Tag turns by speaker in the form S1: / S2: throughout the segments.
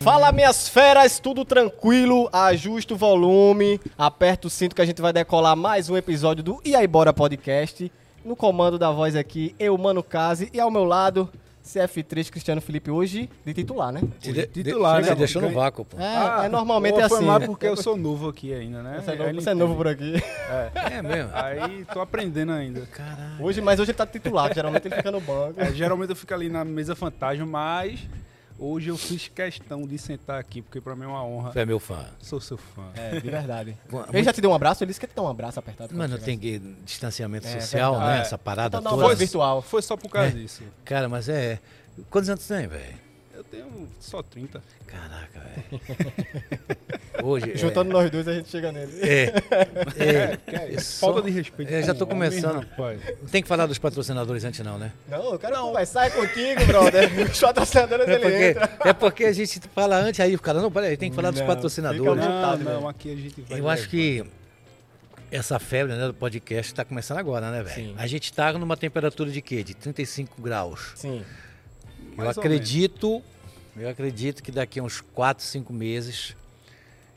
S1: Fala, minhas feras, tudo tranquilo? Ajusta o volume, aperta o cinto que a gente vai decolar mais um episódio do E aí Bora Podcast. No comando da voz aqui, eu, Mano Case, e ao meu lado, CF3 Cristiano Felipe, hoje de titular, né?
S2: Te de- de-
S3: titular,
S2: chega,
S3: né?
S2: Te deixou no vácuo, pô.
S1: É,
S3: Ah,
S1: é normalmente
S3: pô,
S1: é
S3: Foi
S1: assim.
S3: mal
S1: né?
S3: porque eu sou novo aqui ainda, né?
S1: Você é
S3: Aí
S1: novo,
S3: ele
S1: você é novo por aqui.
S2: É mesmo.
S3: Aí tô aprendendo ainda.
S2: Caralho.
S1: Hoje, mas hoje ele tá titular, geralmente ele fica no banco.
S3: É, geralmente eu fico ali na mesa fantasma, mas hoje eu fiz questão de sentar aqui, porque pra mim é uma honra.
S2: Tu é meu fã.
S3: Sou seu fã.
S1: É, de verdade.
S2: Bom,
S1: Ele já te deu um abraço? Ele disse que te deu um abraço apertado. né?
S2: Mano,
S1: quando
S2: tem que- distanciamento
S1: assim. É,
S2: social,
S1: verdade.
S2: né? Essa parada
S1: Então dá uma
S2: toda.
S1: voz virtual.
S3: Foi só por causa disso.
S2: Cara, mas é. Quantos anos tem, velho?
S3: Eu tenho só 30.
S2: Caraca, velho. Hoje. é-
S1: Juntando nós dois, a gente chega nele.
S2: É. é, é só-
S3: Falta de respeito.
S2: É, já tô
S3: com o homem,
S2: começando.
S3: rapaz.
S2: Não tem que falar dos patrocinadores antes, não, né?
S1: Não, eu quero conversar contigo, brother. Os patrocinadores,
S2: É
S1: ele entra.
S2: porque, é porque a gente fala antes, aí o cara, não, peraí, tem que falar dos
S1: Não,
S2: patrocinadores.
S1: fica à
S3: Não,
S1: vontade, velho.
S3: não, aqui a gente vai.
S2: Eu acho que essa febre né, do podcast está começando agora, né,
S1: Sim.
S2: velho? A gente está numa temperatura de quê? De 35 graus.
S1: Sim.
S2: Eu
S3: Mais ou
S2: acredito, eu acredito que daqui a uns 4, 5 meses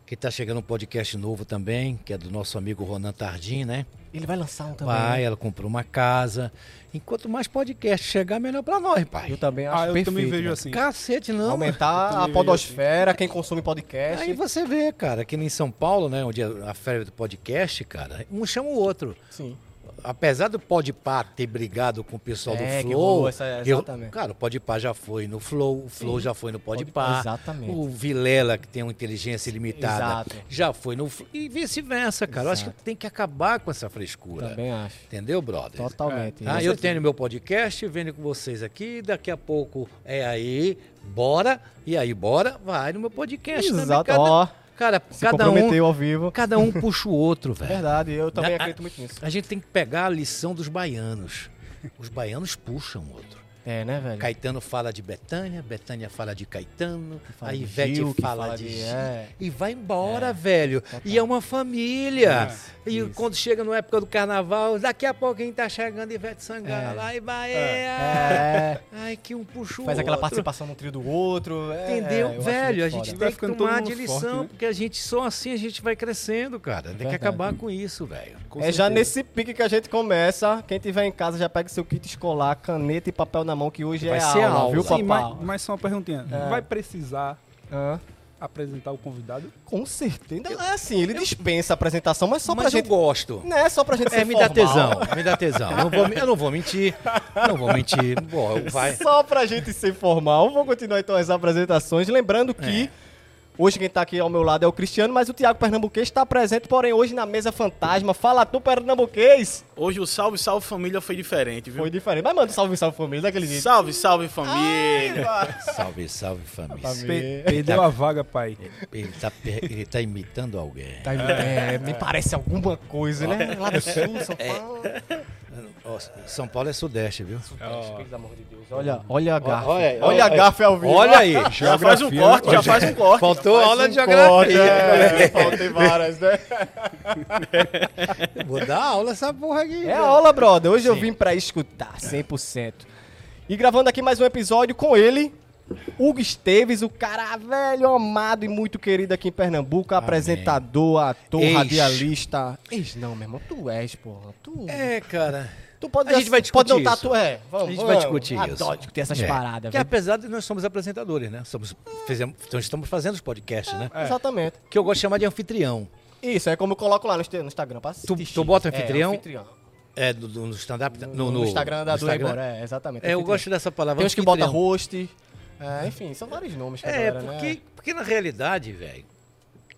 S2: que tá chegando um podcast novo também, que é do nosso amigo Ronan Tardim, né?
S1: Ele vai lançar um também.
S2: Pai,
S1: né?
S2: ela comprou uma casa. Enquanto mais podcast chegar, melhor pra nós, pai.
S1: Eu também acho
S3: Ah, eu
S1: perfeito.
S3: também vejo
S1: mano.
S3: assim.
S2: Cacete, não.
S3: Eu
S1: Aumentar
S3: também
S1: a
S3: vejo
S1: podosfera, quem consome podcast.
S2: Aí você vê, cara, que em São Paulo, né, onde é a febre do podcast, cara, um chama o outro.
S1: Sim.
S2: Apesar do Podpah ter brigado com o pessoal
S1: É,
S2: do
S1: que
S2: Flow,
S1: rolou essa-
S2: eu-
S1: exatamente.
S2: cara, o Podpah já foi no Flow, o Flow já foi no
S1: Podpah,
S2: Podpah,
S1: exatamente.
S2: o Vilela, que tem uma inteligência limitada,
S1: Exato.
S2: já foi no Flow, e vice-versa, cara. Eu acho que
S1: Exato.
S2: tem que acabar com essa frescura,
S1: Também acho.
S2: entendeu, brother?
S1: Totalmente.
S2: Ah, eu tenho meu podcast, venho com vocês aqui, daqui a pouco é aí, bora, e aí bora, vai no meu podcast. também.
S1: Exato,
S2: Cada-
S1: ó.
S2: Cara,
S1: Se
S2: cada um,
S1: comprometeu ao vivo. É
S2: cada um puxa o outro, velho.
S1: Verdade, eu também
S2: Ah,
S1: acredito muito nisso.
S2: A gente tem que pegar a lição dos baianos. Os baianos puxam o outro.
S1: É, né, velho?
S2: Caetano fala de Betânia, Betânia fala de Caetano,
S1: fala
S2: a
S1: de
S2: Ivete
S1: Gil, que
S2: fala,
S1: fala
S2: de,
S1: de-
S2: Gil.
S1: é.
S2: E vai embora, velho. E é uma família. e quando chega na época do carnaval, daqui a pouquinho tá chegando Ivete Sangalo.
S1: É.
S2: Lá e Bahia.
S1: É.
S2: Ai, que um puxa o
S1: Faz aquela
S2: outro.
S1: participação no trio do outro. é,
S2: Entendeu?
S1: eu acho
S2: Velho,
S1: muito
S2: a gente
S1: foda.
S2: tem
S3: Vai
S2: que
S3: ficando
S2: tomar
S3: todo
S2: de
S3: mundo
S2: lição,
S3: forte, né?
S2: porque a gente só assim a gente vai crescendo, cara. Tem
S1: Verdade.
S2: que acabar com isso, velho.
S3: Com
S1: É já
S3: certeza.
S1: nesse pique que a gente começa. Quem tiver em casa já pega seu kit escolar, caneta e papel na mão, que hoje
S2: Vai
S1: é
S2: ser
S1: aula,
S2: aula.
S1: viu, papai?
S3: Sim, mas, mas só uma perguntinha.
S1: É.
S3: Vai precisar
S1: Hã?
S3: apresentar o convidado?
S1: Com certeza. É assim, ele dispensa a apresentação, mas só
S2: Mas
S1: pra
S2: eu
S1: gente.
S2: gosto.
S1: Não
S4: Né,
S1: é só pra gente
S2: É,
S1: ser
S2: me dá
S1: formal.
S2: tesão, me dá tesão. Não vou, eu não vou mentir, não vou mentir. Bom, vai.
S1: Só pra gente ser formal, vou continuar então as apresentações. Lembrando
S4: É.
S1: que hoje quem tá aqui ao meu lado é o Cristiano, mas o Thiago Pernambuquês está presente, porém hoje na mesa fantasma. Fala tu, Pernambuquês!
S4: Hoje o salve, salve família foi diferente, viu?
S1: Foi diferente. Mas manda um salve, salve família daquele jeito.
S4: Salve, salve família!
S2: Salve, salve,
S1: É.
S2: família.
S3: Pe- perdeu a vaga, pai.
S2: Ele tá, per- ele tá imitando alguém.
S1: Tá, é, me parece alguma coisa,
S4: É.
S1: né? Lá do sul, São
S2: É.
S1: Paulo.
S2: Ó, São Paulo é sudeste, viu?
S1: Pelo amor de Deus. Olha, olha a garfa.
S2: olha
S1: Olha,
S2: aí,
S1: a
S2: olha-
S1: garfa ao vivo.
S2: Olha aí.
S4: Já faz um
S3: Geografia,
S4: corte, já faz um corte.
S2: Faltou aula de
S1: Corta,
S2: geografia.
S1: é, faltei várias, né?
S2: Vou dar aula essa porra aqui.
S1: É a aula, brother. Hoje eu vim pra escutar 100%. E gravando aqui mais um episódio com ele, Hugo Esteves, o cara velho, amado e muito querido aqui em Pernambuco, apresentador, ator,
S2: Ex.
S1: radialista. Ex não, meu irmão, tu és, porra. Tu,
S2: É, cara.
S1: tu pode
S2: a gente vai
S1: pode não
S2: discutir
S1: tá,
S2: isso.
S1: tu é. Vamos,
S2: A gente
S1: vamos.
S2: vai discutir isso.
S1: Adoro discutir essas
S2: É.
S1: paradas,
S2: Que
S1: velho.
S2: apesar de nós somos apresentadores, né? Somos, fizemos, então estamos fazendo os podcasts, né?
S1: Exatamente.
S2: Que eu gosto de chamar de anfitrião.
S1: Isso, é como eu coloco lá no Insta- no Instagram. pra
S2: Tu-
S1: assistir.
S2: tu bota
S1: É,
S2: anfitrião?
S1: anfitrião.
S2: É, do, do- no stand-up. No,
S1: No,
S2: no-
S1: Instagram da
S2: no
S1: Dura
S2: Instagram.
S1: Embora, é, exatamente.
S2: É, eu
S1: anfitrião.
S2: gosto dessa palavra.
S1: Tem uns que botam
S2: anfitrião.
S1: host. É, enfim, são vários nomes que a
S2: É,
S1: galera,
S2: porque,
S1: né?
S2: porque na realidade, velho,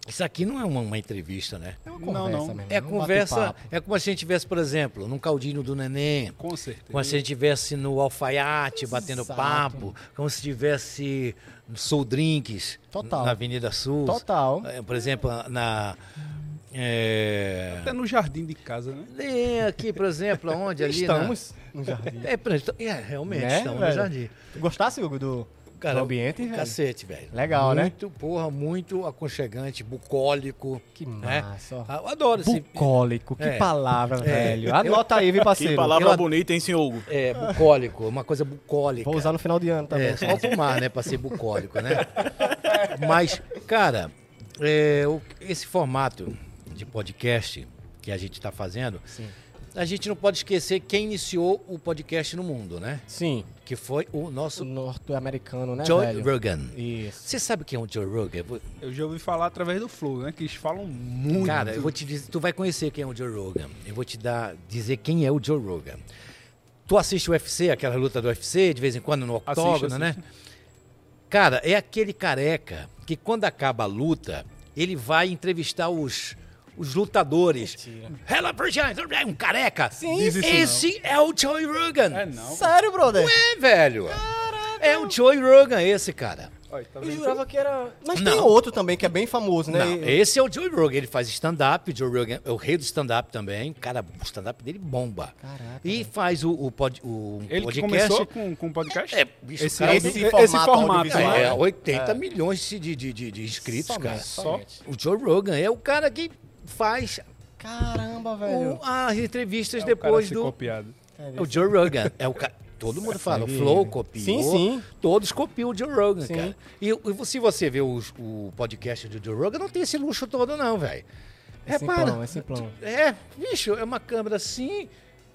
S2: isso aqui não é uma, uma entrevista, né?
S1: É uma
S3: Não,
S1: conversa
S3: não.
S1: mesmo,
S2: É
S1: um
S2: conversa,
S1: bate-papo.
S2: é como se a gente tivesse, por exemplo, num caldinho do neném,
S3: Com certeza.
S2: como se a gente tivesse no alfaiate batendo
S1: Exato.
S2: papo, como se tivesse no Soul Drinks
S1: Total.
S2: na Avenida Sul.
S1: Total.
S2: É, Por exemplo, na é,
S3: Até no jardim de casa, né?
S2: é, aqui, por exemplo, onde ali né? na-
S1: Estamos no jardim.
S2: É, por exemplo, é, realmente
S1: Né,
S2: estamos
S1: velho?
S2: no jardim.
S1: Gostasse, Hugo, do
S2: Cara, assim,
S5: o ambiente, velho.
S2: Cacete, velho.
S5: Legal, né?
S2: Muito, porra, muito aconchegante, bucólico.
S5: Que
S2: né?
S5: massa. ó.
S2: Ah, Eu adoro esse.
S5: Bucólico, que
S2: É.
S5: palavra, velho. Anota aí, viu,
S4: Que
S5: parceiro.
S4: palavra
S2: Eu ad-
S4: bonita, hein, senhor Hugo?
S2: É, bucólico, uma coisa bucólica.
S5: Vou usar no final de ano também.
S2: É, só fumar, né? Pra ser bucólico, né? Mas, cara, é, o- esse formato de podcast que a gente tá fazendo,
S5: Sim.
S2: a gente não pode esquecer quem iniciou o podcast no mundo, né?
S5: Sim.
S2: Que foi o nosso
S5: Norte-americano, né,
S2: Joe
S5: velho?
S2: Rogan.
S5: Isso.
S2: Você sabe quem é o Joe Rogan?
S3: Eu já ouvi falar através do Flow, né? Que eles falam muito.
S2: Cara, eu vou te dizer, tu vai conhecer quem é o Joe Rogan. Eu vou te dar, dizer quem é o Joe Rogan. Tu assiste o UFC, aquela luta do UFC, de vez em quando no
S3: Assisto,
S2: octógono, né?
S3: assisto.
S2: Cara, é aquele careca que quando acaba a luta, ele vai entrevistar os, os lutadores. Hella Virginia, é um careca. Sim,
S3: Diz isso
S2: Esse é o Joe Rogan.
S3: É não.
S5: Sério, brother?
S2: É, velho. É o Joe Rogan esse, cara.
S3: Olha, tá
S5: Eu
S3: vendo?
S5: jurava que era. Mas tem
S2: Não.
S5: outro também que é bem famoso, né?
S2: Não, esse é o Joe Rogan, ele faz stand-up, o Joe Rogan é o rei do stand-up também, cara, o stand-up dele bomba.
S5: Caraca,
S2: E faz o, o, pod- o
S3: Ele que
S2: podcast...
S3: começou com, com podcast?
S2: É, bicho,
S3: esse,
S2: cara,
S3: esse,
S5: esse
S3: esse
S5: formato
S3: formato.
S5: audiovisual.
S3: né?
S2: É, 80 milhões de, de- de- de inscritos, cara.
S5: Só.
S2: O Joe Rogan é o cara que faz
S5: Caramba, velho.
S2: o- ah, as entrevistas
S3: É o cara
S2: depois
S3: ser
S2: do...
S3: copiado.
S2: É o Joe Rogan. É o ca- Todo mundo fala, o
S5: Sim.
S2: Flow copiou.
S5: Sim, sim.
S2: Todos copiam o Joe Rogan,
S5: Sim.
S2: cara. E, e se você vê os- o podcast do Joe Rogan, não tem esse luxo todo, não, velho.
S5: É simplão,
S2: Repara.
S5: é simplão.
S2: É, bicho, é uma câmera assim,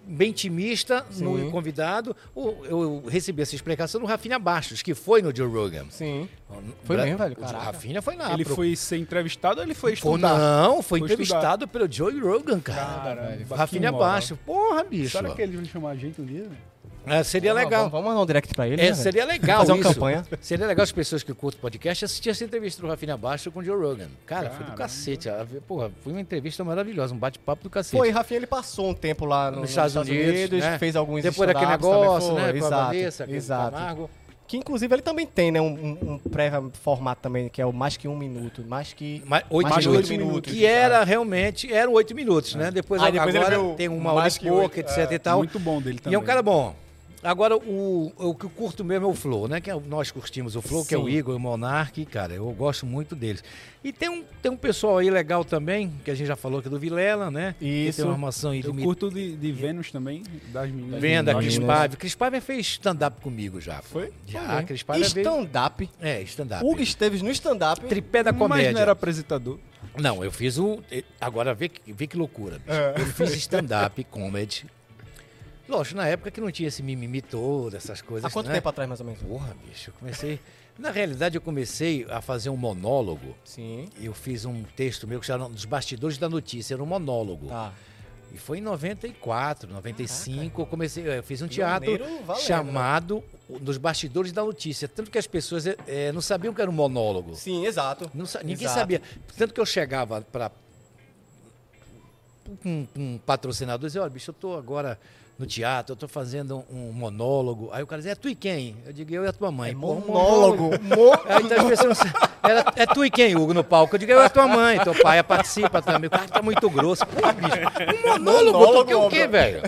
S2: bem intimista
S5: Sim.
S2: no convidado. O- Eu, recebi essa explicação do Rafinha Bastos, que foi no Joe Rogan.
S5: Sim. Foi
S2: Foi
S5: mesmo, velho?
S2: O
S5: Caraca.
S2: Rafinha foi lá.
S3: ele
S2: Ah, pro-
S3: foi ser entrevistado ou ele foi
S2: Foi-
S3: estudar?
S2: não, foi,
S3: Foi
S2: entrevistado pelo Joe Rogan, cara.
S3: Cara,
S2: Rafinha Rafinha Bastos. Porra, bicho.
S3: Será que eles vão chamar a gente um dia?
S2: É, seria legal.
S5: Vamos, vamos mandar um direct pra ele.
S2: É,
S5: né, velho?
S2: seria legal
S5: Fazer uma
S2: isso.
S5: campanha.
S2: Seria legal as pessoas que curtem podcast assistir essa entrevista do Rafinha Bastos com o Joe Rogan. Cara, foi do
S3: Caramba.
S2: cacete. A- Porra, foi uma entrevista maravilhosa, um bate-papo do cacete.
S5: Foi, Rafinha, ele passou um tempo lá no-
S2: nos Estados Unidos, né?
S5: fez alguns
S2: Depois daquele
S5: stand-ups também,
S2: negócio,
S5: foi,
S2: né? Com a
S5: Exato,
S2: Vanessa, com o
S5: exato.
S2: Camargo.
S5: Que inclusive ele também tem, né? Um, um- um pré-formato também, que é o mais que um minuto, mais que.
S2: Ma- Oito
S5: Mais de
S2: minutos.
S5: oito minutos,
S2: Que
S5: cara.
S2: era realmente, eram oito minutos, né? Depois,
S5: Ah,
S2: a-
S5: depois ele
S2: agora
S5: veio
S2: tem uma hora
S5: mais
S2: e
S5: que
S2: pouca,
S5: oito,
S2: etc e tal.
S3: Muito bom dele também.
S2: E é um cara bom. Agora, o, o que eu curto mesmo é o Flow, né? Que é o- nós curtimos o Flow, que é o
S5: Sim.
S2: Igor, o Monark, cara, eu gosto muito deles. E tem um, tem um pessoal aí legal também, que a gente já falou aqui do Vilela, né? Que
S5: Isso.
S2: tem uma armação
S3: Eu
S2: ilimitada.
S3: curto de, de Vênus também, das meninas.
S2: Venda,
S5: Nós
S2: Cris
S5: meninas.
S2: Paiva. Cris Paiva fez stand-up comigo já.
S3: Foi?
S2: Já,
S5: Também.
S2: Cris Paiva veio...
S5: Stand-up.
S2: É, stand-up.
S5: Hugo Esteves no stand-up.
S2: Tripé da comédia.
S3: Mas não era apresentador.
S2: Não, eu fiz o. Agora vê, que- vê que loucura, bicho.
S3: É.
S2: Eu fiz stand-up, comedy. Lógico, na época que não tinha esse mimimi todo, essas coisas.
S5: Há quanto
S2: né?
S5: tempo atrás, mais ou menos?
S2: Porra, bicho, eu comecei. Na realidade, eu comecei a fazer um monólogo.
S5: Sim.
S2: Eu fiz um texto meu que chama Dos Bastidores da Notícia, era um monólogo.
S5: Tá.
S2: E foi em 94, 95, eu comecei, eu fiz um teatro
S5: Pioneiro valendo, né?
S2: chamado o- Dos Bastidores da Notícia. Tanto que as pessoas eh, eh, não sabiam que era um monólogo.
S5: Sim, exato.
S2: Não sa- ninguém
S5: Exato.
S2: sabia. Tanto que eu chegava para um, um patrocinador e dizia, olha, bicho, eu tô agora no teatro, eu tô fazendo um, um monólogo. Aí o cara dizia, é tu e quem? Eu digo, eu e a tua mãe.
S5: É
S2: Pô, um
S5: monólogo. Mo-
S2: Aí então, as pessoas não sabem. Era- é tu e quem, Hugo, no palco? Eu digo, eu e a tua mãe, teu pai participa também. O cara tá muito grosso. Pô, bicho, um monólogo,
S5: Monólogo,
S2: tu quer o quê,
S5: óbvio.
S2: velho?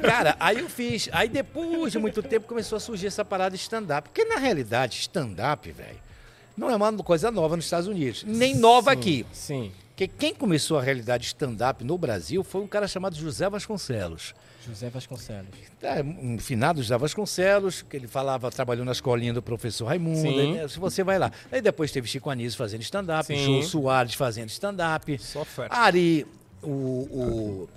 S2: Cara, aí eu fiz. Aí depois de muito tempo começou a surgir essa parada de stand-up. Porque na realidade, stand-up, velho, não é uma coisa nova nos Estados Unidos. Nem nova
S5: Sim,
S2: aqui.
S5: Sim.
S2: Porque quem começou a realidade stand-up no Brasil foi um cara chamado José Vasconcelos.
S5: José Vasconcelos.
S2: É, um finado José Vasconcelos, que ele falava, trabalhou na escolinha do professor Raimundo.
S5: Sim.
S2: né? Se você vai lá. Aí depois teve Chico Anísio fazendo stand-up,
S5: Sim.
S2: Jô Soares fazendo stand-up.
S3: Só fera.
S2: Ari, o, o- o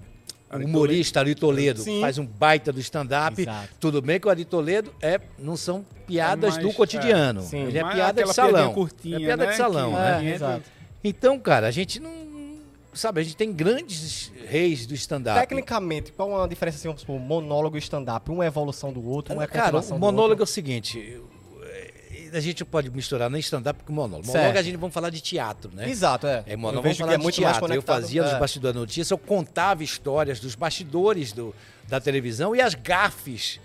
S3: Ari
S2: humorista Ari Toledo,
S5: Sim.
S2: faz um baita do stand-up.
S5: Exato.
S2: Tudo bem que o Ari Toledo é, não são piadas
S3: É mais-
S2: do cotidiano.
S5: é, sim.
S2: Ele é
S3: Mas
S2: piada de
S3: aquela
S2: salão.
S3: piadinha curtinha,
S2: é piada
S3: né,
S2: de salão,
S3: que-
S2: né?
S5: É,
S3: entra-
S5: exato.
S2: Então, cara, a gente não. Sabe, a gente tem grandes reis do stand-up.
S5: Tecnicamente, qual a diferença, assim, vamos supor, monólogo e stand-up? Um é evolução do outro, um é
S2: Cara,
S5: continuação
S2: o
S5: do
S2: monólogo é
S5: outro.
S2: o seguinte. eu- eh, A gente não pode misturar nem stand-up com monólogo.
S5: Certo.
S2: Monólogo a gente vamos falar de teatro, né?
S5: Exato, é.
S2: É, mano,
S5: Eu
S2: vamos
S5: vejo
S2: falar
S5: que é
S2: de
S5: muito mais
S2: teatro. eu
S5: conectado.
S2: fazia nos
S5: É.
S2: bastidores da notícia, eu contava histórias dos bastidores do- da televisão e as gafes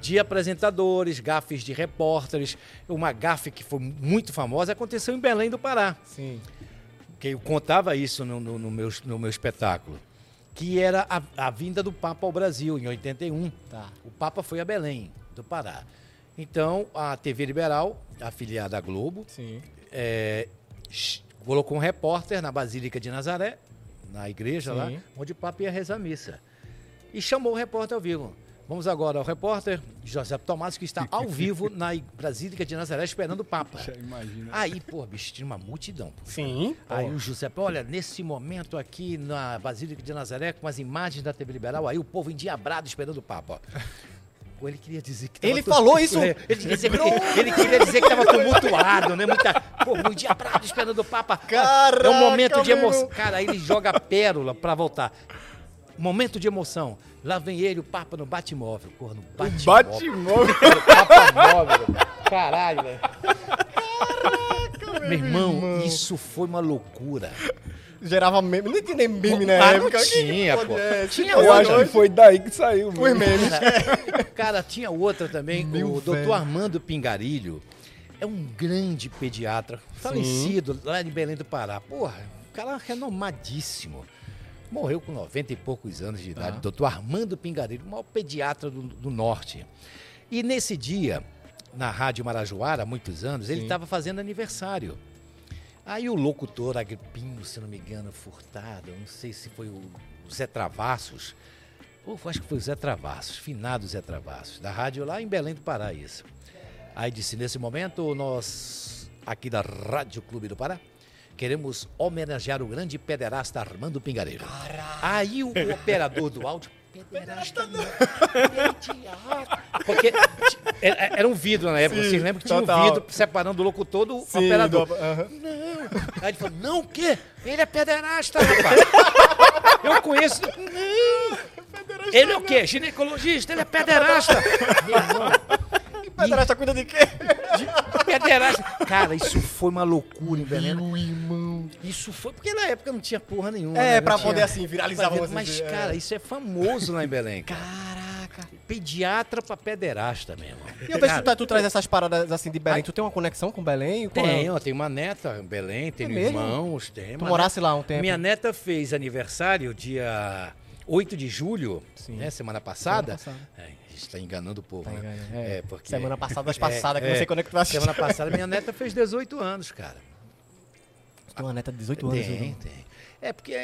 S2: de apresentadores, gafes de repórteres. Uma gafe que foi muito famosa aconteceu em Belém do Pará,
S5: Sim.
S2: que eu contava isso no, no- no meu, no meu espetáculo, que era a, a vinda do Papa ao Brasil, em 81.
S5: Tá.
S2: O Papa foi a Belém do Pará. Então, a TV Liberal, afiliada à Globo,
S5: Sim.
S2: é, ch- colocou um repórter na Basílica de Nazaré, na igreja lá,
S5: Sim.
S2: onde o Papa ia rezar a missa. E chamou o repórter ao vivo. Vamos agora ao repórter José Tomás, que está ao vivo na i- Basílica de Nazaré esperando o Papa.
S3: Já imagina.
S2: Aí, pô, bicho, tinha uma multidão. pô.
S5: Sim.
S2: Aí o José, olha, nesse momento aqui na Basílica de Nazaré, com as imagens da TV Liberal, aí o povo endiabrado esperando o Papa. Pô, ele queria dizer que tava
S5: Ele
S2: tu-
S5: falou isso?
S2: É, Ele, queria dizer que- ele queria dizer que tava tumultuado, né? Muita... Pô, um endiabrado esperando o Papa.
S5: Caraca,
S2: é um momento de
S5: meu
S2: emoção.
S5: irmão.
S2: Cara, aí ele joga a pérola pra voltar. Momento de emoção. Lá vem ele, o Papa no Batmóvel. Corno, no Batmóvel. Cara, Papa móvel. Caralho, velho. Meu irmão, isso foi uma loucura.
S5: Gerava meme. Não tinha nem meme na
S2: Ah, não
S5: época. Que
S2: tinha,
S5: pode-
S2: pô.
S5: é,
S2: Tinha
S5: tipo,
S3: Eu acho
S5: hoje-
S3: que foi daí que saiu, mano.
S5: Os memes.
S2: Cara, tinha outra também,
S5: Meu
S2: o doutor
S5: velho.
S2: Armando Pingarilho. É um grande pediatra, falecido lá em Belém do Pará. Porra, um cara renomadíssimo. Morreu com 90 e poucos anos de
S5: Ah.
S2: idade. Doutor Armando Pingarilho, o maior pediatra do, do norte. E nesse dia, na Rádio Marajoara, há muitos anos, ele
S5: Sim.
S2: estava fazendo aniversário. Aí o locutor Agripinho, se não me engano, Furtado, não sei se foi o Zé Travassos, ou acho que foi o Zé Travassos, finado Zé Travassos, da rádio lá em Belém do Pará, isso. Aí disse, nesse momento, nós, aqui da Rádio Clube do Pará, queremos homenagear o grande pederasta Armando Pingareiro. Aí o operador do áudio, pederasta não, pediatra. Porque t- era era um vidro na época,
S5: Sim,
S2: vocês lembram que tinha
S5: total.
S2: um vidro separando o locutor do
S5: Sim,
S2: operador.
S5: do- aham.
S2: Não. Aí ele falou, não o quê? Ele é pederasta, rapaz. Eu conheço. Não. Ele é o quê? Ginecologista, ele é pederasta. Meu irmão,
S5: Que Pederasta cuida de quê?
S2: pederasta. Cara, isso foi uma loucura em Belém. Isso foi porque na época não tinha porra nenhuma.
S5: É,
S2: né?
S5: pra
S2: Não tinha-
S5: poder assim, viralizar
S2: Mas,
S5: vocês,
S2: mas,
S5: é.
S2: cara, isso é famoso lá em Belém. cara.
S5: Caraca.
S2: Pediatra pra pederasta mesmo.
S5: E eu vejo que tu, tu traz essas paradas assim de Belém. Tu tem uma conexão com Belém? Qual é?
S2: Tenho, eu tenho uma neta em Belém, tenho
S5: mesmo?
S2: irmãos, tenho.
S5: Tu
S2: uma
S5: morasse lá um tempo?
S2: Minha neta fez aniversário dia 8 de julho,
S5: Sim.
S2: né? Semana passada.
S5: Semana passada.
S2: É, a gente tá enganando o povo,
S5: Tá
S2: né?
S5: enganando, é.
S2: porque
S5: Semana passada, das passadas, que
S2: é.
S5: não sei quando é que tu vai assistir.
S2: semana passada minha neta fez 18 anos, cara.
S5: Tu tem uma neta de 18 anos.
S2: tem,
S5: Edu.
S2: tem. É porque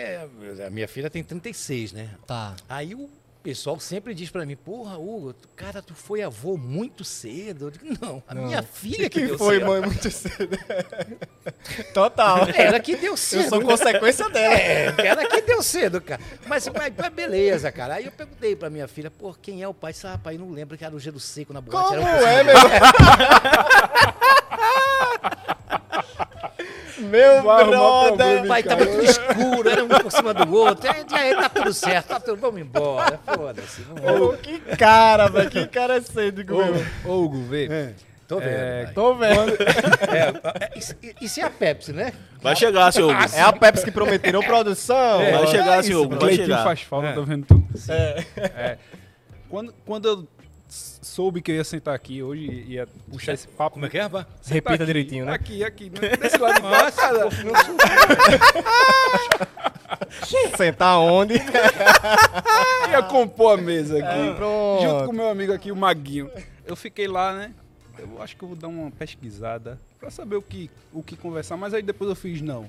S2: a minha filha tem 36, né?
S5: Tá.
S2: Aí o pessoal sempre diz pra mim, porra, Hugo, tu- cara, tu foi avô muito cedo. Eu digo, não, a minha filha que,
S5: é Que
S2: deu
S5: foi,
S2: cedo.
S5: mãe, muito cedo. Total.
S2: Ela que deu
S5: Eu
S2: cedo.
S5: sou consequência dela.
S2: É, era que deu cedo, cara. Mas, mas, mas beleza, cara. Aí eu perguntei pra minha filha, pô, quem é o pai? Disse, ah, pai, não lembro que era o gelo seco na boate.
S5: Como
S2: era o
S5: é, meu? meu
S3: Vai arrumar
S5: brother.
S3: problema,
S2: pai tava tudo tá escuro, era um por cima do outro. É, é, tá tudo certo, tá tudo, vamos embora. Foda-se. vamos embora.
S5: Ô, que cara, velho. Que cara é cedo, meu.
S3: Ô, ô, Hugo, vê.
S2: Tô vendo.
S3: É,
S2: pai.
S5: Tô vendo.
S2: É, é, isso- isso é a Pepsi, né?
S4: Vai chegar, seu Hugo.
S5: É a Pepsi que prometeram produção.
S4: É, vai chegar, senhor,
S5: isso,
S4: vai
S5: mano.
S3: Cleitinho
S4: chegar.
S3: faz falta, tô vendo tudo. É. Quando, quando eu s- soube que eu ia sentar aqui hoje e ia puxar esse papo.
S2: Como é que é, rapaz?
S3: sentar
S5: Repita
S3: aqui,
S5: direitinho, né?
S3: Aqui, aqui. né? Desse lado de cá, cara.
S5: Sentar onde?
S3: Eu ia compor a mesa
S5: É.
S3: aqui. Junto com
S5: Pronto.
S3: o meu amigo aqui, o Maguinho. Eu fiquei lá, né? Eu acho que eu vou dar uma pesquisada pra saber o que, o que conversar, mas aí depois eu fiz, não.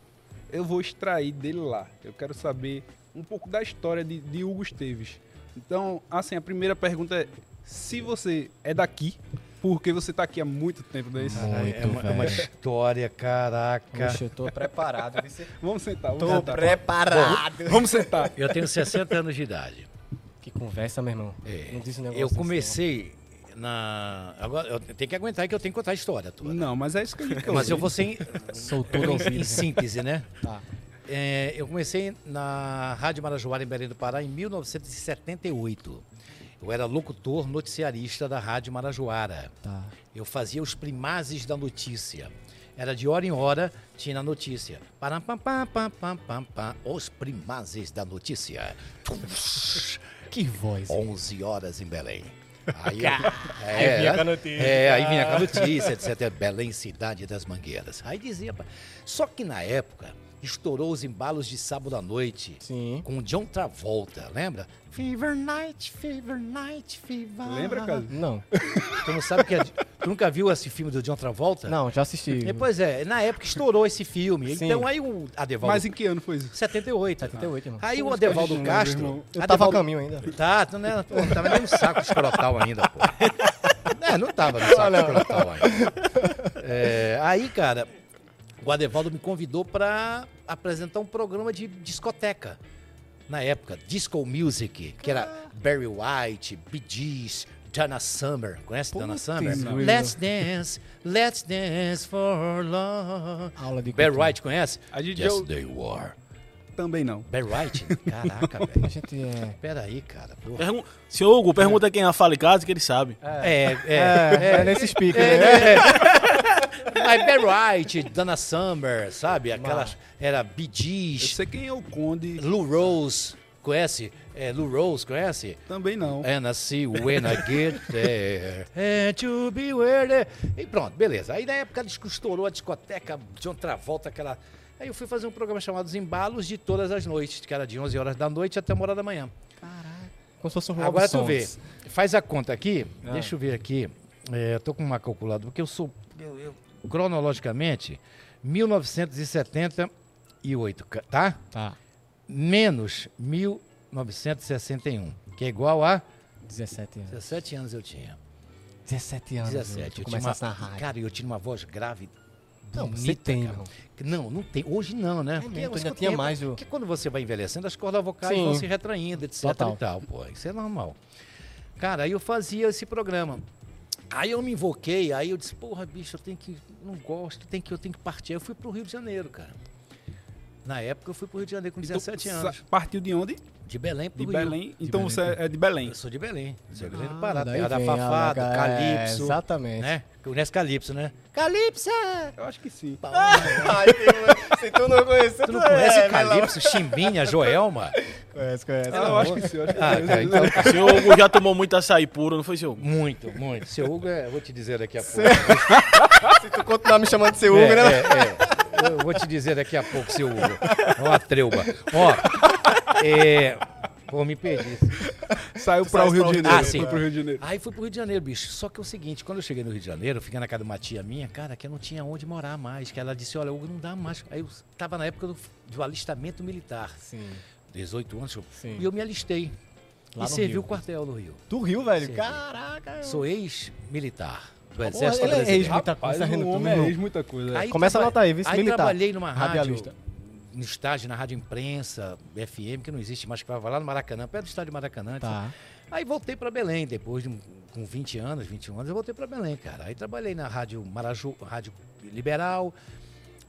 S3: Eu vou extrair dele lá. Eu quero saber um pouco da história de, de Hugo Esteves. Então, assim, a primeira pergunta é: se você é daqui, porque você tá aqui há muito tempo, não é isso?
S2: é, uma, é uma história, caraca.
S5: eu tô preparado. viu? tá
S3: Vamos sentar, vamos
S5: Tô
S3: sentar.
S5: preparado.
S3: Vamos sentar.
S2: Eu tenho 60 anos de idade.
S5: Que conversa, meu irmão.
S2: É.
S5: Não disse um negócio
S2: Eu
S5: desse,
S2: comecei na. Agora, eu tenho que aguentar que eu tenho que contar a história toda.
S3: Não, mas é isso que eu quero.
S2: Mas eu vou sem.
S5: não. Soltou no
S2: em, em
S5: ouvido.
S2: síntese, né?
S5: Tá.
S2: É, eu comecei na Rádio Marajoara, em Belém do Pará, em 1978. Eu era locutor noticiarista da Rádio Marajoara.
S5: Tá.
S2: Eu fazia os primazes da notícia. Era de hora em hora, tinha a notícia. Param, pam, pam, pam, pam, pam, pam. Os primazes da notícia.
S5: Que voz.
S2: 11 horas em Belém. Aí,
S5: Aí vinha com a notícia.
S2: É, aí
S5: Ah.
S2: vinha com a notícia, etc. Belém, cidade das mangueiras. Aí dizia. pá. Só que na época, estourou os embalos de sábado à noite.
S5: Sim.
S2: Com o John Travolta, lembra? Fever Night, Fever Night, Fever.
S3: Lembra, cara?
S5: Não.
S2: Tu não sabe o que é. Tu nunca viu esse filme do John Travolta?
S5: Não, já assisti.
S2: É, pois é, na época estourou esse filme.
S5: Sim.
S2: Então aí o Adevaldo.
S3: Mas em que ano foi isso?
S2: 78.
S5: 78, irmão.
S2: Aí o Adevaldo Castro.
S5: Eu tava a
S2: Adevaldo-
S5: caminho ainda.
S2: Tá, tu não era, pô, tava nem no saco escrotal ainda, pô. É, não tava no saco escrotal ainda. É, aí, cara, o Adevaldo me convidou pra apresentar um programa de discoteca. Na época, Disco Music, que era Barry White, Bee Gees, Dana Summer. Conhece Dana Summer?
S3: não.
S2: Let's dance, let's dance for love.
S5: Aula de
S2: Barry
S5: cultura.
S2: White conhece?
S3: A gente
S2: yes,
S3: eu-
S2: they were.
S3: Também não.
S2: Barry White? Caraca, velho.
S5: A gente é...
S2: Peraí, cara, porra.
S4: Pergun Senhor Hugo, pergunta quem é a Fale Casa que ele sabe.
S2: É, é,
S5: É,
S2: é.
S5: é nesse speaker,
S2: É,
S5: né?
S2: é, é. Mas Barry White, Dana Summer, sabe? Aquelas. Era Bee
S3: Eu
S2: Gees,
S3: sei quem é o Conde,
S2: Lou Rose, conhece? É, Lou Rose, conhece?
S3: também não.
S2: And I see when I get there. And to be where there. E pronto, beleza. Aí na época diz que estourou a discoteca, John Travolta, aquela. Aí eu fui fazer um programa chamado Os Embalos de Todas as Noites, que era de 11 horas da noite até uma hora da manhã.
S5: Como se fosse um
S2: Agora tu
S5: Robson.
S2: vê, faz a conta aqui, deixa eu ver aqui. É, eu tô com uma calculadora, porque eu sou. eu- eu- cronologicamente, 1978, ca- tá?
S5: Tá,
S2: Menos 1961, que é igual a
S5: 17 anos.
S2: 17 anos eu tinha.
S5: 17 anos.
S2: 17. Eu tinha uma,
S5: começasse na rádio.
S2: cara, eu tinha uma voz grave.
S5: Não,
S2: bonita,
S5: você tem,
S2: cara.
S5: não.
S2: Não, não tem. Hoje não, né?
S5: mesmo, tu
S2: você
S5: ainda
S2: não
S5: tinha
S2: tem-
S5: mais o-
S2: Porque quando você vai envelhecendo, as cordas vocais
S5: Sim.
S2: vão se retraindo, etc
S5: Total.
S2: e tal. Pô, isso é normal. Cara, aí eu fazia esse programa. Aí eu me invoquei, aí eu disse, porra, bicho, eu tenho que. Não gosto, tem que, eu tenho que partir. Aí eu fui pro Rio de Janeiro, cara. Na época eu fui pro Rio de Janeiro com 17
S3: Então,
S2: anos.
S3: sa- Partiu de onde?
S2: De Belém pro
S3: De
S2: Rio.
S3: Belém. Então
S5: Belém,
S3: você é de Belém.
S2: Eu sou de Belém. Sou de Belém do
S5: Ah,
S2: Pará.
S5: daí
S2: Terra da
S5: vem a
S2: Fafá, do
S5: laga- é,
S2: Calypso.
S5: exatamente.
S2: Né? Conhece Calypso, né? Calypso!
S3: Eu acho que sim.
S5: Ai, tem- se tu não conhecer,
S2: Tu não conhece
S5: é,
S2: Calypso, Chimbinha, Joelma?
S5: Conhece, conhece.
S3: eu acho que sim. Eu acho que
S2: Ah,
S3: sim.
S2: tá, então-
S4: Senhor Hugo já tomou muito açaí puro, não foi, senhor Hugo?
S2: Muito, muito. Seu Hugo, é, eu vou te dizer daqui a pouco.
S5: Se tu continuar me chamando de seu
S2: É,
S5: Hugo, né?
S2: é, é. Eu vou te dizer daqui a pouco, seu Hugo. Ó, a treuba. Ó, é... Pô, me perdi.
S3: Saiu para o Rio de Janeiro.
S2: Ah, sim.
S3: Foi pro Rio de Janeiro.
S2: Aí fui pro Rio de Janeiro, bicho. Só que é o seguinte, quando eu cheguei no Rio de Janeiro, eu fiquei na casa de uma tia minha, cara, que eu não tinha onde morar mais. Que ela disse, olha, Hugo, não dá mais. Aí eu tava na época do, do alistamento militar.
S5: Sim.
S2: 18 anos. eu-
S5: Sim.
S2: E eu me alistei.
S5: Lá
S2: e
S5: no
S2: servi
S5: Rio.
S2: o quartel no Rio.
S5: Do Rio, velho.
S2: Sim.
S5: Caraca.
S2: Sou ex-militar do
S5: Porra,
S2: Exército
S5: ele é
S2: Brasileiro.
S5: ex- Muita
S3: Rapaz,
S5: coisa,
S3: o
S5: Renato,
S3: homem
S5: não.
S3: é ex muita coisa.
S2: Aí
S5: Começa a
S2: traba-
S5: anotar aí, vice
S2: Aí
S5: militar.
S2: trabalhei numa rádio,
S5: Radialista.
S2: no estágio, na rádio imprensa, FM, que não existe mais, que ficava lá no Maracanã, perto do estádio de Maracanã.
S5: Tá.
S2: Aí voltei para Belém, depois de um- com 20 anos, 21 anos, eu voltei para Belém, cara. Aí trabalhei na Rádio Maraju, Rádio Liberal,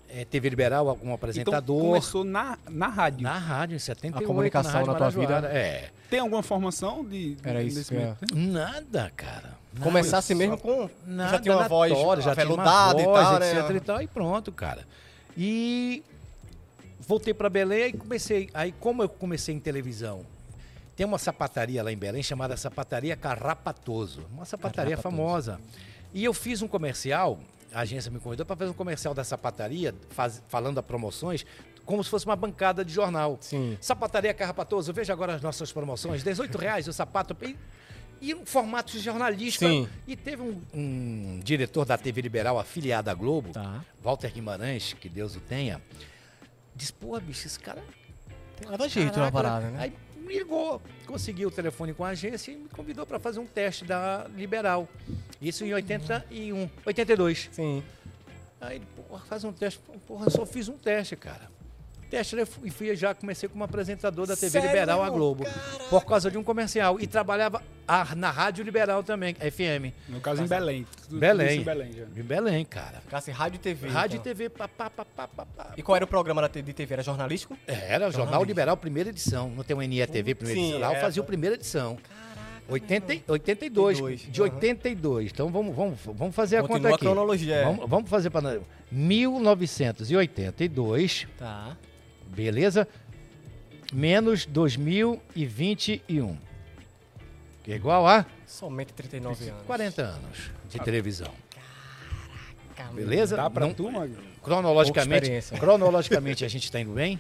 S2: eh, TV Liberal, algum
S3: Então
S2: apresentador.
S3: começou na, na rádio.
S2: na rádio, em 78,
S5: comunicação
S2: na, rádio
S5: na tua
S2: Marajoara. É,
S3: Tem alguma formação de.
S5: Era isso
S3: nesse
S5: que eu ia-
S3: meio tempo?
S2: nada, cara. Nada.
S5: Começasse assim mesmo com.
S2: Nada,
S5: já tinha uma voz
S2: aleatório, já tinha uma
S5: aveludada e
S2: voz,
S5: tal, né?
S2: etc e tal, e pronto, cara. E voltei pra Belém e comecei, aí como eu comecei em televisão, tem uma sapataria lá em Belém chamada Sapataria Carrapatoso, uma sapataria
S5: Carrapatoso.
S2: famosa. E eu fiz um comercial, a agência me convidou para fazer um comercial da sapataria, faz- falando das promoções, como se fosse uma bancada de jornal.
S5: Sim.
S2: Sapataria Carrapatoso, veja agora as nossas promoções. R$18,00 o sapato. E, e um formato de jornalista.
S5: Sim.
S2: E teve um, um diretor da TV Liberal afiliado à Globo,
S5: Tá.
S2: Walter Guimarães, que Deus o tenha, disse, pô, bicho, esse cara...
S5: Tem nada jeito na
S2: caraca,
S5: parada, né?
S2: Aí me ligou, conseguiu o telefone com a agência e me convidou para fazer um teste da Liberal. Isso em 81, 82.
S5: Sim.
S2: Aí ele, porra, faz um teste. Porra, eu só fiz um teste, cara. Teste, eu fui, fui- já comecei como apresentador da TV
S5: Sério,
S2: Liberal a
S5: irmão?
S2: Globo. Por causa de um comercial. E trabalhava a- na Rádio Liberal também, FM.
S3: No caso em Belém. Tudo- tudo
S2: Belém.
S3: isso em Belém já.
S2: Em Belém, cara.
S5: Ficasse assim, rádio e TV.
S2: Rádio e
S5: então.
S2: TV, pá, pá, pá, pá, pá, pá.
S5: E qual era o programa da T- de TV? Era jornalístico?
S2: É, Era o Jornal Liberal, primeira edição. Não tem um o NE TV, primeira
S5: Sim,
S2: edição. Lá eu
S5: é.
S2: fazia o primeira edição. 80, e- 82,
S5: 82,
S2: de
S5: aham.
S2: 82. Então vamos, vamos, vamos fazer a
S5: Continua
S2: conta
S5: a
S2: aqui.
S5: cronologia, é.
S2: Vamos, vamos fazer para 1982,
S5: Tá.
S2: beleza? Menos 2021. Que é igual a
S5: Somente 39 anos.
S2: 40 anos de televisão.
S5: Caramba.
S2: Beleza?
S3: Ah, Dá pra
S2: Não-
S3: tu, mano?
S5: Pouca
S2: cronologicamente,
S5: experiência.
S2: cronologicamente a gente está indo bem?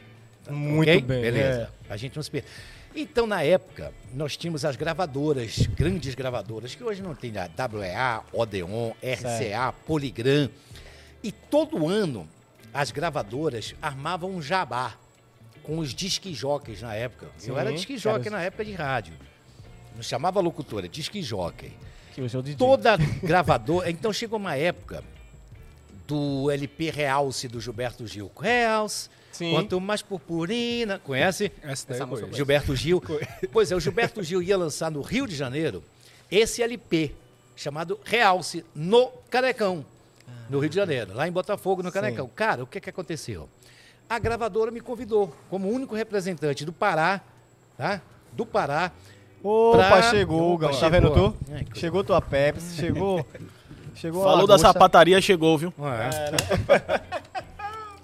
S5: Muito
S2: Ok?
S5: bem. É.
S2: Beleza. A gente não se perde. Então, na época, nós tínhamos as gravadoras, grandes gravadoras, que hoje não tem a WEA, Odeon, RCA, Poligram. E todo ano, as gravadoras armavam um jabá com os disquijóqueis na época. Eu
S5: Sim,
S2: era disquijóquei
S5: era-
S2: na época de rádio. Não chamava locutora, disquijóquei.
S5: Que hoje é o DJ.
S2: Toda gravadora. Então chegou uma época do LP Realce do Gilberto Gil. Realce,
S5: Sim.
S2: quanto mais purpurina. Conhece?
S3: Essa daí
S5: Essa
S3: eu
S5: música
S3: conheço.
S2: Gilberto Gil. Pois é, o Gilberto Gil ia lançar no Rio de Janeiro esse LP chamado Realce no Canecão,
S3: Ah.
S2: no Rio de Janeiro, lá em Botafogo, no Canecão. Cara, o que, que aconteceu? A gravadora me convidou como único representante do Pará, tá? Do Pará.
S5: Opa,
S2: pra-
S5: chegou,
S2: Opa,
S5: Gão. Tá vendo
S2: chegou.
S5: tu?
S2: Ai, que-
S5: Chegou tua Pepsi, chegou. chegou a
S4: Falou da
S5: lagosta.
S4: sapataria, chegou, viu?
S2: é?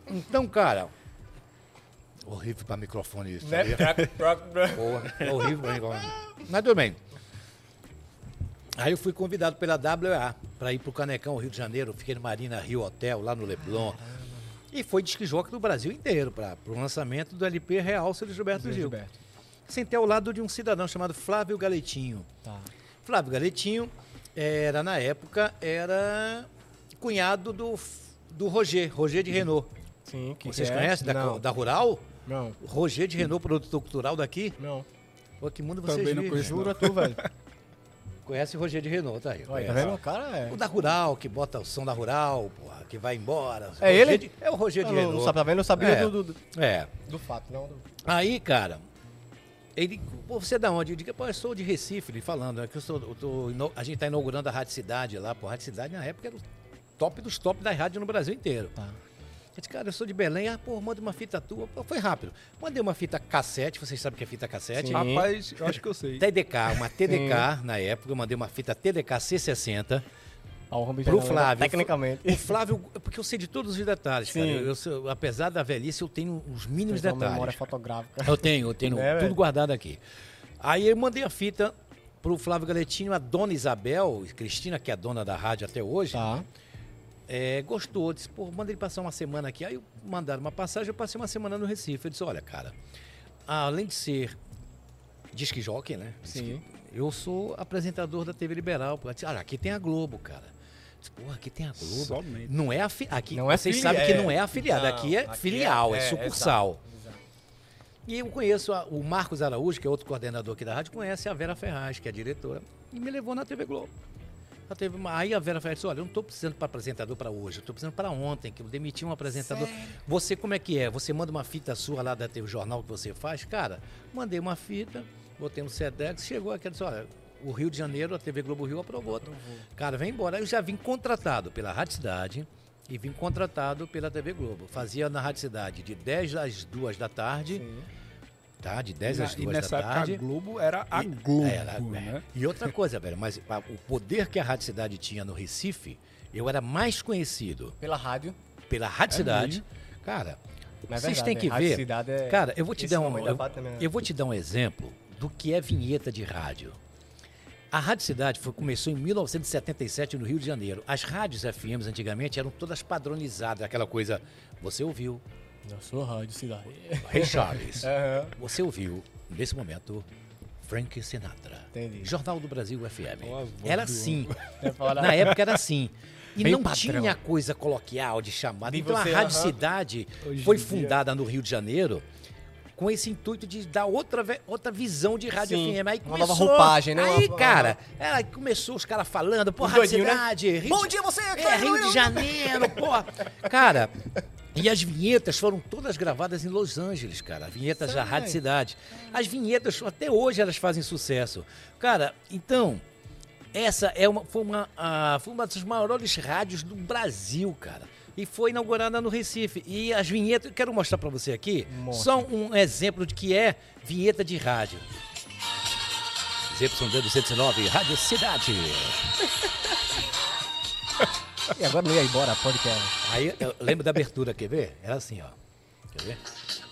S2: Então, cara. Horrível pra microfone isso. sabia? Boa, horrível pra microfone. Mas tudo bem. Aí eu fui convidado pela WA para ir pro Canecão, Rio de Janeiro. Fiquei no Marina Rio Hotel, lá no Leblon. E foi disquijoque do Brasil inteiro para o lançamento do LP Realce de Gilberto Gil.
S5: Gilberto.
S2: Sentei ao lado de um cidadão chamado Flávio Galetinho.
S5: Tá.
S2: Flávio Galetinho era, na época, era cunhado do, do Roger, Roger de Renault.
S5: Sim, que
S2: Vocês
S5: é?
S2: conhecem da,
S5: Não.
S2: da Rural?
S5: Não,
S2: Roger de Renault, produtor cultural daqui?
S5: não.
S2: Pô, que mundo vocês
S3: Também não
S2: vivem?
S3: conheço.
S5: Juro a tu, velho.
S2: Conhece o Roger de Renault, tá aí.
S5: Olha, tá
S2: conhece.
S5: vendo? O cara é.
S2: O da Rural, que bota o som da Rural, porra, que vai embora.
S5: É
S2: Roger
S5: ele?
S2: de- É o Roger de
S5: Não, não,
S2: Renault.
S5: sabe, tá vendo? Eu sabia
S2: É.
S5: do, do,
S2: É.
S5: do fato, não. do-
S2: Aí, cara, ele. Pô, você é da onde? Eu digo, pô, eu sou de Recife, ele falando, né? Que eu sou. eu tô ino- a gente tá inaugurando a Rádio Cidade lá, pô. A Rádio Cidade na época era o top dos top da rádio no Brasil inteiro.
S5: Tá.
S2: Eu disse, cara, eu sou de Belém, ah, pô, manda uma fita tua. Pô, foi rápido. Mandei uma fita cassete, vocês sabem o que é fita cassete?
S5: Sim.
S3: Rapaz, eu acho que eu sei.
S2: TDK, uma TDK na época, eu mandei uma fita TDK C60.
S5: Ó, o Rubens
S2: Pro
S5: Fernandes,
S2: Flávio.
S5: Tecnicamente.
S2: O Flávio, porque eu sei de todos os detalhes, cara.
S5: Sim.
S2: Eu, eu sou- apesar da velhice, eu tenho os mínimos
S5: Fez uma memória
S2: detalhes.
S5: fotográfica.
S2: Eu tenho, eu tenho
S5: Né,
S2: tudo
S5: velho?
S2: guardado aqui. Aí eu mandei a fita pro Flávio Galetinho, a dona Isabel, Cristina, que é a dona da rádio até hoje,
S5: Tá.
S2: é, gostou, disse, pô, manda ele passar uma semana aqui. Aí eu- mandaram uma passagem, eu passei uma semana no Recife. Eu disse, olha, cara, além de ser disque jockey, né?
S5: Sim.
S2: Eu sou apresentador da TV Liberal. pô. Ela disse, Olha, aqui tem a Globo, cara. Eu disse, Porra, aqui tem a Globo.
S3: Somente.
S2: Não é afi... aqui.
S5: Não é
S2: vocês
S5: fili-
S2: sabem que
S5: é.
S2: não é afiliado,
S5: Não,
S2: aqui é
S5: aqui é-
S2: filial, é,
S5: é,
S2: sucursal. E eu conheço a- o Marcos Araújo, que é outro coordenador aqui da rádio, conhece a Vera Ferraz, que é a diretora, e me levou na TV Globo. Ela teve uma- Aí a Vera Ferraz disse: Olha, eu não estou precisando para apresentador para hoje, eu estou precisando para ontem, que eu demiti um apresentador. Você, como é que é? Você manda uma fita sua lá da teu jornal que você faz? Cara, mandei uma fita, botei no SEDEX, chegou aqui e disse: Olha, o Rio de Janeiro, a TV Globo Rio aprovou. Cara, vem embora. Aí Eu já vim contratado pela Rádio Cidade e vim contratado pela TV Globo. Fazia na Rádio Cidade de 10 às 2 da tarde. Tá, de 10 às
S3: Na- E
S2: 2 da
S3: nessa época
S2: tarde. é
S3: a Globo era a Globo,
S2: Era,
S3: né?
S2: E outra coisa, velho, mas a- o poder que a Rádio Cidade tinha no Recife, eu era mais conhecido
S5: Pela rádio.
S2: pela Rádio Cidade. Cara,
S5: Mas é
S2: vocês
S5: verdade,
S2: têm que
S5: né? Rádio
S2: ver.
S5: Cidade é-
S2: Cara, eu vou te
S5: Esse
S2: dar um.
S5: tamanho da
S2: Eu,
S5: pata também, né?
S2: eu vou te dar um exemplo do que é vinheta de rádio. A Rádio Cidade foi- começou em 1977 no Rio de Janeiro. As rádios FMs antigamente eram todas padronizadas, aquela coisa. Você ouviu,
S5: Eu sou rádio cidade.
S2: Ray Charles.
S5: Aham.
S2: Você ouviu, nesse momento, Frank Sinatra.
S5: Entendi.
S2: Jornal do Brasil FM.
S3: Ó, a voz
S2: Era
S3: do
S2: assim.
S5: É falar-
S2: Na época era assim. E
S5: Bem
S2: não
S5: padrão.
S2: tinha coisa coloquial de chamada.
S5: De
S2: então
S5: você,
S2: a Rádio
S5: aham.
S2: Cidade
S3: Hoje
S2: foi
S3: em dia.
S2: fundada no Rio de Janeiro com esse intuito de dar outra, ve- outra visão de Rádio
S5: Sim,
S2: FM. Aí
S5: uma
S2: começou,
S5: nova roupagem, né?
S2: Aí,
S5: Uma-
S2: cara, ela começou os caras falando, pô,
S5: Os
S2: Rádio
S5: doidinhos, né?
S2: Cidade. Rio
S5: Bom
S2: de-
S5: dia, você!
S2: é, Rio de Janeiro, porra. Cara, e as vinhetas foram todas gravadas em Los Angeles, cara. Vinhetas da Rádio Cidade. As vinhetas, até hoje, elas fazem sucesso. Cara, então, essa é uma, foi, uma, ah, foi uma das maiores rádios do Brasil, cara. E foi inaugurada no Recife. E as vinhetas, eu quero mostrar pra você aqui,
S5: Mostra.
S2: só um exemplo de que é vinheta de rádio. ZYD209, Rádio Cidade.
S5: E agora não ia embora, é. podcast.
S2: Aí eu lembro da abertura, quer ver? Era assim, ó. Quer ver?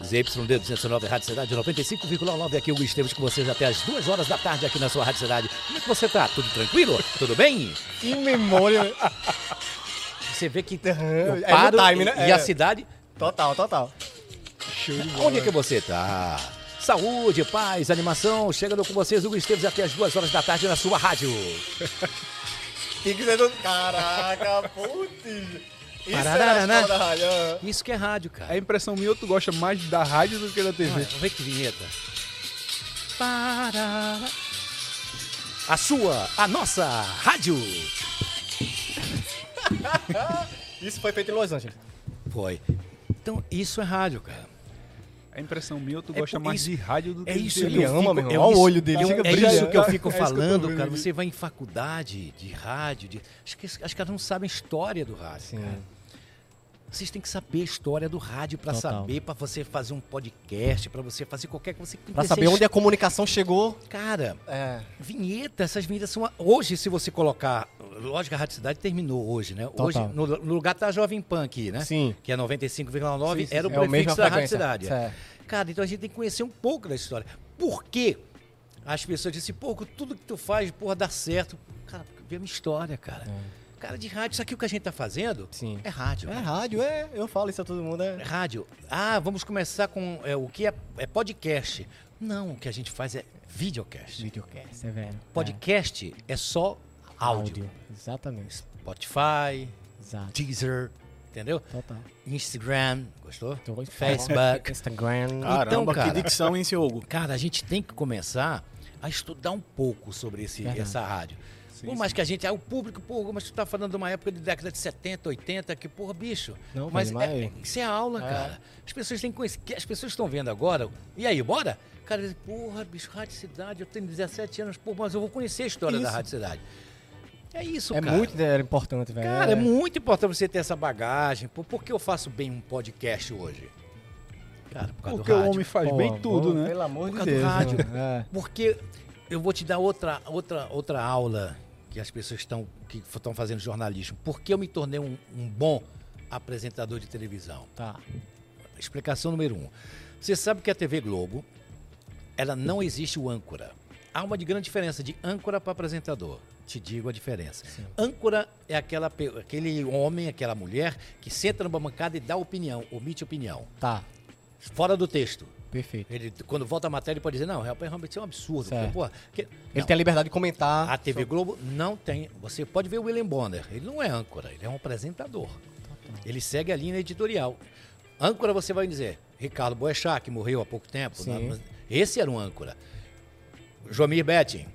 S2: ZYD 209, Rádio Cidade 95,9. Aqui o Esteves com vocês até as duas horas da tarde aqui na sua Rádio Cidade. Como é que você tá? Tudo tranquilo? Tudo bem?
S5: Que memória.
S2: Você vê que
S5: É
S2: eu
S5: no
S2: paro
S5: time,
S2: e-
S5: né?
S2: e a
S5: É.
S2: cidade...
S5: total, total.
S2: Onde é que você tá? Saúde, paz, animação. Chegando com vocês, Hugo Esteves, até as duas horas da tarde na sua rádio.
S1: Tem que ser do... Caraca, putz. Isso
S2: Pararara, né?
S1: é a história da rádio. ó.
S2: Isso que é rádio, cara.
S3: A impressão minha, tu gosta mais da rádio do que da TV.
S2: Vamos ver que vinheta. Para. A sua, a nossa rádio.
S5: Isso foi feito em Los Angeles.
S2: Foi. Então, isso é rádio, cara.
S3: A impressão minha, tu
S2: É
S3: gosta
S2: por
S3: mais
S2: isso-
S3: de rádio do que
S2: É
S3: de
S2: isso
S3: TV.
S5: Ele
S2: que eu
S5: ama,
S2: fico-
S5: meu irmão. um
S2: é
S5: Olha o
S2: isso-
S5: olho dele,
S2: É,
S5: chega
S2: é
S5: brilha.
S2: isso que eu fico
S3: É isso que eu tô
S2: falando,
S3: vendo
S2: cara.
S3: ali.
S2: Você vai em faculdade de rádio. De... Acho, que, acho que elas não sabem história do rádio. cara.
S1: É.
S2: Vocês têm que saber a história do rádio pra
S5: Total.
S2: saber, pra você fazer um podcast, pra você fazer qualquer coisa. Você tem que
S5: Pra
S2: ter
S5: saber
S2: essa
S1: é-
S5: onde a comunicação chegou.
S2: Cara,
S5: É.
S2: vinheta, essas vinhetas são. a- Hoje, se você colocar. Lógico, a Rádio Cidade terminou hoje, né?
S5: Total.
S2: Hoje, no, no lugar tá a Jovem Pan aqui, né?
S5: Sim.
S2: Que é 95,9, era o
S5: é a mesma
S2: prefixo da Rádio
S5: frequência.
S2: Cidade.
S5: É.
S2: Cara, então a gente tem que conhecer um pouco da história. Por que as pessoas dizem, pô, tudo que tu faz, porra, dá certo. Cara, porque vê uma história, cara. Cara, de rádio, isso aqui o que a gente tá fazendo
S5: É. Sim.
S2: é rádio.
S5: É
S2: cara.
S5: rádio, é. Eu falo isso a todo mundo.
S2: É
S5: É.
S2: rádio. Ah, vamos começar com é, o que é, é podcast. Não, o que a gente faz é videocast.
S5: Videocast, é velho.
S2: Podcast é, só áudio.
S5: Exatamente.
S2: Spotify,
S5: Exato.
S2: Deezer, entendeu?
S5: Total.
S2: Instagram, gostou?
S5: Tô-
S2: Facebook.
S5: Instagram.
S2: Então,
S4: Caramba,
S2: cara.
S4: que dicção, hein, seu Hugo?
S2: Cara, a gente tem que começar a estudar um pouco sobre esse,
S5: Verdade.
S2: essa rádio. Por mais que a gente. Ah, o público, pô, mas tu tá falando de uma época de década de 70, 80, que, porra, bicho.
S5: Não,
S2: mas
S5: mas vai-
S2: é- é- isso é aula, cara. As pessoas têm que conhecer. que As pessoas estão vendo agora. E aí, bora? Cara, diz, porra, bicho, Rádio Cidade, eu tenho 17 anos, pô, mas eu vou conhecer a história da
S5: Isso.
S2: Rádio Cidade. É isso,
S5: É
S2: cara.
S5: muito né, importante, velho.
S2: Cara, é muito importante você ter essa bagagem. Por, por que eu faço bem um podcast hoje? Cara, por causa
S3: Porque
S2: do
S3: o
S2: rádio.
S3: homem faz
S5: É. Pô,
S3: bem tudo,
S5: pô,
S3: né?
S5: Pelo amor
S2: Por
S5: de
S2: causa do
S5: Deus.
S2: rádio.
S5: né?
S2: Porque eu vou te dar outra, outra, outra aula que as pessoas estão que estão fazendo jornalismo. Por que eu me tornei um, um bom apresentador de televisão?
S5: É. Tá.
S2: Explicação número um. Você sabe que a TV Globo, ela não existe o âncora. Há uma de grande diferença de âncora para apresentador. Te digo a diferença. Âncora é aquela, pe- aquele homem, aquela mulher que senta numa bancada e dá opinião, omite opinião,
S5: Tá.
S2: fora do texto.
S5: Perfeito.
S2: Ele, quando volta a matéria, ele pode dizer, não, realmente isso é um absurdo.
S5: Certo.
S2: Pô, que-
S5: Ele
S2: Não. Ah,
S5: tem a liberdade de comentar.
S2: A TV Globo não tem. Você pode ver o William Bonner. Ele não é âncora, ele é um apresentador. Ele segue a linha editorial. Âncora, você vai dizer, Ricardo Boechat, que morreu há pouco tempo.
S5: Sim.
S2: na- esse era um âncora. Jomir Betting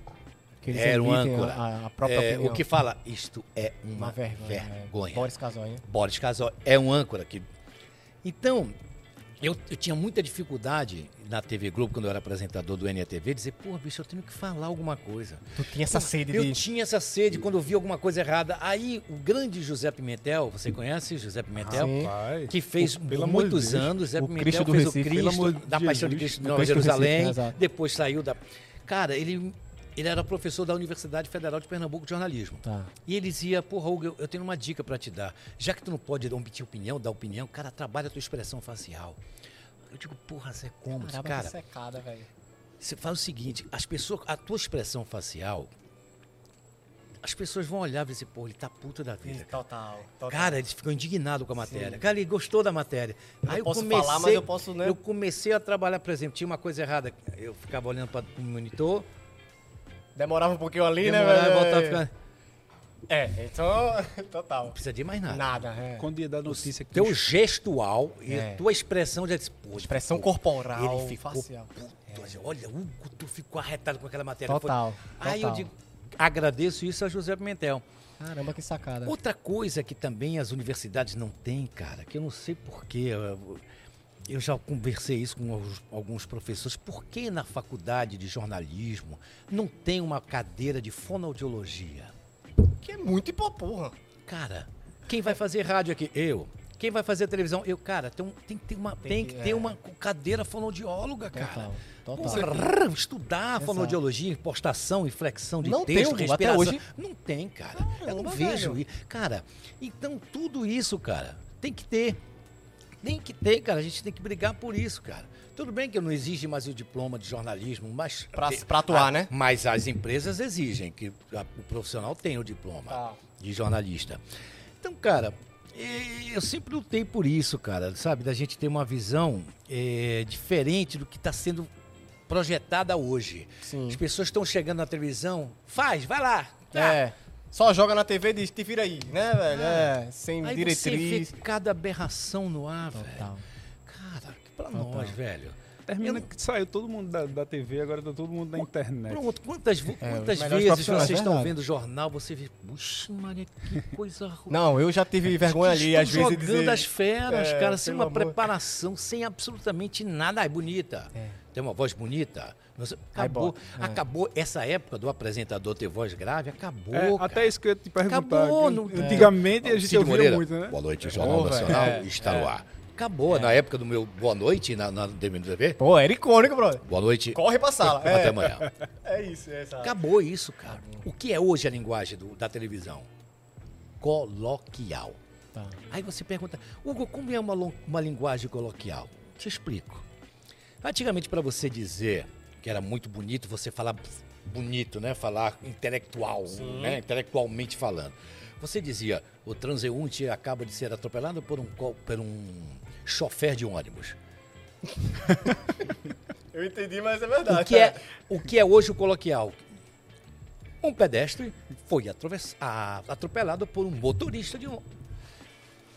S5: que eles
S2: era um
S5: emitem
S2: âncora.
S5: A, a própria
S2: É,
S5: opinião.
S2: o que fala, isto é uma,
S5: Uma vergonha. né?
S2: vergonha.
S5: Boris Casonha.
S2: Boris Casol é um âncora que. Então, eu, eu tinha muita dificuldade na TV Globo, quando eu era apresentador do NETV, dizer, pô, bicho, eu tenho que falar alguma coisa.
S5: Tu tinha essa sede
S2: Eu
S5: de...
S2: tinha essa sede quando eu vi alguma coisa errada. Aí o grande José Pimentel, você conhece José Pimentel?
S5: Sim.
S3: Rapaz,
S2: Que fez
S3: pelo amor de
S2: muitos
S3: Deus.
S2: anos, Zé
S5: O
S2: Pimentel
S5: Cristo do
S2: fez
S5: Recife,
S2: o Cristo,
S3: pelo amor de
S2: da Paixão de
S3: Jesus.
S2: Cristo de
S5: O
S2: Nova
S5: Cristo do Recife,
S2: Jerusalém,
S5: né, exato.
S2: depois saiu da... Cara, ele, ele era professor da Universidade Federal de Pernambuco de Jornalismo.
S5: Tá.
S2: E ele dizia, porra, Hugo, eu- eu tenho uma dica pra te dar. Já que tu não pode omitir opinião, dar opinião, cara, trabalha a tua expressão facial. Eu digo, porra, Zé, como?
S5: Caramba,
S2: cara,
S5: tá secada, velho.
S2: você faz o seguinte, as pessoas, a tua expressão facial, as pessoas vão olhar e dizer, pô, ele tá puto da vida. cara."
S5: Total. total.
S2: Cara, ele ficou indignado com a matéria. Cara, ele gostou da matéria.
S5: Eu
S2: Aí eu
S5: posso
S2: comecei,
S5: falar, mas eu posso, né?
S2: Eu comecei a trabalhar, por exemplo, tinha uma coisa errada. Eu ficava olhando para o monitor,
S5: Demorava um pouquinho ali,
S2: demorava,
S5: né, velho?
S2: voltava, ficava,
S5: É, então... Total.
S2: não precisa de mais
S1: Ah.
S2: nada.
S5: Nada, é.
S3: Quando ia dar notícia que
S2: Teu gestual e
S5: É.
S2: a tua expressão já disse, pô,
S5: Expressão
S2: pô,
S5: corporal,
S2: ele ficou
S5: facial. É.
S2: puto. assim, Olha, Hugo, tu ficou arretado com aquela matéria. Foi-
S5: Total.
S2: Aí eu
S5: total.
S2: digo, agradeço isso a José Pimentel.
S5: Caramba, que sacada.
S2: Outra coisa que também as universidades não têm, cara, que eu não sei porquê. Eu já conversei isso com alguns- alguns professores. Por que na faculdade de jornalismo não tem uma cadeira de fonoaudiologia?
S5: Que é muito hipoporra.
S2: Cara, quem vai fazer rádio aqui? Eu. Quem vai fazer televisão? Eu, cara, tem, um- tem que ter uma, tem que
S5: que-
S2: ter
S5: é.
S2: uma cadeira fonoaudióloga, cara.
S5: Total. Total.
S2: Porra, estudar
S5: Exato.
S2: fonoaudiologia, impostação, inflexão de
S5: Não tem,
S2: texto,
S5: Hugo, até
S2: respiração.
S5: hoje.
S2: Não tem, cara. eu
S5: Caramba,
S2: não vejo.
S5: velho.
S2: isso. Cara, então tudo isso, cara, tem que ter. Tem que ter, cara. A gente tem que brigar por isso, cara. Tudo bem que eu não exige mais o diploma de jornalismo, mas.
S5: Pra- pra atuar, né?
S2: Mas as empresas exigem que a- o profissional tenha o diploma
S5: Tá.
S2: de jornalista. Então, cara, eh, eu sempre lutei por isso, cara, sabe? Da gente ter uma visão eh, diferente é, do que está sendo projetada hoje.
S1: Sim.
S2: As pessoas estão chegando na televisão, faz, vai lá. tá.
S1: É. Só joga na TV e diz, te vira aí, né, velho? É, sem
S2: Aí
S1: diretriz.
S2: você vê cada aberração no ar, velho. Cara, que pra nós, velho.
S3: Termina que saiu todo mundo da, da TV, agora tá todo mundo na internet.
S2: Pronto, um quantas, vo- quantas
S1: É. os melhores
S2: vezes
S1: profissionais, é
S2: vocês estão
S1: verdade.
S2: vendo jornal, você vê, puxa, Maria, que coisa ruim.
S1: Não, eu já tive vergonha ali,
S2: Estão
S1: às vezes.
S2: jogando
S1: dizer-
S2: as feras,
S1: É,
S2: cara, sem
S1: pelo
S2: uma
S1: amor.
S2: preparação, sem absolutamente nada. É bonita. Tem uma voz bonita. Não sei-
S1: Aí
S2: Acabou.
S1: bota, é.
S2: Acabou essa época do apresentador ter voz grave, acabou.
S3: É,
S2: cara.
S3: até isso que eu ia te perguntar.
S2: Acabou,
S3: que
S2: não-
S3: Antigamente a gente
S2: Cid
S3: ouvia
S2: Moreira,
S3: muito, né?
S2: Boa noite, Jornal
S1: É. velho. é.
S2: Nacional está no ar. Acabou, na época do meu Boa Noite, na, na TV.
S1: Pô, era icônico, brother.
S2: Boa noite,
S1: Corre pra sala.
S2: até
S1: É,
S2: amanhã.
S1: é isso, é essa.
S2: Acabou isso, cara. O que é hoje a linguagem do- da televisão? Coloquial.
S1: Tá.
S2: Aí você pergunta, Hugo, como é uma, lo- uma linguagem coloquial? Te explico. Antigamente, para você dizer que era muito bonito, você falar bonito, né? Falar intelectual, né? Intelectualmente falando. Você dizia, o transeunte acaba de ser atropelado por um, co- por um chofer de ônibus.
S1: Eu entendi, mas é
S2: O
S1: verdade.
S2: que é,
S1: cara.
S2: o que é hoje o coloquial? Um pedestre foi atravess- ah, atropelado por um motorista de um.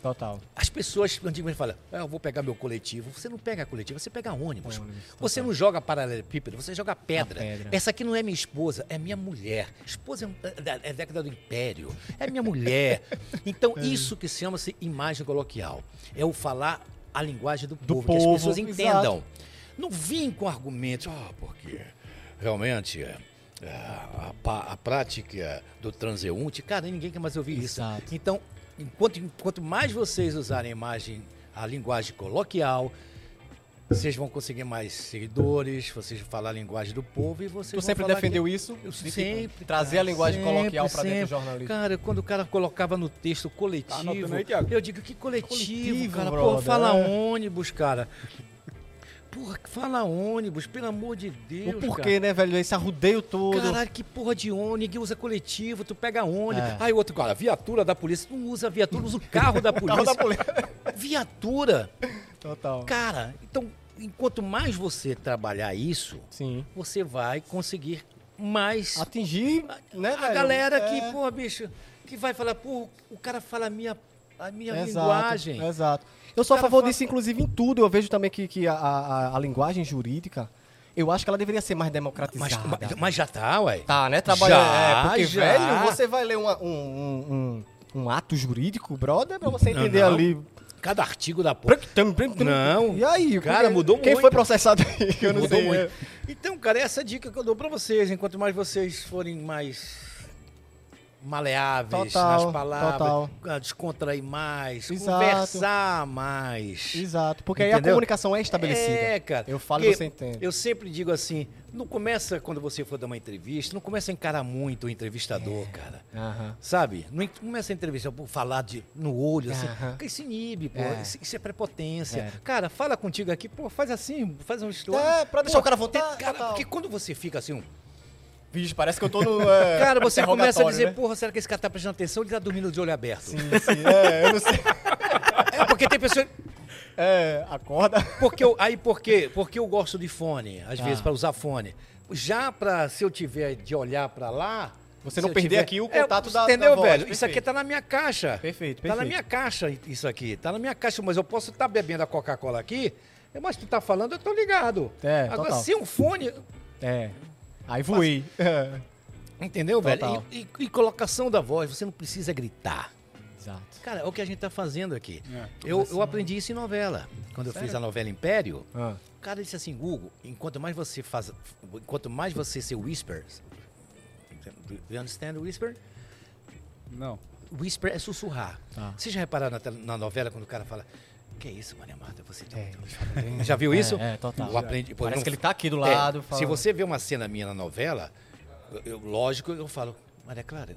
S1: Total.
S2: As pessoas antigamente falam, ah, eu vou pegar meu coletivo. Você não pega coletivo, você pega ônibus. você não joga paralelepípedo, você joga pedra.
S1: A pedra.
S2: Essa aqui não é minha esposa, é minha mulher. Esposa é, um- é da- é década do império, é minha mulher. Então,
S1: É.
S2: isso que chama-se imagem coloquial. É o falar a linguagem do, povo, que as
S1: povo,
S2: pessoas
S1: exato.
S2: entendam. Não Então, vim com argumentos, ah, porque realmente é, é, a, pa- a prática do transeunte, cara, ninguém quer mais ouvir isso.
S1: Exato.
S2: Então, enquanto, quanto mais vocês usarem a imagem, a linguagem coloquial, vocês vão conseguir mais seguidores, vocês vão falar a linguagem do povo e vocês
S1: Tu
S2: vão
S1: sempre
S2: falar
S1: defendeu
S2: que-
S1: isso?
S2: Eu
S1: De que
S2: sempre,
S1: Trazer
S2: cara,
S1: a linguagem
S2: sempre,
S1: coloquial pra dentro do
S2: sempre.
S1: jornalismo.
S2: Cara, quando o cara colocava no texto
S3: Tá
S2: coletivo,
S3: anotando aí, Thiago?
S2: eu digo que coletivo,
S1: Coletivo,
S2: cara, porra,
S1: brother,
S2: fala
S1: é.
S2: ônibus, cara. Porra, fala ônibus, pelo amor de Deus,
S1: O porquê, né, velho? Esse arrudeio todo.
S2: cara. Caralho, que porra de ônibus, ninguém usa coletivo, tu pega ônibus.
S1: É.
S2: Aí o outro, cara, viatura da polícia, não usa viatura, usa o carro da polícia.
S1: Carro da polícia.
S2: Viatura.
S1: Total.
S2: Cara, então, enquanto mais você trabalhar isso,
S1: Sim.
S2: você vai conseguir mais
S1: Atingir, né,
S2: a
S1: velho?
S2: galera que,
S1: É.
S2: porra, bicho, que vai falar, pô, o cara fala a minha, a minha
S1: Exato,
S2: linguagem.
S1: Exato. Eu sou a
S2: cara
S1: favor
S2: fala-
S1: disso, inclusive, em tudo. Eu vejo também que, que a, a, a linguagem jurídica, eu acho que ela deveria ser mais
S2: Mas,
S1: democratizada.
S2: mas- mas já tá, ué.
S1: Tá, né? Trabalhar.
S2: Já,
S1: é, porque,
S2: já.
S1: velho, você vai ler uma- um, um, um, um ato jurídico, brother, pra você entender
S2: não.
S1: ali.
S2: Cada artigo da porra.
S1: Não. E aí?
S2: Cara,
S1: porque-
S2: mudou
S1: Quem
S2: muito.
S1: foi processado aí? Eu não
S2: Mudou
S1: sei.
S2: muito. Então, cara, essa é a dica que eu dou pra vocês. Enquanto mais vocês forem mais maleáveis
S1: Total,
S2: nas palavras,
S1: total.
S2: ah, descontrair mais,
S1: Exato.
S2: conversar mais.
S1: Exato, porque aí a
S2: Entendeu?
S1: comunicação é estabelecida.
S2: É, cara.
S1: Eu falo e
S2: Porque
S1: você entende.
S2: Eu sempre digo assim, não começa quando você for dar uma entrevista, não começa a encarar muito o entrevistador,
S1: É.
S2: cara.
S1: Aham.
S2: Sabe? Não en- começa a entrevista por falar de, no olho, assim.
S1: Aham.
S2: Porque isso inibe, pô.
S1: É.
S2: Isso, isso é prepotência.
S1: É.
S2: Cara, fala contigo aqui, pô, faz assim, faz um estudo.
S1: É, pra deixar o cara à vontade,
S2: Cara,
S1: total.
S2: porque quando você fica assim, um,
S1: Vixe, parece que eu tô no. é,
S2: cara, você começa a dizer, porra, será que esse cara tá prestando atenção? Ele tá dormindo de olho aberto.
S1: né? Sim, sim, é, eu não sei.
S2: É porque tem pessoas.
S1: É, acorda.
S2: Porque eu, aí por quê? Porque eu gosto de fone, às
S1: Ah.
S2: vezes, pra usar fone. Já pra, se eu tiver de olhar pra lá.
S1: Você
S2: se
S1: não
S2: eu
S1: perder
S2: tiver- É,
S1: aqui o contato da-
S2: Entendeu,
S1: da voz,
S2: velho? Isso
S1: perfeito.
S2: aqui tá na minha caixa.
S1: Perfeito,
S2: Tá na
S1: perfeito.
S2: minha caixa isso aqui. Tá na minha caixa, mas eu posso estar bebendo a Coca-Cola aqui, mas tu tá falando, eu tô ligado.
S1: É,
S2: Agora,
S1: total.
S2: se um fone.
S1: É. Aí voei. É.
S2: Entendeu,
S1: Total.
S2: velho? E, e- e colocação da voz, você não precisa gritar.
S1: Exato.
S2: Cara, é o que a gente tá fazendo aqui.
S3: É.
S2: eu, eu aprendi isso em novela. Quando eu fiz a novela Império,
S1: Ah,
S2: O cara disse assim, Hugo, enquanto mais você faz, enquanto mais você ser whisper, do you understand whisper?
S3: Não.
S2: Whisper é sussurrar.
S1: Tá.
S2: Vocês já repararam na, tele- na novela quando o cara fala, que é isso, Maria Marta, você tá...
S1: É.
S2: Já viu isso?
S1: É, é, total.
S2: Eu aprendi, pô,
S1: Parece
S2: não-
S1: que ele tá aqui do
S2: é,
S1: lado.
S2: se
S1: falando.
S2: você vê uma cena minha na novela, eu- eu- lógico, eu falo, Maria Clara,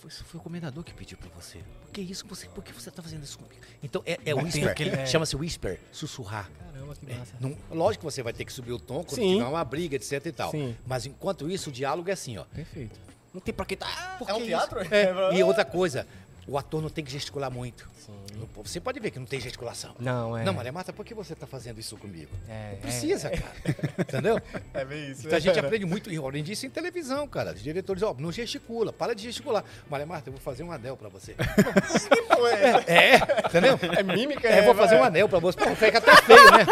S2: foi, foi o comendador que pediu pra você. Por que isso? Você, por que você tá fazendo isso comigo? Então, é, é whisper,
S1: aquele- é.
S2: chama-se whisper, sussurrar.
S1: Caramba, que
S2: É,
S1: massa.
S2: não- lógico que você vai ter que subir o tom quando
S1: Sim.
S2: tiver uma briga, etc e tal.
S1: Sim.
S2: Mas enquanto isso, o diálogo é assim, ó.
S1: Perfeito. Não tem pra que tá.
S2: Por
S1: é
S2: que
S1: um
S2: isso?
S1: teatro?
S2: É, E outra coisa, O ator não tem que gesticular muito. Não- Você pode ver que não tem gesticulação.
S5: Não, é.
S2: Não, Maria Marta, por que você tá fazendo isso comigo?
S5: É,
S2: Não precisa, cara. Entendeu?
S1: É bem isso.
S2: Então a gente aprende muito, e além disso, em televisão, cara. Os diretores, ó, não gesticula, para de gesticular. Maria Marta, eu vou fazer um anel pra você.
S1: Ué,
S2: É, entendeu?
S1: É mímica?
S2: É, eu vou
S1: é,
S2: fazer um
S1: vai.
S2: anel pra você. Pô, fica até feio, né?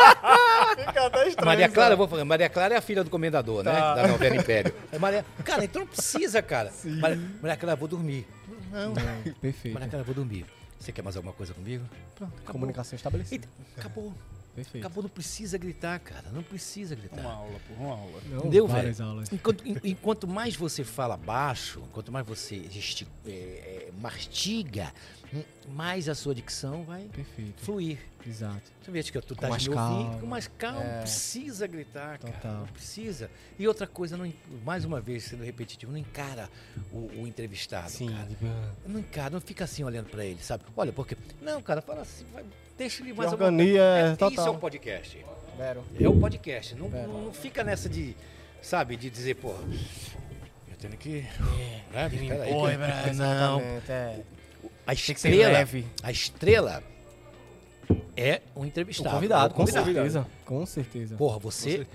S1: Fica até estranho.
S2: Maria
S1: sabe?
S2: Clara, eu vou falar. Maria Clara é a filha do comendador,
S1: Tá.
S2: né? Da novela Império. É Maria... Cara, então não precisa, cara. Maria... Maria Clara, vou dormir. Não.
S5: Perfeito.
S2: Maria Clara, vou dormir. Você quer mais alguma coisa comigo? Pronto, acabou.
S5: Comunicação
S2: E-
S5: estabelecida.
S2: Acabou.
S5: Perfeito.
S2: Acabou, não precisa gritar, cara. Não precisa gritar.
S3: Uma aula, porra, uma aula.
S5: Não,
S2: Entendeu,
S5: várias
S2: velho?
S5: aulas.
S2: Enquanto, en- enquanto mais você fala baixo, quanto mais você gesti- é, é, mastiga, m- mais a sua dicção vai
S5: Perfeito,
S2: fluir.
S5: exato.
S2: Tu vê que tu tá
S5: mais
S2: me ouvindo,
S5: calma.
S2: com mais calmo,
S5: É.
S2: não precisa gritar, cara.
S5: Total.
S2: Não precisa. E outra coisa, não en- mais uma vez, sendo repetitivo, não encara o, o entrevistado,
S5: Sim,
S2: cara. Não encara, não fica assim olhando pra ele, sabe? Olha, porque. Não, cara, fala assim, vai- deixa ele mais alguma
S5: Organia,
S2: coisa.
S5: é, total.
S2: Isso é um podcast.
S5: Vero.
S2: É o podcast. Não, não, não fica nessa de, sabe, de dizer, pô, eu tenho que.
S5: É.
S2: né, peraí.
S5: Não.
S1: é.
S5: Tá
S2: A
S5: que ser
S2: estrela,
S5: leve.
S2: a estrela é um entrevistado.
S5: O convidado,
S2: é o
S5: com certeza. Com certeza.
S2: Porra, você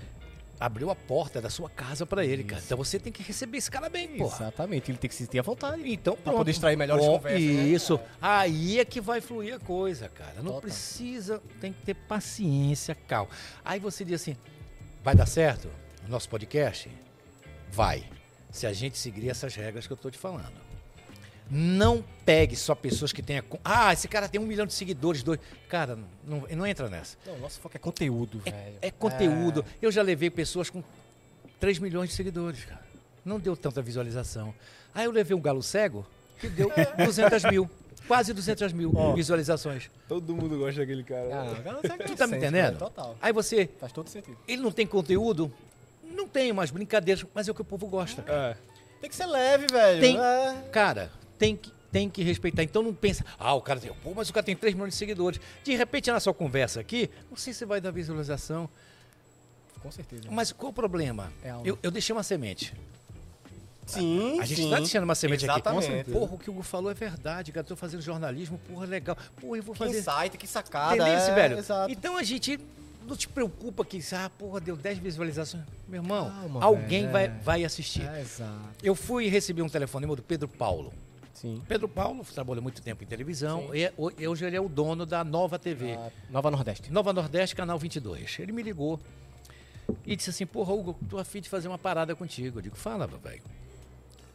S2: abriu a porta da sua casa pra ele, cara. Então você tem que receber esse cara bem, porra.
S5: Exatamente, ele tem que se sentir à vontade.
S2: Então,
S5: Pra poder extrair melhores
S2: Bom,
S5: conversas, né?
S2: Isso. Aí é que vai fluir a coisa, cara. Não
S5: Total.
S2: precisa, tem que ter paciência, calma. Aí você diz assim: vai dar certo o nosso podcast? Vai. Se a gente seguir essas regras que eu tô te falando. Não pegue só pessoas que tenham. con- Ah, esse cara tem um milhão de seguidores, dois. Cara, não, não entra nessa.
S5: Não, nosso foco é conteúdo, velho.
S2: É conteúdo. Eu já levei pessoas com 3 milhões de seguidores, cara. Não deu tanta visualização. Aí eu levei um galo cego que deu 200 mil. Quase 200 mil visualizações.
S3: Todo mundo gosta daquele cara.
S5: Ah,
S2: Tu tá
S1: né?
S2: me entendendo?
S5: Total.
S2: Aí você,
S5: Faz todo sentido.
S2: ele não tem conteúdo? Não tem mais brincadeiras, mas é o que o povo gosta.
S3: É.
S1: Tem que ser leve, velho.
S2: Tem.
S1: É.
S2: Cara, tem que, tem que respeitar. Então não pensa, ah, o cara tem, pô, mas o cara tem 3 milhões de seguidores. De repente, na sua conversa aqui, não sei se vai dar visualização.
S5: Com certeza.
S2: Mas qual o problema?
S5: É alma.
S2: eu, eu deixei uma semente.
S1: Sim,
S2: A gente
S1: sim.
S2: está deixando uma semente
S1: Exatamente.
S2: aqui. Com certeza. Porra, o que o Hugo falou é verdade, cara. Tô fazendo jornalismo, porra, legal. Porra, eu vou
S1: Que
S2: fazer.
S1: insight, que sacada.
S2: Entendeu isso,
S1: é,
S2: velho?
S1: Exato.
S2: Então a gente não te preocupa que, ah, porra, deu 10 visualizações. Meu irmão,
S5: Calma,
S2: alguém
S5: velho,
S2: vai,
S5: é.
S2: vai assistir.
S5: É, exato.
S2: Eu fui receber um telefonema do Pedro Paulo.
S5: Sim.
S2: Pedro Paulo trabalhou muito tempo em televisão e ho- e hoje ele é o dono da Nova TV.
S5: Ah, Nova Nordeste.
S2: Nova Nordeste, canal 22. Ele me ligou e disse assim: Porra, Hugo, tô afim de fazer uma parada contigo. Eu digo: Fala, meu velho.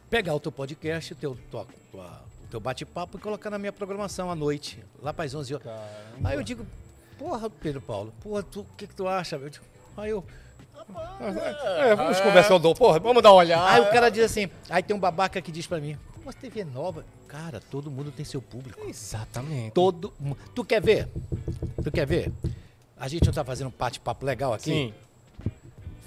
S2: Pegar o teu podcast, o teu, tua- tua- o teu bate-papo e colocar na minha programação à noite, lá para as 11 horas. Aí eu digo: Porra, Pedro Paulo, porra, tu- o que, que tu acha? Eu digo, aí eu. É, vamos conversar o dom, porra.
S1: um Vamos dar uma olhada.
S2: Aí o cara diz assim: Aí tem um babaca que diz para mim: Mas TV nova. Cara, todo mundo tem seu público.
S5: Exatamente.
S2: Todo mundo. Tu quer ver? Tu quer ver? A gente não tá fazendo um bate-papo legal aqui?
S5: Sim.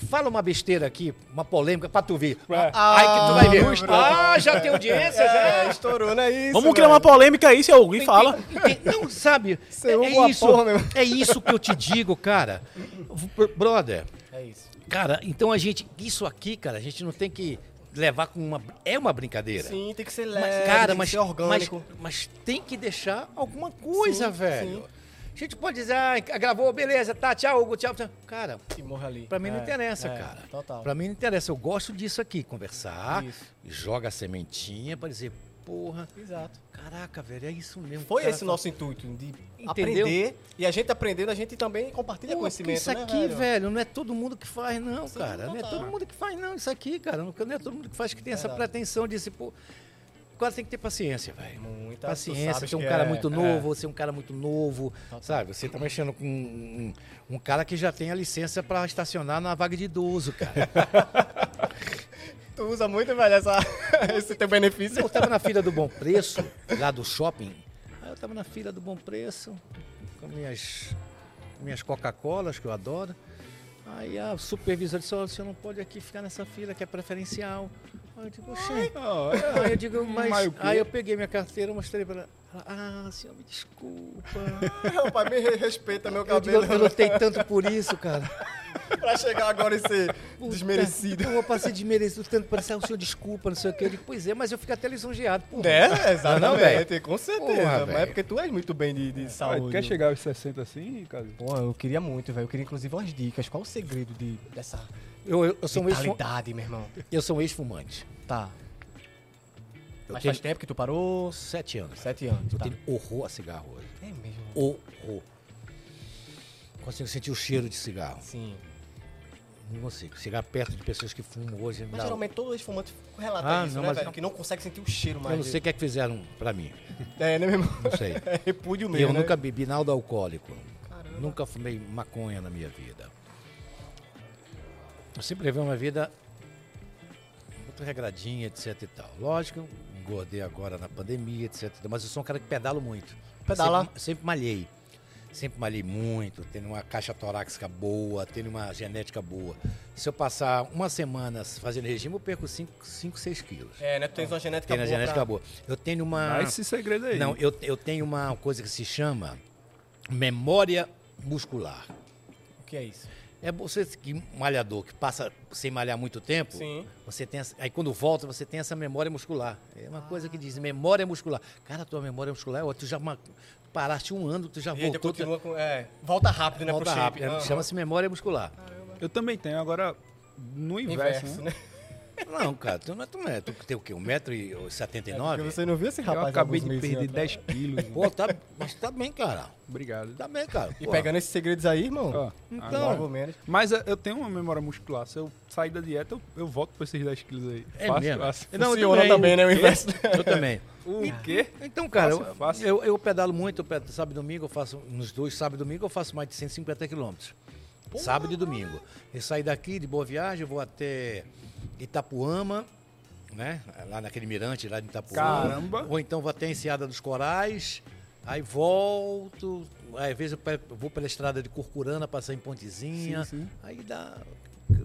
S2: Fala uma besteira aqui, uma polêmica pra tu ver.
S5: É.
S2: Ah,
S3: Ué.
S2: Aí que tu vai
S5: não
S2: ver.
S5: estourou.
S2: Ah, já tem audiência,
S1: É,
S2: já.
S1: estourou, não é isso?
S4: Vamos criar uma polêmica aí, seu Hugo, e fala.
S2: Tem- tem- não, sabe?
S5: Você
S2: É,
S5: é
S2: é
S5: uma
S2: isso,
S5: porra mesmo.
S2: é isso que eu te digo, cara. Br- Brother,
S5: É isso.
S2: cara, então a gente. Isso aqui, cara, a gente não tem que levar com uma. É uma brincadeira.
S5: Sim, tem que ser
S2: Mas,
S5: leve,
S2: cara,
S5: tem
S2: mas,
S5: que ser orgânico.
S2: Mas, mas tem que deixar alguma coisa,
S5: Sim,
S2: velho.
S5: sim.
S2: A gente pode dizer, ah, gravou, beleza, tá, tchau, Hugo, tchau, tchau. Cara,
S5: Que morra ali.
S2: pra mim não
S5: É,
S2: interessa,
S5: é,
S2: cara.
S5: Total.
S2: Pra mim não interessa, eu gosto disso aqui, conversar,
S5: Isso.
S2: joga a sementinha pra dizer, porra,
S5: Exato.
S2: caraca, velho, é isso mesmo.
S5: Foi
S2: cara,
S5: esse
S2: tá-
S5: nosso intuito, de
S2: Entendeu?
S5: aprender. E a gente aprendendo, a gente também compartilha
S2: Pô,
S5: conhecimento,
S2: isso
S5: né,
S2: aqui, velho? não é todo mundo que faz, não,
S5: Sim,
S2: cara. Não é
S5: total.
S2: todo mundo que faz, não, isso aqui, cara. Não não é todo mundo que faz que tem essa
S5: Verdade.
S2: pretensão de se, pô. O cara tem que ter paciência, velho.
S5: Muita
S2: paciência, você é um
S1: que
S2: cara
S1: é,
S2: muito
S1: é.
S2: novo, você é um cara muito novo, sabe? Você tá mexendo com um, um cara que já tem a licença pra estacionar na vaga de idoso, cara.
S5: Tu usa muito, velho, essa... esse teu benefício.
S2: Eu tava na fila do Bom Preço, lá do shopping, aí eu tava na fila do Bom Preço, com minhas, minhas Coca-Colas, que eu adoro, aí a supervisora disse, "Olha, o senhor não pode aqui ficar nessa fila, que é preferencial. Aí eu digo, "Oxê."
S3: Não, é.
S2: Aí eu digo, mas...
S3: Mas o quê?
S2: Aí eu peguei minha carteira, mostrei pra ela, Ela, ah, senhor, me desculpa.
S1: Rapaz, me re- respeita meu
S2: Eu, digo,
S1: cabelo
S2: eu lutei tanto por isso, cara.
S1: pra chegar agora e ser
S2: Puta,
S1: Desmerecido.
S2: Eu passei desmerecido, tanto parecer o senhor desculpa, não sei o que. Eu digo, pois é, mas eu fico até lisonjeado. Pô,
S1: É,
S2: Não,
S1: exatamente,
S2: velho.
S1: com certeza.
S2: Porra,
S1: mas é
S2: velho.
S1: porque tu és muito bem de, de
S3: Ah,
S1: saúde.
S3: quer chegar aos 60 assim, cara?
S5: Pô, eu queria muito, velho. Eu queria inclusive umas dicas. Qual o segredo de, dessa
S2: Eu, eu, eu sou um ex-fu-
S5: vitalidade, meu irmão?
S2: eu sou um ex-fumante.
S5: Tá.
S2: Eu
S5: Mas
S2: tenho
S5: faz tempo que tu parou?
S2: sete anos.
S5: Sete anos,
S2: Eu
S5: tá.
S2: tenho horror a cigarro hoje.
S5: É mesmo.
S2: Horror. Consigo sentir o cheiro de cigarro.
S5: Sim.
S2: Não consigo. Chegar perto de pessoas que fumam hoje. me
S1: Mas
S2: dá- um-
S1: geralmente todo ex-fumante relata
S2: Ah,
S1: isso,
S2: não,
S1: né,
S2: mas
S1: velho?
S2: não.
S1: Que não consegue sentir o cheiro mais.
S2: Eu não sei o que é que fizeram pra mim.
S1: dele. É, né, meu irmão?
S2: Não sei.
S1: É repúdio
S2: E eu
S1: mesmo, né?
S2: nunca bebi nada alcoólico. Nunca fumei maconha na minha vida. Eu sempre levei uma vida muito regradinha, etc e tal. Lógico, engordei agora na pandemia, etc. e tal, Mas eu sou um cara que pedalo muito.
S1: Pedala.
S2: Sempre, sempre malhei. Sempre malhei muito, tendo uma caixa torácica boa, tendo uma genética boa. Se eu passar uma semana fazendo regime, eu perco 5, 6 quilos.
S1: É, né? Tu tens uma genética
S2: Tenho a
S1: boa
S2: genética
S1: pra-
S2: boa. Eu tenho uma.
S3: Ah, esse segredo aí.
S2: Não, eu, eu tenho uma coisa que se chama memória muscular.
S5: O que é isso?
S2: É você que malhador que passa sem malhar muito tempo,
S1: Sim.
S2: você tem essa- aí quando volta você tem essa memória muscular. É uma coisa
S1: Ah.
S2: que diz memória muscular. Cara, tua memória muscular é outra. Tu já ma- paraste um ano, tu já
S1: E ainda
S2: voltou. tu-
S1: continua com... É, volta rápido, né,
S2: volta
S1: pro shape.
S2: rápido.
S1: Ah,
S2: Chama-se memória muscular.
S3: Eu também tenho, agora no inverso,
S1: Inverso,
S3: né?
S1: né?
S2: Não, cara, tu não é, tu não é. Tu tem o quê?
S1: É,
S2: 1,79m?
S5: Porque você não viu esse
S3: Eu
S5: rapaz há
S3: acabei de
S5: alguns meses
S3: perder
S5: atrás?
S3: 10 quilos. mano.
S2: Pô, tá, mas tá bem, cara.
S3: Obrigado.
S2: Tá bem, cara.
S5: E
S2: Pô,
S5: pegando esses segredos aí, irmão,
S3: Ó,
S2: Então,
S3: agora-
S5: logo menos.
S3: Mas eh, eu tenho uma memória muscular. Se eu sair da dieta, eu, eu volto pra esses 10 quilos aí.
S2: É
S3: fácil,
S2: mesmo?
S3: fácil. tá-
S2: Não, eu
S1: Funciona também, né, o inverso.
S2: Eu também.
S3: O quê?
S2: Então, cara,
S3: Fácil,
S2: eu,
S3: fácil.
S2: Eu, eu pedalo muito, eu pedalo, sábado e domingo, eu faço, nos dois sábado e domingo, eu faço mais de 150 quilômetros. Sábado e domingo. Eu saio daqui de Boa Viagem, eu vou até Itapuama, né? Lá naquele mirante lá de Itapuama.
S3: Caramba.
S2: Ou então vou até a Enseada dos Corais, aí volto, aí às vezes eu pe- vou pela estrada de Curcurana, passar em Pontezinha,
S3: Sim, sim.
S2: aí dá...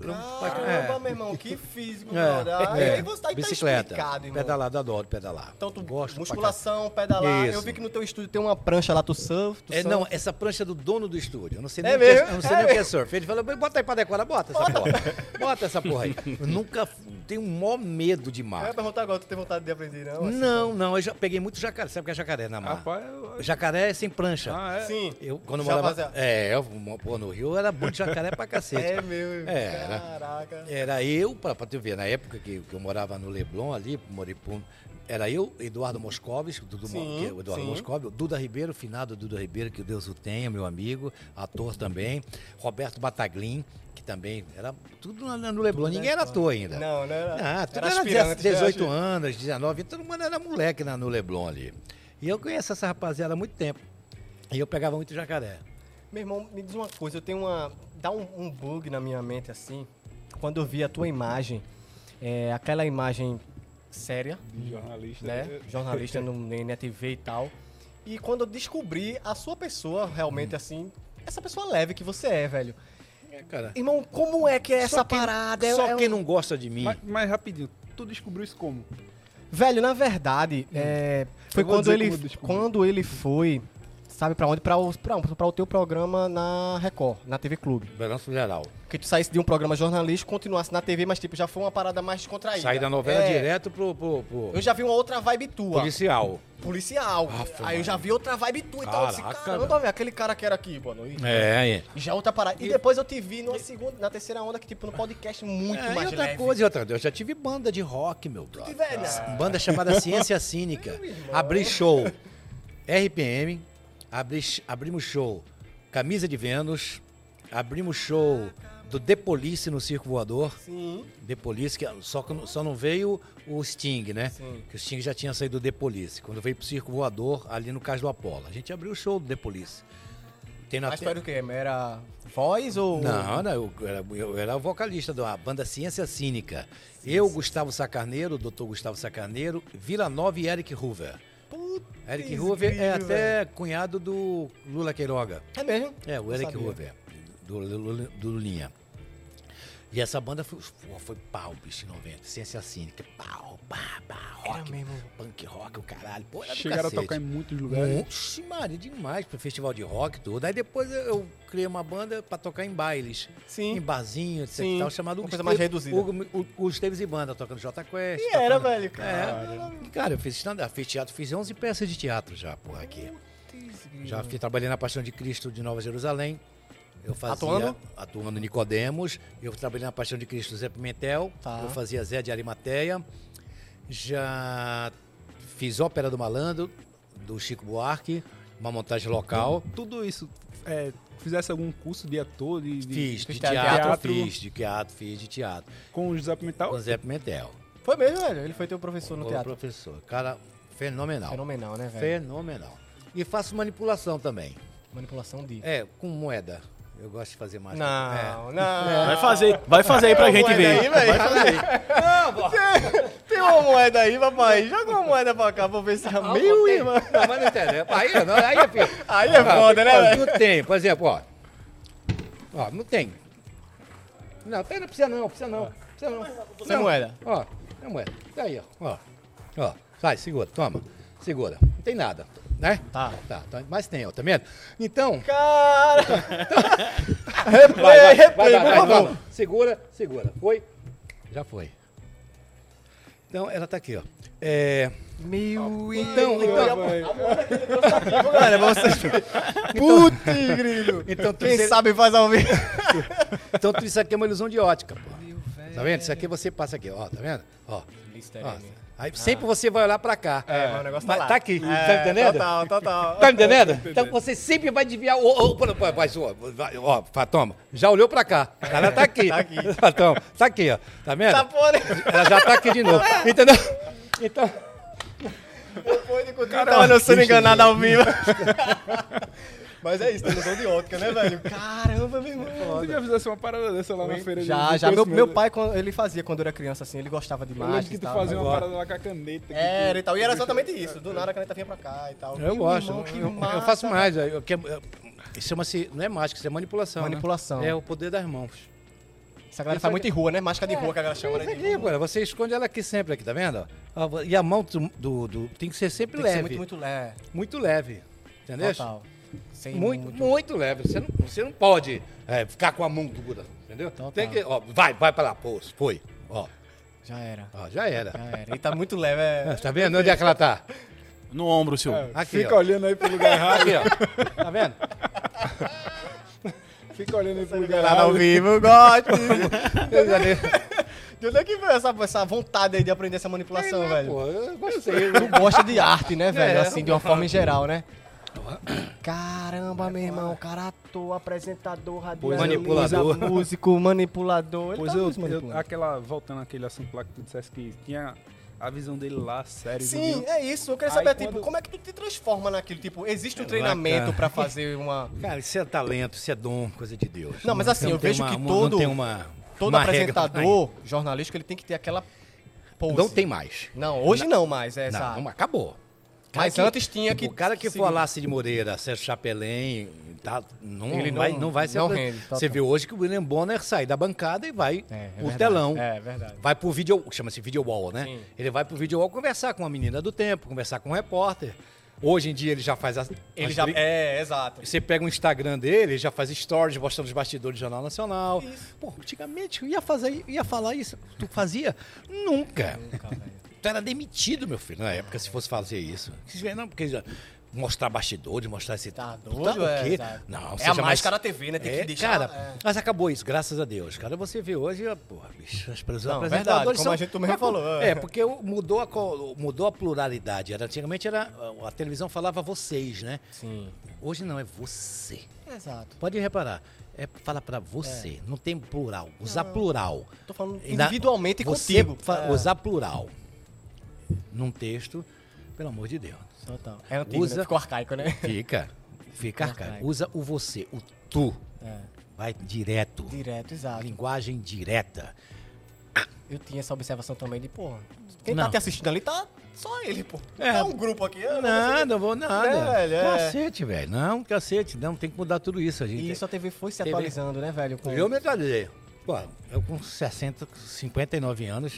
S1: Caramba, meu irmão, que físico,
S2: É,
S1: brother.
S2: é.
S1: Aí você tá, aí tá
S2: bicicleta,
S1: explicado, irmão.
S2: pedalada, adoro pedalar.
S1: Então tu
S2: Gosto pra
S1: musculação, pedalar.
S2: Isso.
S1: Eu vi que no teu estúdio tem uma prancha lá, tu surf, tu
S2: É,
S1: surfa.
S2: não, essa prancha é do dono do estúdio. Eu não sei
S1: É
S2: nem, o que, é-
S1: mesmo?
S2: eu não sei
S1: É
S2: nem o que é surf. Ele falou, bota aí pra decorar, bota essa porra. Bota essa porra aí. Eu nunca f- tenho um maior medo de
S1: Eu ia
S2: mar.
S1: perguntar é agora, tu tem vontade de aprender, não? assim?
S2: Não, não, eu já peguei muito jacaré. Sabe o que é jacaré na mar?
S3: Rapaz, eu...
S2: Jacaré é sem prancha.
S3: Ah, é?
S1: Ah. Sim.
S2: Eu, quando eu
S1: Já
S2: morava.
S1: fazia-
S2: É, eu, pô, no Rio era bom de jacaré pra cacete.
S1: É meu,
S2: É, era.
S1: caraca.
S2: Era eu, pra, pra tu ver, na época que, que eu morava no Leblon, ali, Moripum, era eu, Eduardo Moscovis, o Dudu Mo- que é o Eduardo
S1: sim.
S2: Moscovis, o Duda Ribeiro, o finado Duda Ribeiro, que Deus o tenha, meu amigo, ator também, Roberto Bataglin, que também era tudo lá no Leblon, ninguém era ator ainda.
S1: Não, não era.
S2: Ah, tudo era,
S1: aspirante,
S2: 18
S1: né?
S2: anos, 19, todo mundo era moleque na, no Leblon ali. E eu conheço essa rapaziada há muito tempo. E eu pegava muito jacaré.
S1: Meu irmão, me diz uma coisa, eu tenho uma... Dá um, um bug na minha mente, assim, quando eu vi a tua imagem, é, aquela imagem séria,
S3: De jornalista. é-
S1: né? Jornalista no na TV e tal. E quando eu descobri a sua pessoa,
S3: Hum.
S1: realmente, assim, essa pessoa leve que você é, velho.
S2: É, cara.
S1: Irmão, como é que é
S2: Só
S1: essa
S2: quem-
S1: parada? É-
S2: Só
S1: é um-
S2: quem não gosta de mim.
S3: Mas, mas rapidinho, tu descobriu isso como?
S1: Velho, na verdade, é, foi
S3: Hum. Eu vou
S1: quando
S3: dizer
S1: ele,
S3: como eu descobri.
S1: quando ele foi, sabe pra onde? Pra o, pra, pra o teu programa na Record, na TV Clube.
S2: Balanço geral.
S1: Que tu saísse de um programa jornalístico, continuasse na TV, mas tipo, já foi uma parada mais contraída.
S2: Saí da novela
S1: É,
S2: direto pro, pro- pro
S1: Eu já vi uma outra vibe tua,
S2: policial.
S1: policial.
S2: Aff,
S1: Aí eu já vi outra vibe tua, então eu disse,
S2: Ah, Caraca,
S1: caramba,
S2: velho.
S1: velho, aquele cara que era aqui, boa noite.
S2: É, é.
S1: E já outra parada. E, depois eu te vi numa segunda, na terceira onda, que tipo, no podcast muito
S2: É, e
S1: mais
S2: outra
S1: leve.
S2: coisa, e outra, eu já tive banda de rock, meu brother.
S1: velho.
S2: Banda chamada Ciência Cínica. Abri show RPM, abri, abrimos show Camisa de Vênus, abrimos show do The Police no Circo Voador.
S1: Sim.
S2: The Police, que é, só, que não- só não veio o Sting, né? Que o Sting já tinha saído do The Police. Quando veio pro Circo Voador, ali no Cais do Apolo. A gente abriu o show do The Police. Tem na
S1: Mas
S2: te-
S1: tu era o quê? Era voz ou...
S2: Não, não, eu era, eu era o vocalista da banda Ciência Cínica. Eu, Gustavo Sacarneiro, doutor Gustavo Sacarneiro, Vila Nova e Eric Hoover. Eric Hoover é
S1: grilo,
S2: até cunhado do Lula Queiroga.
S1: É mesmo?
S2: É, o
S1: Não
S2: Eric
S1: sabia.
S2: Hoover, do, Lula- do Lulinha. E essa banda foi, foi pau, bicho, em 90. Ciência cínica. Pau, pá, pá, rock. Punk rock, o caralho.
S1: é
S2: Pô, era do
S3: Chegaram a
S2: cacete.
S3: tocar em muitos lugares.
S2: Oxe, Maria, demais, pro festival de rock e tudo. Aí depois eu- eu criei uma banda pra tocar em bailes.
S1: Sim.
S2: Em barzinho, etc.
S1: Sim.
S2: e Tal, chamado
S1: Uma
S2: Hugo
S1: coisa mais
S2: Esteves-
S1: reduzida.
S2: Hugo, Hugo Esteves e Banda, tocando J Quest.
S1: E era,
S2: tocando-
S1: velho.
S2: tá É. E, Cara, eu fiz stand-up, fiz teatro, fiz 11 peças de teatro já, porra, aqui. Já fiz, trabalhei na Paixão de Cristo de Nova Jerusalém. Eu fazia,
S1: Atuando?
S2: Atuando em Nicodemos. Eu trabalhei na Paixão de Cristo Zé Pimentel.
S1: Tá.
S2: Eu fazia Zé de Arimateia. Já fiz Ópera do Malandro, do Chico Buarque, uma montagem local.
S3: Tudo isso, é, fizesse algum curso de ator, de, de-
S2: Fiz de
S3: teatro,
S2: teatro, fiz de teatro, fiz de teatro.
S3: com o José Pimental.
S2: Com Zé Pimentel.
S1: Foi mesmo, velho. Ele foi teu professor no
S2: Ô,
S1: teatro.
S2: professor. Cara, fenomenal.
S1: Fenomenal, né, velho?
S2: Fenomenal. E faço manipulação também.
S1: Manipulação de.
S2: É, com moeda. Eu gosto de fazer mais. É.
S1: Não, não.
S4: Vai fazer, vai fazer aí
S1: Ah,
S4: pra gente ver.
S1: vai fazer. Tem uma moeda aí, papai. Joga uma moeda pra cá pra ver se é
S2: Ah,
S1: meio,
S2: botei.
S1: irmão.
S2: Não, mas não interessa. Aí, não, aí, é fi-
S1: Aí é
S2: Ah,
S1: foda, né, velho?
S2: Não tem, por exemplo, ó. Ó, não tem. Não, tá, não precisa não, precisa não. Precisa não.
S1: Sem
S2: Não.
S1: moeda.
S2: Ó, é moeda. Tá aí, ó. Ó, ó. Sai, segura, toma. Segura. Não tem nada, né?
S1: Tá.
S2: Tá, tá. mas tem, ó, tá vendo? Então,
S1: Cara! replay, replay, por favor.
S2: toma. Segura, segura. Foi? Já foi. Então, ela tá aqui, ó. É...
S1: Meu
S2: Então, então,
S1: é Cara, vocês. Putz, grilo.
S2: então, tudo
S1: Quem
S2: isso-
S1: sabe faz ao vivo.
S2: então tudo isso aqui é uma ilusão de ótica, pô. Tá vendo? Isso aqui você passa aqui, ó, tá vendo? Ó. ó. Aí sempre você vai olhar pra cá.
S1: Ah, É, mas o negócio tá
S2: né? Mas
S1: lá.
S2: tá aqui,
S1: É,
S2: tá entendendo?
S1: Total, total.
S2: Tá me entendendo? Então você sempre vai desviar. Ô, ô, pô, pô, mas, ô, vai, ó, Fatoma, já olhou pra cá. Ela tá aqui. tá aqui. Fatoma, tá aqui, ó. Tá vendo?
S1: Tá porra,
S2: Ela já tá aqui de novo. Entendeu? Então.
S1: depois de continuar. Cara, olha, eu sendo enganado ao vivo. Mas é isso, tem noção de ótica, né, velho? Caramba, meu irmão.
S3: Você já fizesse uma parada dessa lá na feira? de-
S1: Já,
S3: de
S1: já. Meu, meu
S3: conhecimento?
S1: pai, quando ele fazia quando eu era criança, assim, ele gostava de
S3: Eu lembro
S1: imagem
S3: que
S1: e
S3: tu
S1: tal.
S3: fazia uma
S1: Agora-
S3: parada lá com a caneta. que
S1: Era
S3: tu-
S1: e tal. E era exatamente isso. Do nada a caneta vinha pra cá e tal.
S2: Eu
S1: Meu
S2: gosto.
S1: irmão, que
S2: eu, eu
S1: massa,
S2: faço mais. Eu, eu, quero- eu, isso chama-se. Não é mágica, isso é manipulação. né?
S1: Manipulação.
S2: É o poder das mãos.
S1: Essa galera faz muito em rua, né? Máscara de rua que a galera chama, né?
S2: É, Isso aqui, agora, você esconde ela aqui sempre, aqui, tá vendo? Ó, vo- E a mão do, do- do- tem que ser sempre
S1: Tem que
S2: leve.
S1: ser muito, muito leve.
S2: Muito leve. Entendeu?
S1: Total. Sem
S2: Muito, muito, leve. Você não, você não pode é, ficar com a mão dura, entendeu? tem
S1: tá.
S2: que. Ó, vai, vai pra lá, pô, foi. Ó,
S1: Já era.
S2: ó, já era.
S1: Já era. E tá muito leve,
S2: É,
S1: é.
S2: Tá vendo onde é que ela tá?
S4: No ombro, seu.
S2: Aqui,
S3: É, Fica
S2: ó.
S3: olhando aí pro lugar errado.
S2: Aqui, ó. Tá vendo?
S3: Fica olhando aí pro lugar
S1: Enganado tá ao
S3: errado.
S1: vivo, gosto.
S2: Eu já dei-
S1: De onde é que veio essa, essa vontade aí de aprender essa manipulação, velho?
S2: né, Pô, eu gostei.
S1: Tu gosta de arte, né, velho?
S2: É.
S1: assim, de uma forma em geral, né? Caramba, meu irmão, cara é ator, apresentador, radialista,
S2: é. Manipulador.
S1: músico, manipulador. Ele
S3: Pois
S1: tá
S3: eu,
S1: mesmo
S3: eu,
S1: manipulando.
S3: aquela, voltando àquele assunto lá que tu dissesse que tinha a visão dele lá, sério.
S1: Sim, é isso. Eu queria
S3: Aí
S1: saber, tipo,
S3: quando-
S1: como é que tu te transforma naquilo? Tipo, existe um treinamento pra fazer uma.
S2: Cara, isso é talento, isso é dom, coisa de Deus.
S1: Não, mas assim, eu
S2: tem
S1: vejo
S2: uma-
S1: que
S2: uma-
S1: todo-
S2: Não tem uma.
S1: Todo
S2: uma regra.
S1: apresentador, jornalístico, ele tem que ter aquela. Pose.
S2: Não tem mais.
S1: Não, hoje não, mais, é essa.
S2: Não, não, acabou.
S1: Mas
S2: Cara que-
S1: antes tinha que-
S2: O cara que
S1: que
S2: for
S1: seguir.
S2: lá, Cid Moreira, Sérgio Chapelém, tá, não,
S1: Ele
S2: vai,
S1: não-
S2: não vai ser.
S1: não rende, total.
S2: Você vê hoje que o William Bonner sai da bancada e vai
S1: É, é
S2: pro
S1: verdade.
S2: telão.
S1: É, é verdade.
S2: Vai pro vídeo, chama-se video wall, né?
S1: Sim.
S2: Ele vai pro video wall conversar com uma menina do tempo, conversar com um repórter. Hoje em dia ele já faz as,
S1: Ele
S2: as
S1: já.
S2: tri-
S1: É, exato.
S2: você pega o Instagram dele, ele já faz stories mostrando os bastidores do Jornal Nacional. Pô, antigamente eu ia, fazer, ia falar isso. Tu fazia? Nunca. tu era demitido, meu filho, na época, se fosse fazer isso. Não, porque já- mostrar bastidores, mostrar esse...
S1: Tá
S2: Puta,
S1: doido,
S2: o
S1: é,
S2: quê?
S1: exato.
S2: Não,
S1: É a
S2: seja mais-
S1: máscara da TV, né? Tem
S2: É,
S1: que deixar.
S2: cara,
S1: é.
S2: mas acabou isso, graças a Deus. Cara, você vê hoje, ó, porra, bicho, as pessoas
S1: Não,
S2: apresentadores
S1: verdade, como
S2: são-
S1: a gente também falou, é.
S2: É, porque o- mudou a, co- mudou a pluralidade. Era, antigamente era, a televisão falava vocês, né?
S1: Sim.
S2: Hoje não, é você.
S1: Exato.
S2: Pode reparar. É falar pra você. Não tem plural. Usar plural.
S1: É. Tô falando
S2: E na-
S1: individualmente
S2: você
S1: contigo.
S2: fa-
S1: É.
S2: Usar plural. Num texto, pelo amor de Deus.
S1: Total. É antigo,
S2: Usa-
S1: né? Ficou arcaico, né?
S2: Fica. Fica arcaico.
S1: Arcaico.
S2: Usa o você, o tu.
S1: É.
S2: Vai direto.
S1: Direto, exato.
S2: Linguagem direta.
S1: Eu tinha essa observação também de, pô, quem tá
S2: Não.
S1: te assistindo ali tá só ele, pô.
S2: É.
S1: É um grupo aqui. eu não sei o quê.
S2: Nada, vou nada.
S1: É, velho, é.
S2: Cacete, velho. Não, cacete. Não, tem que mudar tudo isso. A gente
S1: E isso a TV foi se
S2: TV.
S1: atualizando, né, velho? Com-
S2: Eu me atualizei. Pô, eu com 60, 59 anos,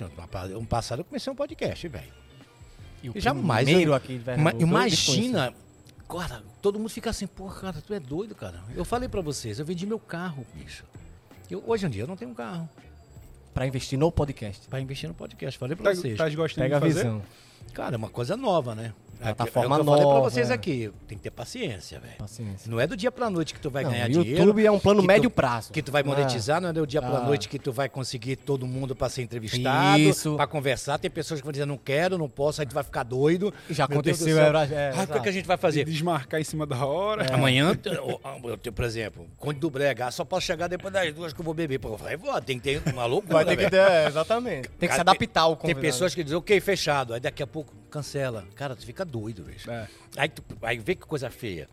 S2: um passado, eu comecei um podcast, velho.
S1: E o
S2: Eu jamais-
S1: primeiro aqui de
S2: Ma-
S1: Pernambuco, eu desconheço.
S2: imagina. Cara, todo mundo fica assim, pô, cara, tu é doido, cara. Eu falei pra vocês, eu vendi meu carro, bicho. Eu, hoje em dia eu não tenho um carro
S1: Pra investir no podcast.
S2: pra investir no podcast. Falei pra
S3: Tá,
S2: vocês.
S3: tá gostando
S1: Pega a
S3: de fazer?
S1: visão.
S2: Cara, é uma coisa nova, né? É-
S1: Plataforma
S2: é o que eu falei
S1: nova,
S2: pra vocês
S1: é.
S2: aqui. Tem que ter paciência, velho.
S1: Paciência.
S2: Não é do dia pra noite que tu vai
S1: Não,
S2: ganhar
S1: YouTube
S2: dinheiro.
S1: é um plano
S2: que
S1: médio
S2: tu,
S1: prazo.
S2: Que tu vai
S1: Não é-
S2: monetizar, não é do dia pra
S1: Ah.
S2: noite que tu vai conseguir todo mundo pra ser entrevistado,
S1: Isso.
S2: pra conversar. Tem pessoas que vão dizer, não quero, não posso, aí tu vai ficar doido.
S1: Já
S2: Meu Deus do
S1: aconteceu,
S2: céu.
S1: é, é,
S2: Ah, o que,
S1: exato.
S2: que a gente vai
S3: De
S2: fazer? É.
S3: Desmarcar em cima da hora.
S1: É.
S2: Amanhã, eu- ah, eu tenho, por exemplo, Conde do Brega, ah, só posso chegar depois das duas que eu vou beber. Pô, vai, vó, tem que ter uma loucura,
S1: Vai ter que
S2: velho.
S1: ter, é, exatamente. Tem que se
S2: Cara,
S1: adaptar ao
S2: Tem
S1: convidado.
S2: pessoas que dizem, ok, fechado. Aí daqui a pouco cancela. Cara, tu fica doido, bicho.
S3: É.
S2: Aí, tu, aí vê que coisa feia.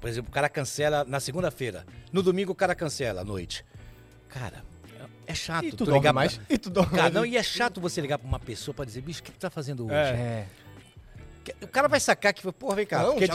S2: Por exemplo, o cara cancela na segunda-feira. No domingo o cara cancela à noite. Cara, é é chato.
S1: E tu dorme
S2: ligar
S1: mais?
S2: Pra...
S1: E tu dorme
S2: Cara,
S1: mais?
S2: não, e é chato você ligar pra uma pessoa pra dizer, bicho, o que tu tá fazendo hoje?
S1: É.
S2: Que- O cara vai sacar que, porra, vem cá,
S1: Não,
S2: porque
S1: já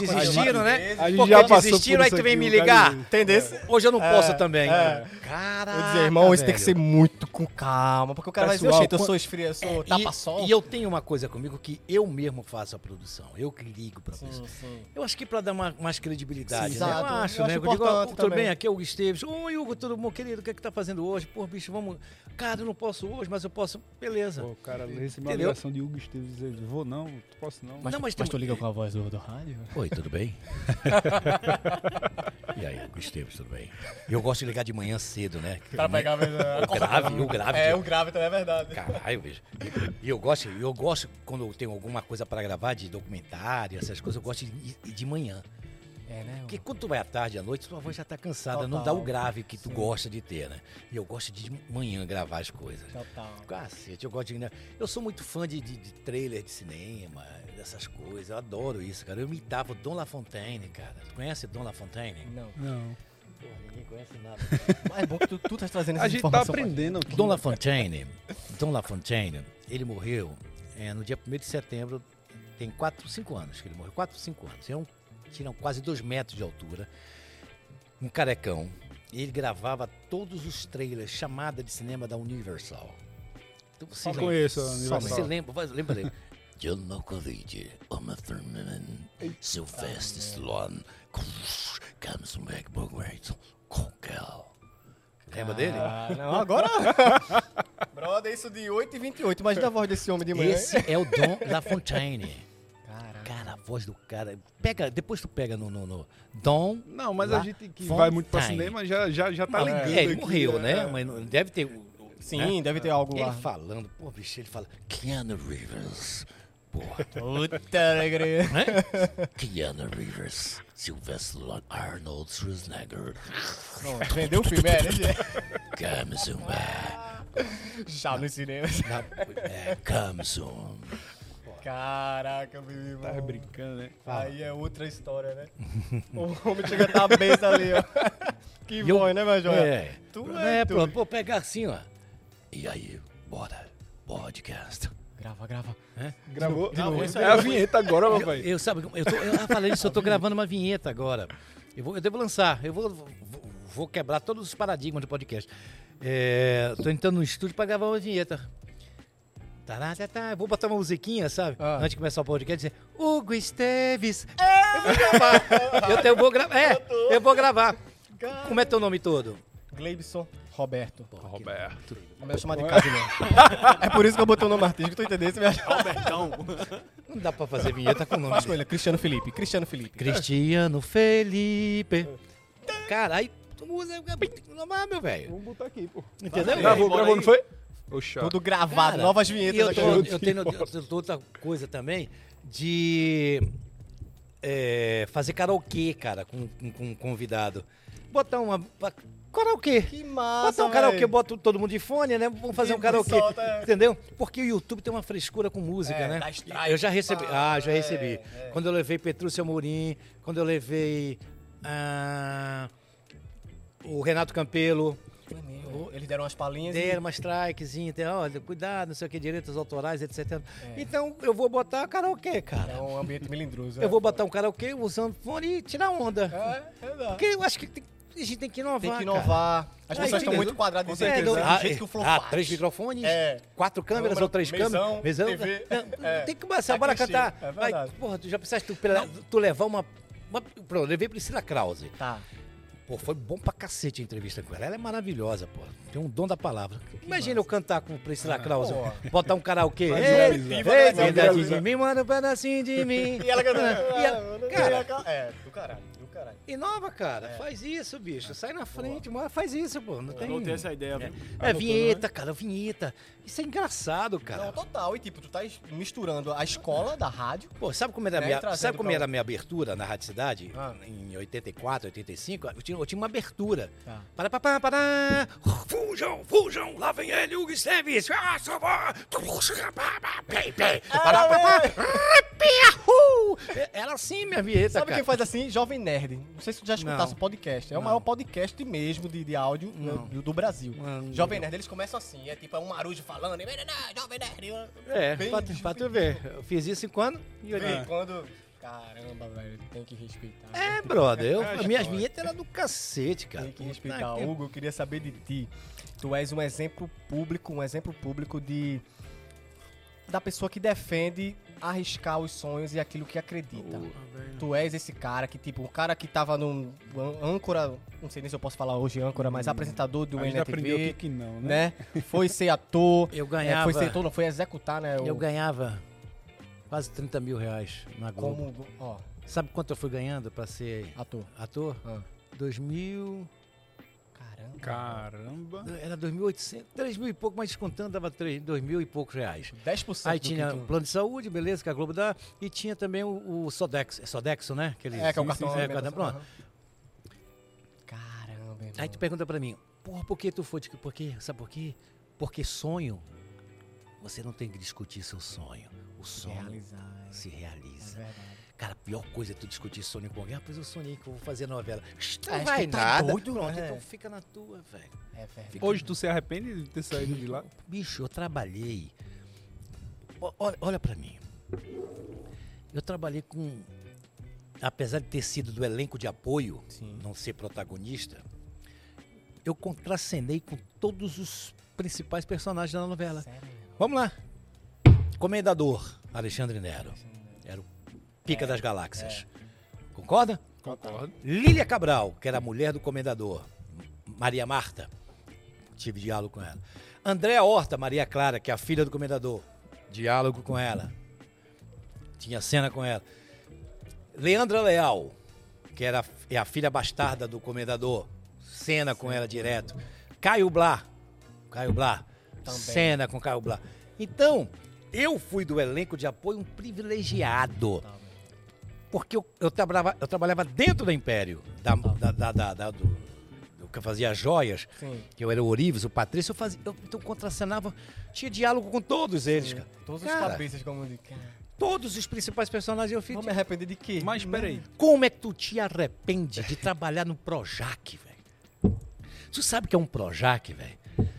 S1: aconteceu
S2: desistiram, né?
S3: A gente
S2: Porque
S3: já passou
S2: desistiram,
S3: por
S2: aí
S3: isso
S2: tu vem
S3: aqui,
S2: me
S3: o cara
S2: ligar.
S3: diz-
S1: Entendeu?
S2: Hoje eu não posso
S1: É,
S2: também.
S1: é.
S2: Caraca,
S1: Eu dizer, irmão, isso tem
S2: velho.
S1: que ser muito com calma, porque o cara vai
S3: Pessoal,
S1: dizer, "Oxente, eu
S3: quan-
S1: sou esfria, É, eu sou tapa-sol.
S2: É, E, e eu tenho uma coisa comigo que eu mesmo faço a produção. Eu que ligo pra produção.
S1: Sim, sim.
S2: Eu acho que pra dar uma, mais credibilidade,
S1: Sim,
S2: né? Eu
S1: exato.
S2: acho,
S1: Eu
S2: né?
S1: acho
S2: Eu digo, ó,
S1: importante
S2: tudo
S1: também.
S2: bem, aqui é o Esteves. Oi, Hugo, tudo bom, querido? O que é que tá fazendo hoje? Pô, bicho, vamos... Cara, eu não posso hoje, mas eu posso... Beleza.
S3: Pô, cara, eu recebi uma
S2: Entendeu?
S3: ligação de Hugo Esteves dizendo, vou não, tu posso não.
S1: Mas,
S2: Não, mas
S1: mas,
S2: tem- um
S1: tu liga com a voz do, do rádio?
S2: Oi, tudo bem? e aí, Hugo Esteves, tudo bem? Eu gosto de ligar de manhã cedo, né?
S1: Pra pegar a
S2: O grave, o grave.
S1: É, o grave também é verdade.
S2: Caralho, bicho. E eu gosto, eu gosto quando eu tenho alguma coisa pra gravar de documentário, essas coisas, eu gosto de, de manhã.
S1: É, né?
S2: Porque quando tu vai à tarde, à noite, tua voz já tá cansada, não dá
S1: Total.
S2: o grave que tu gosta de ter, né? E eu gosto de de manhã gravar as coisas.
S1: Total.
S2: Cacete, eu gosto de. né? Eu sou muito fã de, de, de trailer de cinema, dessas coisas. Eu adoro isso, cara. Eu imitava o Don LaFontaine, cara. Tu conhece Don LaFontaine?
S1: Não.
S3: Não.
S2: Porra, ninguém conhece nada.
S1: Mas é bom que tu, tu tá trazendo essa
S3: A gente tá
S1: informação.
S3: aprendendo aqui.
S2: Don LaFontaine, Don LaFontaine, ele morreu eh, no dia 1 de setembro, tem 4, 5 anos que ele morreu, 4, 5 anos. Era um, tinha quase 2 metros de altura, um carecão. E ele gravava todos os trailers, chamada de cinema da Universal. Então, você
S3: Só
S2: lembra-
S3: conheço a
S2: só
S3: Universal.
S2: Você lembra, vai- lembra dele. John Malkovich, Uma Thurman, Sylvester Stallone, Camus McBogwright, Conkel. Lembra dele?
S1: Ah, não, agora... Brother, isso de 8 e 28. Imagina a voz desse homem de manhã.
S2: Esse é o Don LaFontaine.
S1: Caraca.
S2: Cara, a voz do cara. Pega, depois tu pega no, no, no Don.
S3: Não, mas a
S2: La
S3: gente que
S2: Fontaine.
S3: vai muito pra cinema já, já, já tá ligando
S2: É, ele
S3: aqui,
S2: morreu, né?
S3: É.
S2: Mas não- deve ter. o- o-
S1: Sim,
S2: né?
S1: deve ter algo lá.
S2: Ele falando, pô, bicho, ele fala Keanu Rivers. Porra,
S1: Oh. Puta alegria.
S2: né? Keanu Rivers, Sylvester Stallone, Arnold Schwarzenegger,
S1: Pronto, vendeu o filme, é, né?
S2: Come Soon Back.
S1: Já nos cinemas.
S2: Na- É, Come Soon.
S1: Caraca, meu irmão.
S3: Tá brincando, né?
S1: Aí é outra história, né? o homem chega a dar a benção ali, ó. Que
S2: eu-
S1: voz, né, meu joia?
S2: É.
S1: Tu
S2: é,
S1: é
S2: pô,
S1: tu.
S2: pô, pegar assim, ó. E aí, bora, podcast.
S1: Grava, grava.
S3: Gravou?
S4: novo, isso aí
S3: é a
S4: foi-
S3: vinheta agora, papai.
S2: Eu, sabe, eu, tô, eu ah, falei isso, eu tô gravando uma vinheta agora. Eu, vou, eu devo lançar, eu vou, vou, vou quebrar todos os paradigmas do podcast. É, tô entrando no estúdio pra gravar uma vinheta. Tará, tá, tá, eu vou botar uma musiquinha, sabe?
S1: Ah.
S2: Antes de começar o podcast, dizer Hugo Esteves. Eu vou gravar. eu, te- eu vou gravar. É, eu vou gravar. Como é teu nome todo?
S1: Gleibson Roberto.
S3: Roberto.
S1: Não me chamar de Casimiro. é por isso que eu botei o nome artístico, tu entendeu? Você me acha...
S4: Albertão.
S2: Não dá pra fazer vinheta com o nome.
S1: Faz com ele, Cristiano Felipe. Cristiano Felipe.
S2: Cristiano Felipe. Cara, aí tu usa. Normal, meu velho.
S3: Vamos botar aqui, pô.
S2: Entendeu?
S4: Gravou,
S2: velho?
S4: gravou, não foi?
S3: Oxa.
S1: Tudo gravado,
S2: Cara,
S1: novas
S2: E
S1: vinhetas.
S2: eu,
S1: daqui
S2: tô-
S1: a pouco.
S2: eu tenho eu tenho outra coisa também de é, fazer karaokê, cara, com, com, com um convidado. Botar uma. ba- Karaokê.
S1: Que massa,
S2: Botar um karaokê,
S1: véi.
S2: bota todo mundo de fone, né? Vamos fazer
S1: E
S2: um karaokê.
S1: tá solta, é.
S2: Entendeu? Porque o YouTube tem uma frescura com música,
S1: É,
S2: né?
S1: dá strike,
S2: eu já recebi.
S1: pá,
S2: Ah, já
S1: é,
S2: recebi.
S1: é.
S2: Quando eu levei Petrúcio Amorim, quando eu levei. ah, o Renato Campelo.
S1: Eles deram umas palinhas
S2: Deram
S1: e...
S2: uma strikezinha, tem, olha, cuidado, não sei o que, direitos autorais, etc. Então eu vou botar karaokê, cara.
S1: É um ambiente melindroso.
S2: Eu vou botar um karaokê usando fone e tirar onda.
S1: É, é, verdade.
S2: Porque eu acho que tem- a gente tem que inovar.
S1: Tem que
S2: cara.
S1: inovar. As pessoas
S2: Aí,
S1: estão
S2: beleza.
S1: muito quadradas
S2: É,
S1: dizendo
S2: do-
S1: do jeito que o Flow
S2: ah,
S1: faz.
S2: três microfones,
S1: É.
S2: quatro câmeras
S1: Câmera,
S2: ou três
S1: mesão,
S2: câmeras.
S1: TV,
S2: Não,
S1: é.
S2: Tem que começar,
S1: Tá
S2: bora
S1: clichê,
S2: cantar.
S1: é
S2: Vai,
S1: verdade.
S2: porra, tu já precisaste tu, pela- tu levar uma. uma pronto, eu levei Priscila Krause.
S1: Tá.
S2: Pô, foi bom pra cacete a entrevista com ela. Ela é maravilhosa, pô. Tem um dom da palavra. Imagina eu cantar com Priscila Krause, botar um karaokê. Ei,
S3: Faz
S2: ei,
S3: um
S2: ei,
S3: piva,
S2: ei,
S1: né? Faz um
S2: verdade
S1: piva.
S2: de mim, manda um pedacinho de mim. Ah,
S1: E ela Ah, cantando.
S2: E ela- cara,
S1: É, do caralho, do caralho.
S2: inova, cara. Faz isso, bicho. Sai na frente, mano. Faz isso, pô. Não
S4: Eu
S2: tem...
S4: não tenho essa ideia, viu?
S2: É vinheta, cara, vinheta. Isso é engraçado,
S1: Não,
S2: cara.
S1: total. E tipo, tu tá es- misturando a escola da rádio.
S2: Pô, sabe como era, a
S1: Né,
S2: minha,
S1: trazendo
S2: sabe como
S1: pra-
S2: era a minha abertura na Rádio Cidade?
S1: Ah.
S2: Em 84, 85, eu tinha, eu tinha uma abertura.
S1: Tá.
S2: Para, para, para, para. Fujam, fujam, lá vem ele, Hugo Esteves. Ah, só vou. Pei, pei. Para, para, para. Ah, piahu. Era assim minha vinheta,
S1: é. Sabe
S2: cara.
S1: quem faz assim? Jovem Nerd. Não sei se tu já escutasse
S2: Não.
S1: o podcast. É o
S2: Não.
S1: maior podcast mesmo de, de áudio né,
S2: Não.
S1: do, do Brasil.
S2: Não.
S1: Jovem Nerd, eles começam assim. É tipo, é um marujo falando. e, "Menina, Jovem Nerd.
S2: É,
S1: Bem
S2: pra, tu- pra tu ver. Eu fiz isso em quando?
S1: De vez em
S3: Ah.
S1: quando... Caramba, velho. Tem que respeitar.
S2: É, brother. Eu, minhas vinhetas eram do cacete, cara.
S1: Tem que
S2: Puta
S1: respeitar.
S2: que
S1: Hugo, eu queria saber de ti. Tu és um exemplo público, um exemplo público de da pessoa que defende arriscar os sonhos e aquilo que acredita. Tu és esse cara que, tipo, um cara que tava num an- âncora, não sei nem se eu posso falar hoje âncora, mas apresentador um do
S3: A gente aprendeu o que,
S1: NTV,
S3: que não, né?
S1: né? Foi ser ator.
S2: Eu
S1: é, foi
S2: ganhava.
S1: ser ator, não, foi executar, né? o-
S2: Eu ganhava quase 30 mil reais na Globo.
S1: como, ó,
S2: Sabe quanto eu fui ganhando pra ser
S1: ator.
S2: ator?
S1: Ah.
S2: 2000.
S1: Caramba.
S3: Caramba.
S2: Era 2.800, 3 mil e pouco, mas descontando dava 3, 2 mil e poucos reais.
S1: 10%
S2: Aí
S1: do que é?
S2: tinha
S1: tu-
S2: o plano de saúde, beleza, que a Globo dá. E tinha também o, o Sodex, é Sodexo, né? Aquele,
S1: É, que é o cartão.
S2: É, cartão, pronto.
S1: Caramba, irmão.
S2: Aí tu pergunta pra mim, porra, por que tu foi? Digo, Por quê? Sabe por quê? Porque sonho, você não tem que discutir seu sonho. O sonho
S1: Realizar. né? É
S2: se realiza.
S1: verdade.
S2: Cara, a pior coisa é tu discutir sonho com alguém. Rapaz, eu sonhei que eu vou fazer novela. Não
S1: É,
S2: vai
S1: tu tá
S2: nada.
S1: doido,
S2: Pronto,
S1: né?
S2: então fica na tua, velho.
S1: É verdade.
S2: Fica-
S3: Hoje tu se arrepende de ter saído de lá?
S2: Bicho, eu trabalhei. O- Olha, olha pra mim. Eu trabalhei com. Apesar de ter sido do elenco de apoio,
S1: Sim.
S2: não ser protagonista, eu contracenei com todos os principais personagens da novela.
S1: Sério, mesmo.
S2: Vamos lá. Comendador, Alexandre Nero. Era o pica das galáxias. Concorda?
S3: Concordo.
S2: Lília Cabral, que era a mulher do comendador. Maria Marta. Tive diálogo com ela. Andréa Horta, Maria Clara, que é a filha do comendador. Diálogo com ela. Tinha cena com ela. Leandra Leal, que era, é a filha bastarda do comendador. Cena com ela direto. Caio Blá. Caio Blá.
S1: Também.
S2: Cena com Caio Blá. Então, eu fui do elenco de apoio um privilegiado. Porque eu, eu trabalhava, eu trabalhava dentro da Império, da, da, da, da- da- do, do que eu fazia as joias,
S1: Sim.
S2: que eu era o Orives, o Patrício, eu fazia, eu, então contracenava, tinha diálogo com todos eles, cara.
S1: Todos os
S2: Cara,
S1: cabeças, como eu digo. cara,
S2: Todos os principais personagens eu fiz.
S1: Vou me arrepender de quê?
S3: Mas peraí.
S2: Como é que tu te arrepende de trabalhar no Projac, velho? Tu sabe o que é um Projac, velho?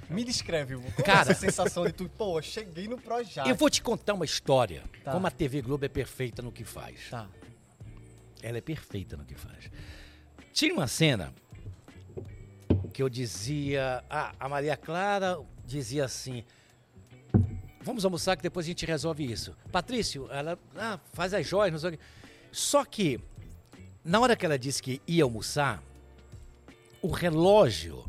S1: Me descreve, Hugo. Como
S2: Cara.
S1: é essa sensação de tu, pô, eu cheguei no Projac.
S2: Eu vou te contar uma história,
S1: Tá.
S2: como a TV Globo é perfeita no que faz.
S1: Tá.
S2: Ela é perfeita no que faz. Tinha uma cena que eu dizia. Ah, a Maria Clara dizia assim. Vamos almoçar que depois a gente resolve isso. Patrício, ela ah, faz as joias, não sei o quê. Só que, na hora que ela disse que ia almoçar, o relógio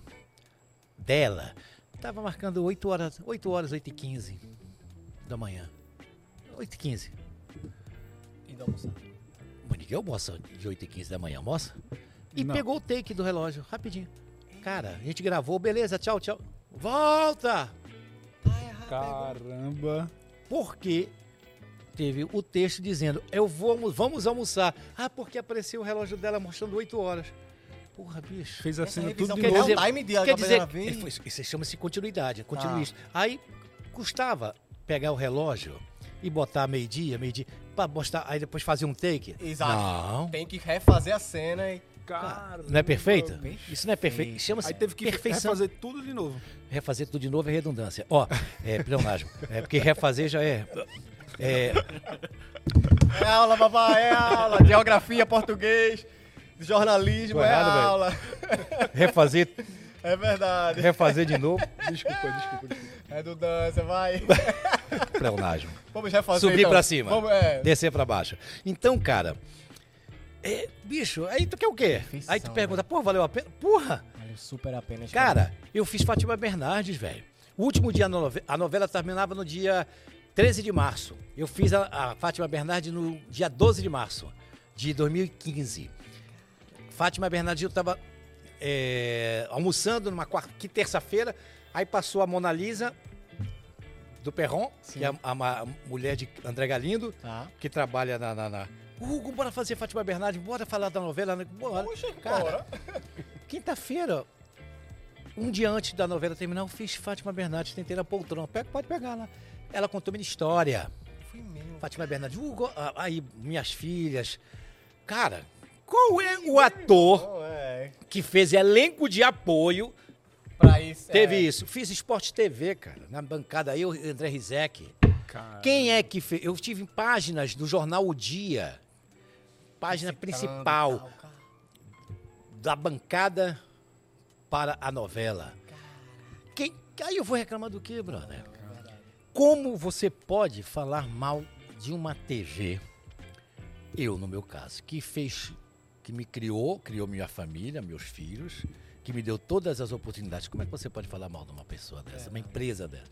S2: dela estava marcando 8 horas, 8 horas, 8 e 15 da manhã. 8 e 15.
S1: E dá um almoçar.
S2: Mas Ninguém almoça de 8 e 15 da manhã, almoça? E
S3: Não.
S2: pegou o take do relógio, rapidinho. Cara, a gente gravou, beleza, tchau, tchau. Volta! Ah,
S3: Caramba.
S2: Porque teve o texto dizendo, eu vou, almo- vamos almoçar. Ah, porque apareceu o relógio dela mostrando 8 horas. Porra, bicho.
S3: Fez a
S1: Essa
S3: cena tudo
S1: revisão
S3: de
S1: quer
S2: quer
S3: novo.
S1: dizer,
S2: dizer-
S1: o time de
S2: Quer
S1: a
S2: dizer,
S1: galera ver.
S2: foi- isso chama-se
S3: Ah.
S2: continuidade, é continuista. Aí custava pegar o relógio e botar meio-dia, meio-dia, pra mostrar, aí depois fazer um take.
S1: Exato.
S2: Não.
S1: Tem que refazer a cena e...
S3: Caramba. assim?
S2: Não é perfeito? Isso não é perfeito. Chama-se
S3: Aí teve que
S2: perfeição.
S3: fazer tudo de novo.
S2: Refazer tudo de novo é redundância. Ó, é pleonasmo. É porque refazer já é. é
S1: É aula, papai, é aula. Geografia, português. Jornalismo
S2: Foi
S1: é
S2: errado, velho.
S1: aula.
S2: Refazer,
S1: É verdade.
S2: refazer de novo.
S3: Desculpa, desculpa, desculpa.
S1: Redundância, vai.
S2: Pleonasmo.
S1: Vamos refazer
S2: Subir
S1: então.
S2: pra cima.
S1: Vamos, é.
S2: Descer pra baixo. Então, cara. é, bicho, aí tu quer o quê? aí tu
S1: Perfeição,
S3: né?
S2: pergunta, pô, valeu a pena? Porra!
S1: Valeu super a pena.
S2: Cara, eu fiz Fátima Bernardes, velho. O último dia da nove- a novela terminava no dia 13 de março. Eu fiz a, a Fátima Bernardes no dia 12 de março de 2015. Fátima Bernardes, eu tava é, almoçando numa quarta, que terça-feira, aí passou a Mona Lisa do Perron, que é a, a ma- mulher de André Galindo,
S1: Tá.
S2: que trabalha na... na, na... Hugo, bora fazer Fátima Bernardes, bora falar da novela. né? Bora. cara, Quinta-feira, um dia antes da novela terminar, eu fiz Fátima Bernardes, tentei na poltrona. Pega, pode pegar lá. Ela contou minha história.
S1: Fui meu.
S2: Fátima Bernardes, Hugo, ah, aí, minhas filhas. Cara, qual é o ator
S1: Não é.
S2: que fez elenco de apoio?
S1: Pra isso.
S2: Teve
S1: é.
S2: isso. Fiz Esporte TV, cara. Na bancada, eu, André Rizek.
S3: Cara,
S2: Quem é que fez? Eu tive páginas do jornal O Dia. Página principal
S1: Tal, cara.
S2: da bancada para a novela. Quem, aí eu vou reclamar do quê, brother? Como você pode falar mal de uma TV? Eu, no meu caso, que fez, que me criou, criou minha família, meus filhos, que me deu todas as oportunidades. Como é que você pode falar mal de uma pessoa dessa, uma empresa dessa?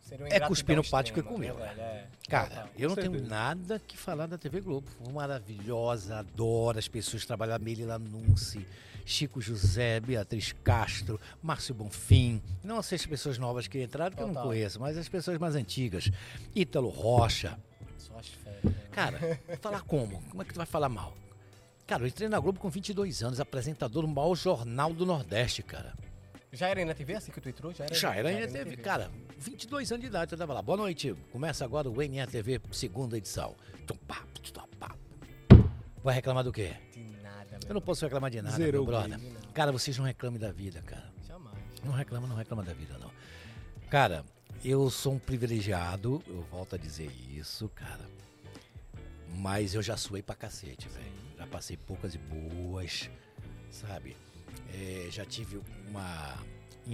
S1: Seria
S2: É cuspir no
S1: ingratidão
S2: pátio que
S1: extrema,
S2: comeu,
S1: né, velho? É.
S2: Cara, eu não
S3: com
S2: tenho
S3: certeza.
S2: nada que falar da TV Globo. Foi Maravilhosa, adoro as pessoas trabalham. Amelie Lanunce, Chico José, Beatriz Castro, Márcio Bonfim. Não sei as pessoas novas que entraram, que eu não
S1: Total.
S2: conheço, mas as pessoas mais antigas. Ítalo Rocha.
S1: Só as férias. né?
S2: Cara, falar como? Como é que tu vai falar mal? Cara, eu entrei na Globo com 22 anos, apresentador do maior jornal do Nordeste, cara.
S1: Já era aí na TV assim que tu entrou? Já era,
S2: Já era a
S1: na
S2: NTV. Cara, 22 anos de idade, eu tava lá. Boa noite. Começa agora o NTV, segunda edição. Tum, pá, tum, tum, pá. Vai reclamar do quê?
S1: De nada,
S2: Eu
S1: velho.
S2: não posso reclamar de nada, meu
S3: Zerou
S2: brother.
S1: o game.
S2: Cara, vocês não reclamem da vida, cara.
S1: Jamais.
S2: Não reclama, não reclama da vida, não. Cara, eu sou um privilegiado, eu volto a dizer isso, cara. Mas eu já suei pra cacete, velho. Já passei poucas e boas, sabe? É, já tive uma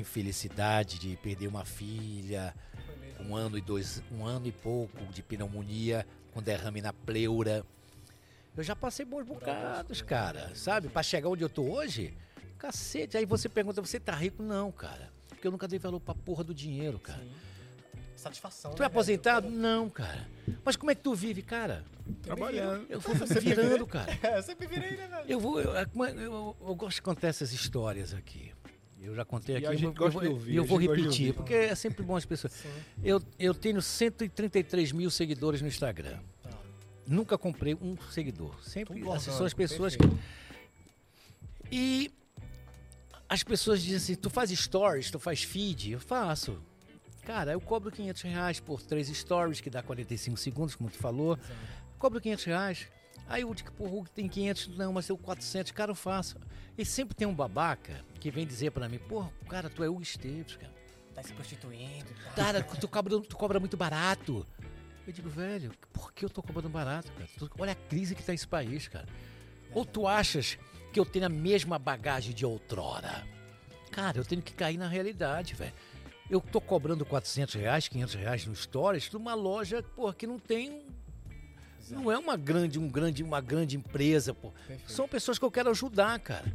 S2: infelicidade de perder uma filha, um ano e dois, um ano e pouco de pneumonia com derrame na pleura. Eu já passei bons bocados, cara, sabe? Pra chegar onde eu tô hoje, cacete. Aí você pergunta, você tá rico? Não, cara. Porque eu nunca dei valor pra porra do dinheiro, cara.
S1: assim. Satisfação. né,
S2: Tu é
S1: velho?
S2: aposentado? Não, cara. Mas como é que tu vive, cara?
S3: trabalhando.
S2: Eu vou virando, cara.
S1: É, eu sempre virei, né, velho?
S2: Eu vou. Eu, eu- eu- eu gosto de contar essas histórias aqui. Eu já contei
S3: E
S2: aqui.
S3: a
S2: eu vou-
S3: gente
S2: eu
S3: gosta
S2: vou,
S3: de ouvir,
S2: e eu
S3: a
S2: vou
S3: gente gosta de
S2: repetir,
S3: ouvir.
S2: porque é sempre bom as pessoas. Eu, eu tenho 133 mil seguidores no Instagram.
S1: Tá.
S2: Nunca comprei um seguidor. Sempre
S1: Tudo
S2: essas são as
S1: orgânico,
S2: pessoas que.
S1: perfeito.
S2: E as pessoas dizem assim: tu faz stories, tu faz feed? Eu faço. Cara, eu cobro 500 reais por três stories, que dá 45 segundos, como tu falou. Cobro 500 reais. Aí o digo, porra, Hugo, tem 500, não, mas eu 400, cara, eu faço. E sempre tem um babaca que vem dizer pra mim, porra, cara, tu é Hugo Esteves, cara.
S1: Tá se prostituindo. Tá.
S2: Cara, tu cobra, tu cobra muito barato. Eu digo, velho, por que eu tô cobrando barato, cara? Tu- Olha a crise que tá esse país, cara. Ou tu achas que eu tenho a mesma bagagem de outrora? Cara, eu tenho que cair na realidade, velho. Eu tô cobrando 400 reais, 500 reais no Stories de uma loja, pô, que não tem... um- Não é uma grande, um grande, uma grande empresa, pô.
S1: Perfeito.
S2: São pessoas que eu quero ajudar, cara.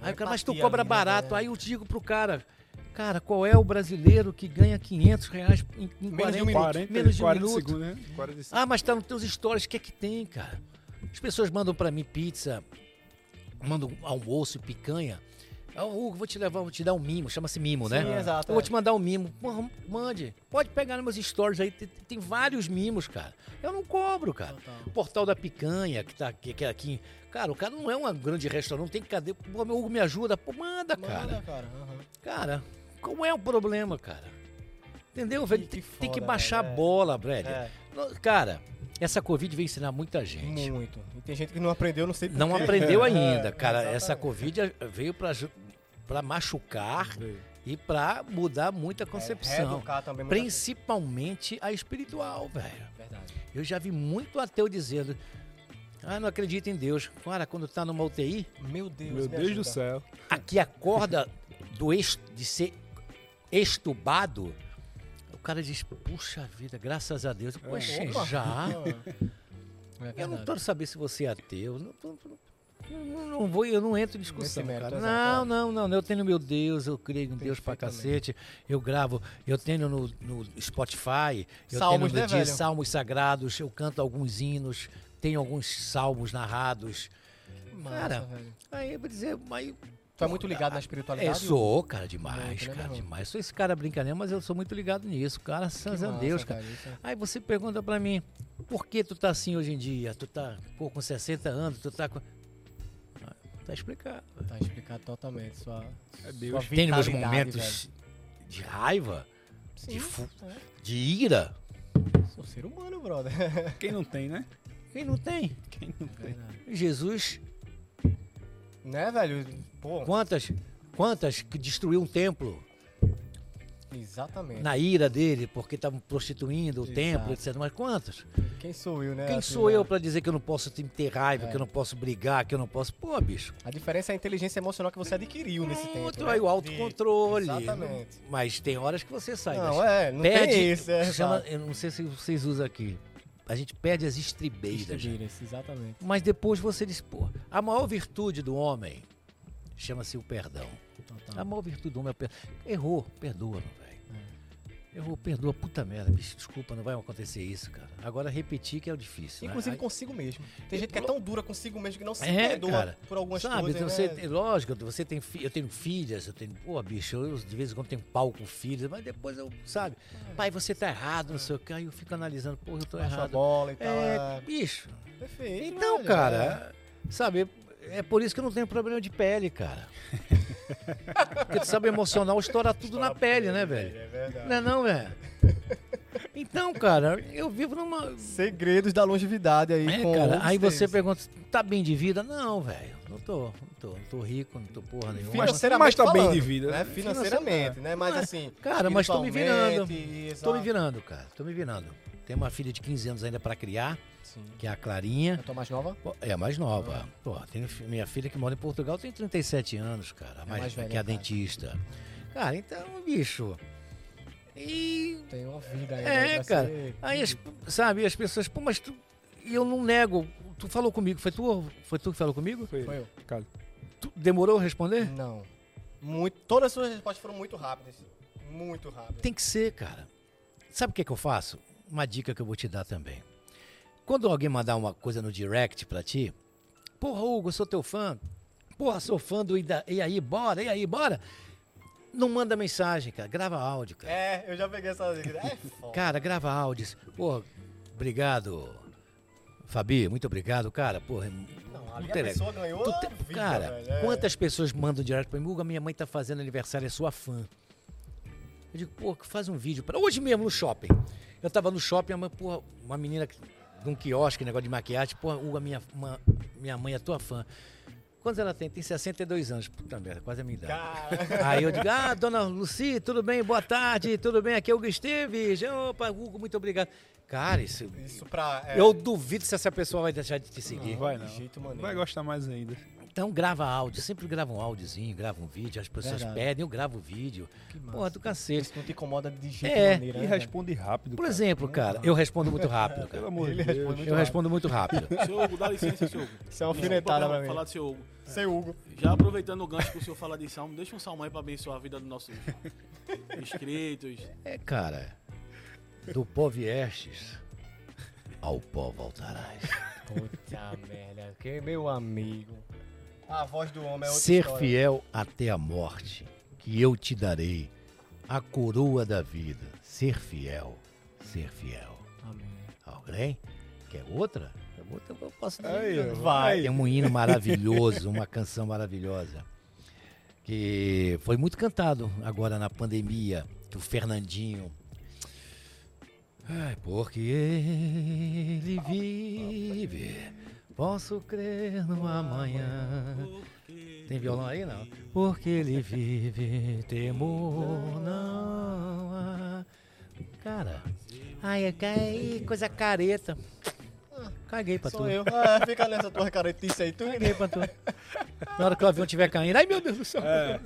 S2: Aí o cara, mas tu
S1: Empatia
S2: cobra
S1: ali, né,
S2: barato.
S1: galera?
S2: Aí eu digo pro cara, cara, qual é o brasileiro que ganha 500 reais em, em 40
S3: 40,
S2: um menos de um
S3: 40
S2: minuto?
S3: segundos, né? 40 segundos.
S2: Ah, mas tá nos teus stories, o que é que tem, cara? As pessoas mandam pra mim pizza, mandam almoço, picanha. Ah, Hugo, vou te levar, vou te dar um mimo, chama-se mimo, né?
S1: Sim, exato,
S2: Eu vou
S1: é.
S2: te mandar um mimo. Porra, Mande. Pode pegar nos meus stories aí, tem, tem vários mimos, cara. Eu não cobro, cara.
S1: Total.
S2: O Portal da Picanha, que tá aqui, que é aqui. Cara, o cara não é um grande restaurante, não tem cadê. Pô, meu Hugo me ajuda. Pô, manda, cara.
S1: Manda, cara. aham.
S2: Cara, qual é o problema, cara? Entendeu, velho?
S1: que
S2: tem, tem que
S1: foda,
S2: baixar
S1: velho,
S2: a
S1: é.
S2: bola, velho.
S1: É,
S2: No- Cara, essa Covid vai ensinar muita gente.
S1: muito. E tem gente que não aprendeu, não sei por
S2: Não
S1: quê.
S2: aprendeu
S1: É,
S2: ainda, cara. Essa
S1: exatamente.
S2: Covid é, veio pra, ju- pra machucar e pra mudar muita concepção.
S1: É, reeducar também muita
S2: Principalmente a espiritual, velho.
S1: gente. Verdade.
S2: Eu já vi muito ateu dizendo. Ah, não acredita em Deus. Cara, quando tá numa UTI,
S1: Meu Deus,
S3: Meu
S1: me
S3: Deus
S1: ajuda.
S3: do céu.
S2: aqui a corda do ex, de ser estubado, o cara diz, puxa vida, graças a Deus. Poxa, já?
S1: É
S2: Eu não
S1: verdade.
S2: quero saber se você é ateu. Não, não- não- não vou, eu não entro em
S1: Nesse
S2: discussão,
S1: mérito,
S2: cara.
S1: exato,
S2: Não,
S1: é.
S2: não, não. Eu tenho meu Deus, eu creio em Deus pra
S1: Perfeitamente.
S2: cacete. Eu gravo, eu tenho no, no Spotify, eu
S1: Salmos,
S2: tenho
S1: né,
S2: no dia,
S1: velho?
S2: salmos sagrados, eu canto alguns hinos, tenho alguns salmos narrados.
S1: Massa,
S2: Cara,
S1: velho.
S2: Aí eu vou dizer, mas
S1: Tu é muito ligado na
S2: é,
S1: espiritualidade?
S2: sou, cara, demais,
S1: Muito, né,
S2: cara,
S1: meu irmão?
S2: demais. Sou esse cara brincadeira, mas eu sou muito ligado nisso, cara. Santos a
S1: massa,
S2: Deus, cara.
S1: velho, isso é-
S2: Aí você pergunta pra mim, por que tu tá assim hoje em dia? Tu tá pô, com 60 anos, tu tá com. Ah, Tá explicado.
S1: Tá explicado totalmente. Sua,
S3: É
S1: sua
S3: Deus.
S2: Tem meus
S1: vitalidade,
S2: momentos de raiva, de,
S1: Sim,
S2: fu- de ira.
S1: velho. Sou ser humano, brother.
S2: É
S3: Quem não tem, né?
S2: Quem não tem?
S3: Quem não tem.
S2: Jesus,
S1: né, velho? Pô,
S2: quantas, quantas que destruiu um templo
S1: exatamente.
S2: na ira dele, porque estavam prostituindo o
S1: É. Exato.
S2: templo, etc. Mas quantas?
S1: Quem sou eu, né?
S2: Quem
S1: assim,
S2: sou
S1: né?
S2: eu pra dizer que eu não posso te- ter raiva,
S1: É.
S2: que eu não posso brigar, que eu não posso. Pô, bicho.
S1: A diferença é a inteligência emocional que você adquiriu nesse tempo.
S2: Pronto,
S1: né?
S2: aí o é autocontrole.
S1: Exatamente.
S2: Mas tem horas que você sai. das-
S1: Não, é, não
S2: perde,
S1: tem isso. É,
S2: se chama-
S1: exato.
S2: eu não sei se vocês usam aqui. A gente perde as estribeiras.
S1: Distribuir-se, exatamente.
S2: Mas depois você diz, pô, a maior virtude do homem chama-se o perdão. A
S1: Total.
S2: maior virtude do homem é o perdão. Errou, perdoa, meu velho.
S1: É.
S2: Errou, perdoa, puta merda, bicho, desculpa, não vai acontecer isso, cara. Agora repetir que é o difícil. né?
S1: Inclusive
S2: Aí-
S1: consigo mesmo. Tem gente que é tão dura consigo mesmo que não se
S2: É,
S1: perdoa
S2: cara.
S1: por algumas
S2: Sabe,
S1: coisas.
S2: então você
S1: né?
S2: tem- lógico, você tem fi- eu tenho filhas, eu tenho. Pô, bicho, eu de vez em quando tenho pau com filhos, mas depois eu, sabe,
S1: É.
S2: pai, você tá errado, não sei o que, aí eu fico analisando, pô, eu tô
S1: Baixa a
S2: um errado.
S1: bola e tal.
S2: É,
S1: É...
S2: bicho.
S1: Perfeito.
S2: Então,
S1: velho,
S2: cara, sabe, é por isso que eu não tenho problema de pele, cara. Porque tu sabe, emocional estoura tudo na pele, né, velho?
S1: É verdade.
S2: Não é não, velho? Então, cara, eu vivo numa.
S1: Segredos da longevidade aí
S2: É,
S1: com
S2: cara,
S1: homesteads.
S2: aí você pergunta, tá bem de vida? Não, velho, não tô, não tô, não tô rico, não tô porra nenhuma. Mas,
S1: Financeiramente
S3: mas tá bem
S1: falando,
S3: de vida,
S1: né?
S3: né?
S1: Financeiramente, né? Mas assim,
S2: é? cara, mas tô me virando.
S1: espiritualmente,
S2: Tô me
S1: exato.
S2: virando, cara, tô me virando. Tenho uma filha de 15 anos ainda pra criar,
S1: Sim.
S2: que é a Clarinha.
S1: Eu tô mais nova?
S2: Pô, É a mais nova. Pô, tem fi- minha filha que mora em Portugal tem 37 anos, cara. A mais,
S1: mais velha,
S2: que é a
S1: cara.
S2: dentista. Cara, então, bicho. E.
S1: Tenho uma vida ainda.
S2: É,
S1: pra
S2: cara.
S1: ser-
S2: Aí, as- sabe, as pessoas, pô, mas tu. E eu não nego. Tu falou comigo, foi tu, foi tu que falou comigo?
S3: Foi.
S1: Foi eu?
S3: Cara,
S2: Tu demorou a responder?
S1: Não. Muito, todas as suas respostas foram muito rápidas. Muito rápidas.
S2: Tem que ser, cara. Sabe o que, que eu faço? Uma dica que eu vou te dar também. Quando alguém mandar uma coisa no direct pra ti, porra, Hugo, eu sou teu fã. Porra, sou fã do Ida- E aí, bora, e aí, bora. Não manda mensagem, cara. Grava áudio, cara.
S1: É, eu já peguei essa dica. É foda.
S2: Cara, grava áudios. Porra, obrigado. Fabi, muito obrigado, cara. Porra,
S1: Não,
S2: não
S1: ali a
S2: tem-
S1: pessoa ganhou
S2: Tu te-
S1: vida,
S2: cara,
S1: velho, é.
S2: quantas pessoas mandam direto pra mim? Hugo, a minha mãe tá fazendo aniversário, é sua fã. Eu digo, pô, faz um vídeo para Hoje mesmo no shopping. Eu tava no shopping, a mãe, porra, uma menina que- de um quiosque, negócio de maquiagem, porra, Hugo, a minha, ma- minha mãe é tua fã. Quantos ela tem? Tem 62 anos. Puta merda, quase a minha idade.
S1: Cara,
S2: Aí eu digo, ah, dona Luci, tudo bem? Boa tarde, tudo bem? Aqui é o Hugo Esteves. Opa, Hugo, muito obrigado. Cara, isso.
S1: isso pra... É,
S2: Eu duvido se essa pessoa vai deixar de te seguir.
S3: não vai
S1: de
S3: não.
S1: jeito maneiro.
S3: Vai gostar mais ainda.
S2: Então grava áudio, sempre grava um áudiozinho, grava um vídeo, as pessoas
S1: Verdade.
S2: pedem, eu gravo o vídeo.
S1: Que massa.
S2: Porra, do cacete.
S1: Isso não te incomoda de jeito
S2: É,
S1: maneiro,
S3: E
S1: né, velho?
S3: responde rápido.
S2: Por
S3: cara.
S2: exemplo, cara, eu respondo muito rápido,
S3: Pelo
S2: cara.
S3: amor
S1: Ele
S3: de Deus.
S1: responde
S2: Eu respondo muito rápido.
S4: Seu Hugo, dá licença, seu Hugo.
S1: Isso
S2: um
S1: é uma alfinetada pra
S4: Desculpa
S1: mim.
S4: falar do seu Hugo.
S1: Seu Hugo.
S4: Já aproveitando o gancho que o senhor fala de salmo, deixa um salmo aí pra abençoar a vida dos nossos inscritos.
S2: É, cara. Do pó viestes, ao pó voltarás.
S1: Puta merda, que meu amigo. A voz do homem é outra
S2: Ser
S1: história.
S2: fiel até a morte, que eu te darei a coroa da vida. Ser fiel, ser fiel.
S1: Amém.
S2: Alguém? Quer outra? Quer outra? Eu posso dar.
S3: Aí, ó.
S1: Vai.
S2: Tem um hino maravilhoso, uma canção maravilhosa. Que foi muito cantado agora na pandemia, do Fernandinho. Ai, porque ele vive, posso crer no amanhã. Tem violão aí, não? Porque ele vive, temor não há. Cara, ai, ai, coisa careta. Caguei pra É.
S1: Sou
S2: tu.
S1: eu. Ah, fica nessa tua caretice aí, tu.
S2: Caguei pra tu. Na hora que o avião estiver caindo. Ai, meu Deus do céu.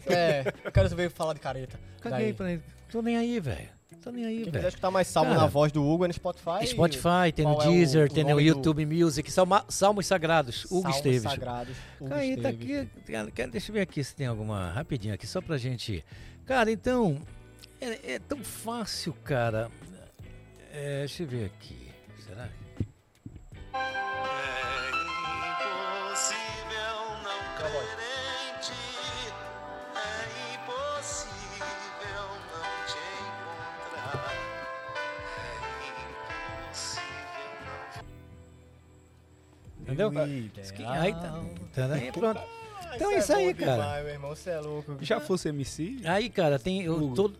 S1: É, eu quero ver falar de careta.
S2: Caguei
S1: Daí.
S2: pra ele. Tô nem aí, velho. Tô nem aí,
S1: Quem quiser
S2: velho.
S1: escutar mais salmo
S2: É. Cara,
S1: na voz do Hugo é no Spotify.
S2: Spotify, tem no
S1: Qual é o-
S2: Deezer,
S1: o
S2: tem no
S1: nome do-
S2: YouTube Music, salma- Salmos Sagrados, Hugo
S1: Salmos
S2: Esteves.
S1: Sagrados, Hugo
S2: Aí tá
S1: Esteves.
S2: aqui, cara, quero- deixa eu ver aqui se tem alguma rapidinho aqui, só pra gente. Cara, então, é, é tão fácil, cara. É, deixa eu ver aqui. Será?
S6: É É É
S2: Entendeu? Diz que- Aí tá. tá- aí pronto.
S1: Ah,
S2: Então é isso
S1: bom
S2: aí, cara.
S1: demais, meu irmão, você é louco.
S3: Já fosse MC?
S2: Aí, cara, tem. Eu,
S3: Hugo.
S2: todo,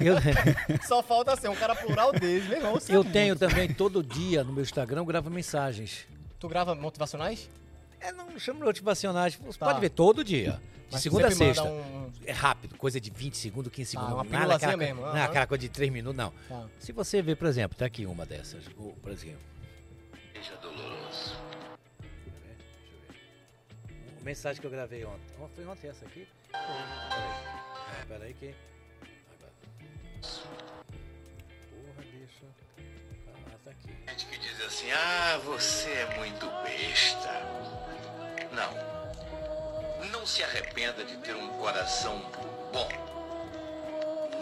S2: eu,
S1: Só falta ser um cara plural desse, meu irmão. você é
S2: eu
S1: muito-
S2: tenho também todo dia no meu Instagram, eu gravo mensagens.
S1: Tu grava motivacionais?
S2: É, não chamo de motivacionais. Você
S1: Tá.
S2: pode ver todo dia. De
S1: Mas
S2: segunda a
S1: sempre manda
S2: sexta.
S1: um-
S2: É rápido, coisa de 20 segundos, 15
S1: Tá,
S2: segundos.
S1: uma
S2: nada, aquela,
S1: pílulazinha mesmo,
S2: não,
S1: aham.
S2: aquela coisa de 3 minutos, não.
S1: Tá.
S2: Se você vê, por exemplo, tá aqui uma dessas, o- por exemplo. Seja doloroso. Deixa eu ver, deixa eu ver. Uma mensagem que eu gravei ontem. Oh, Foi ontem essa aqui? Peraí. Ah, peraí que. Agora. Porra, deixa. Ah, tá aqui.
S6: gente que diz assim, ah, você é muito besta. Não. Não se arrependa de ter um coração bom.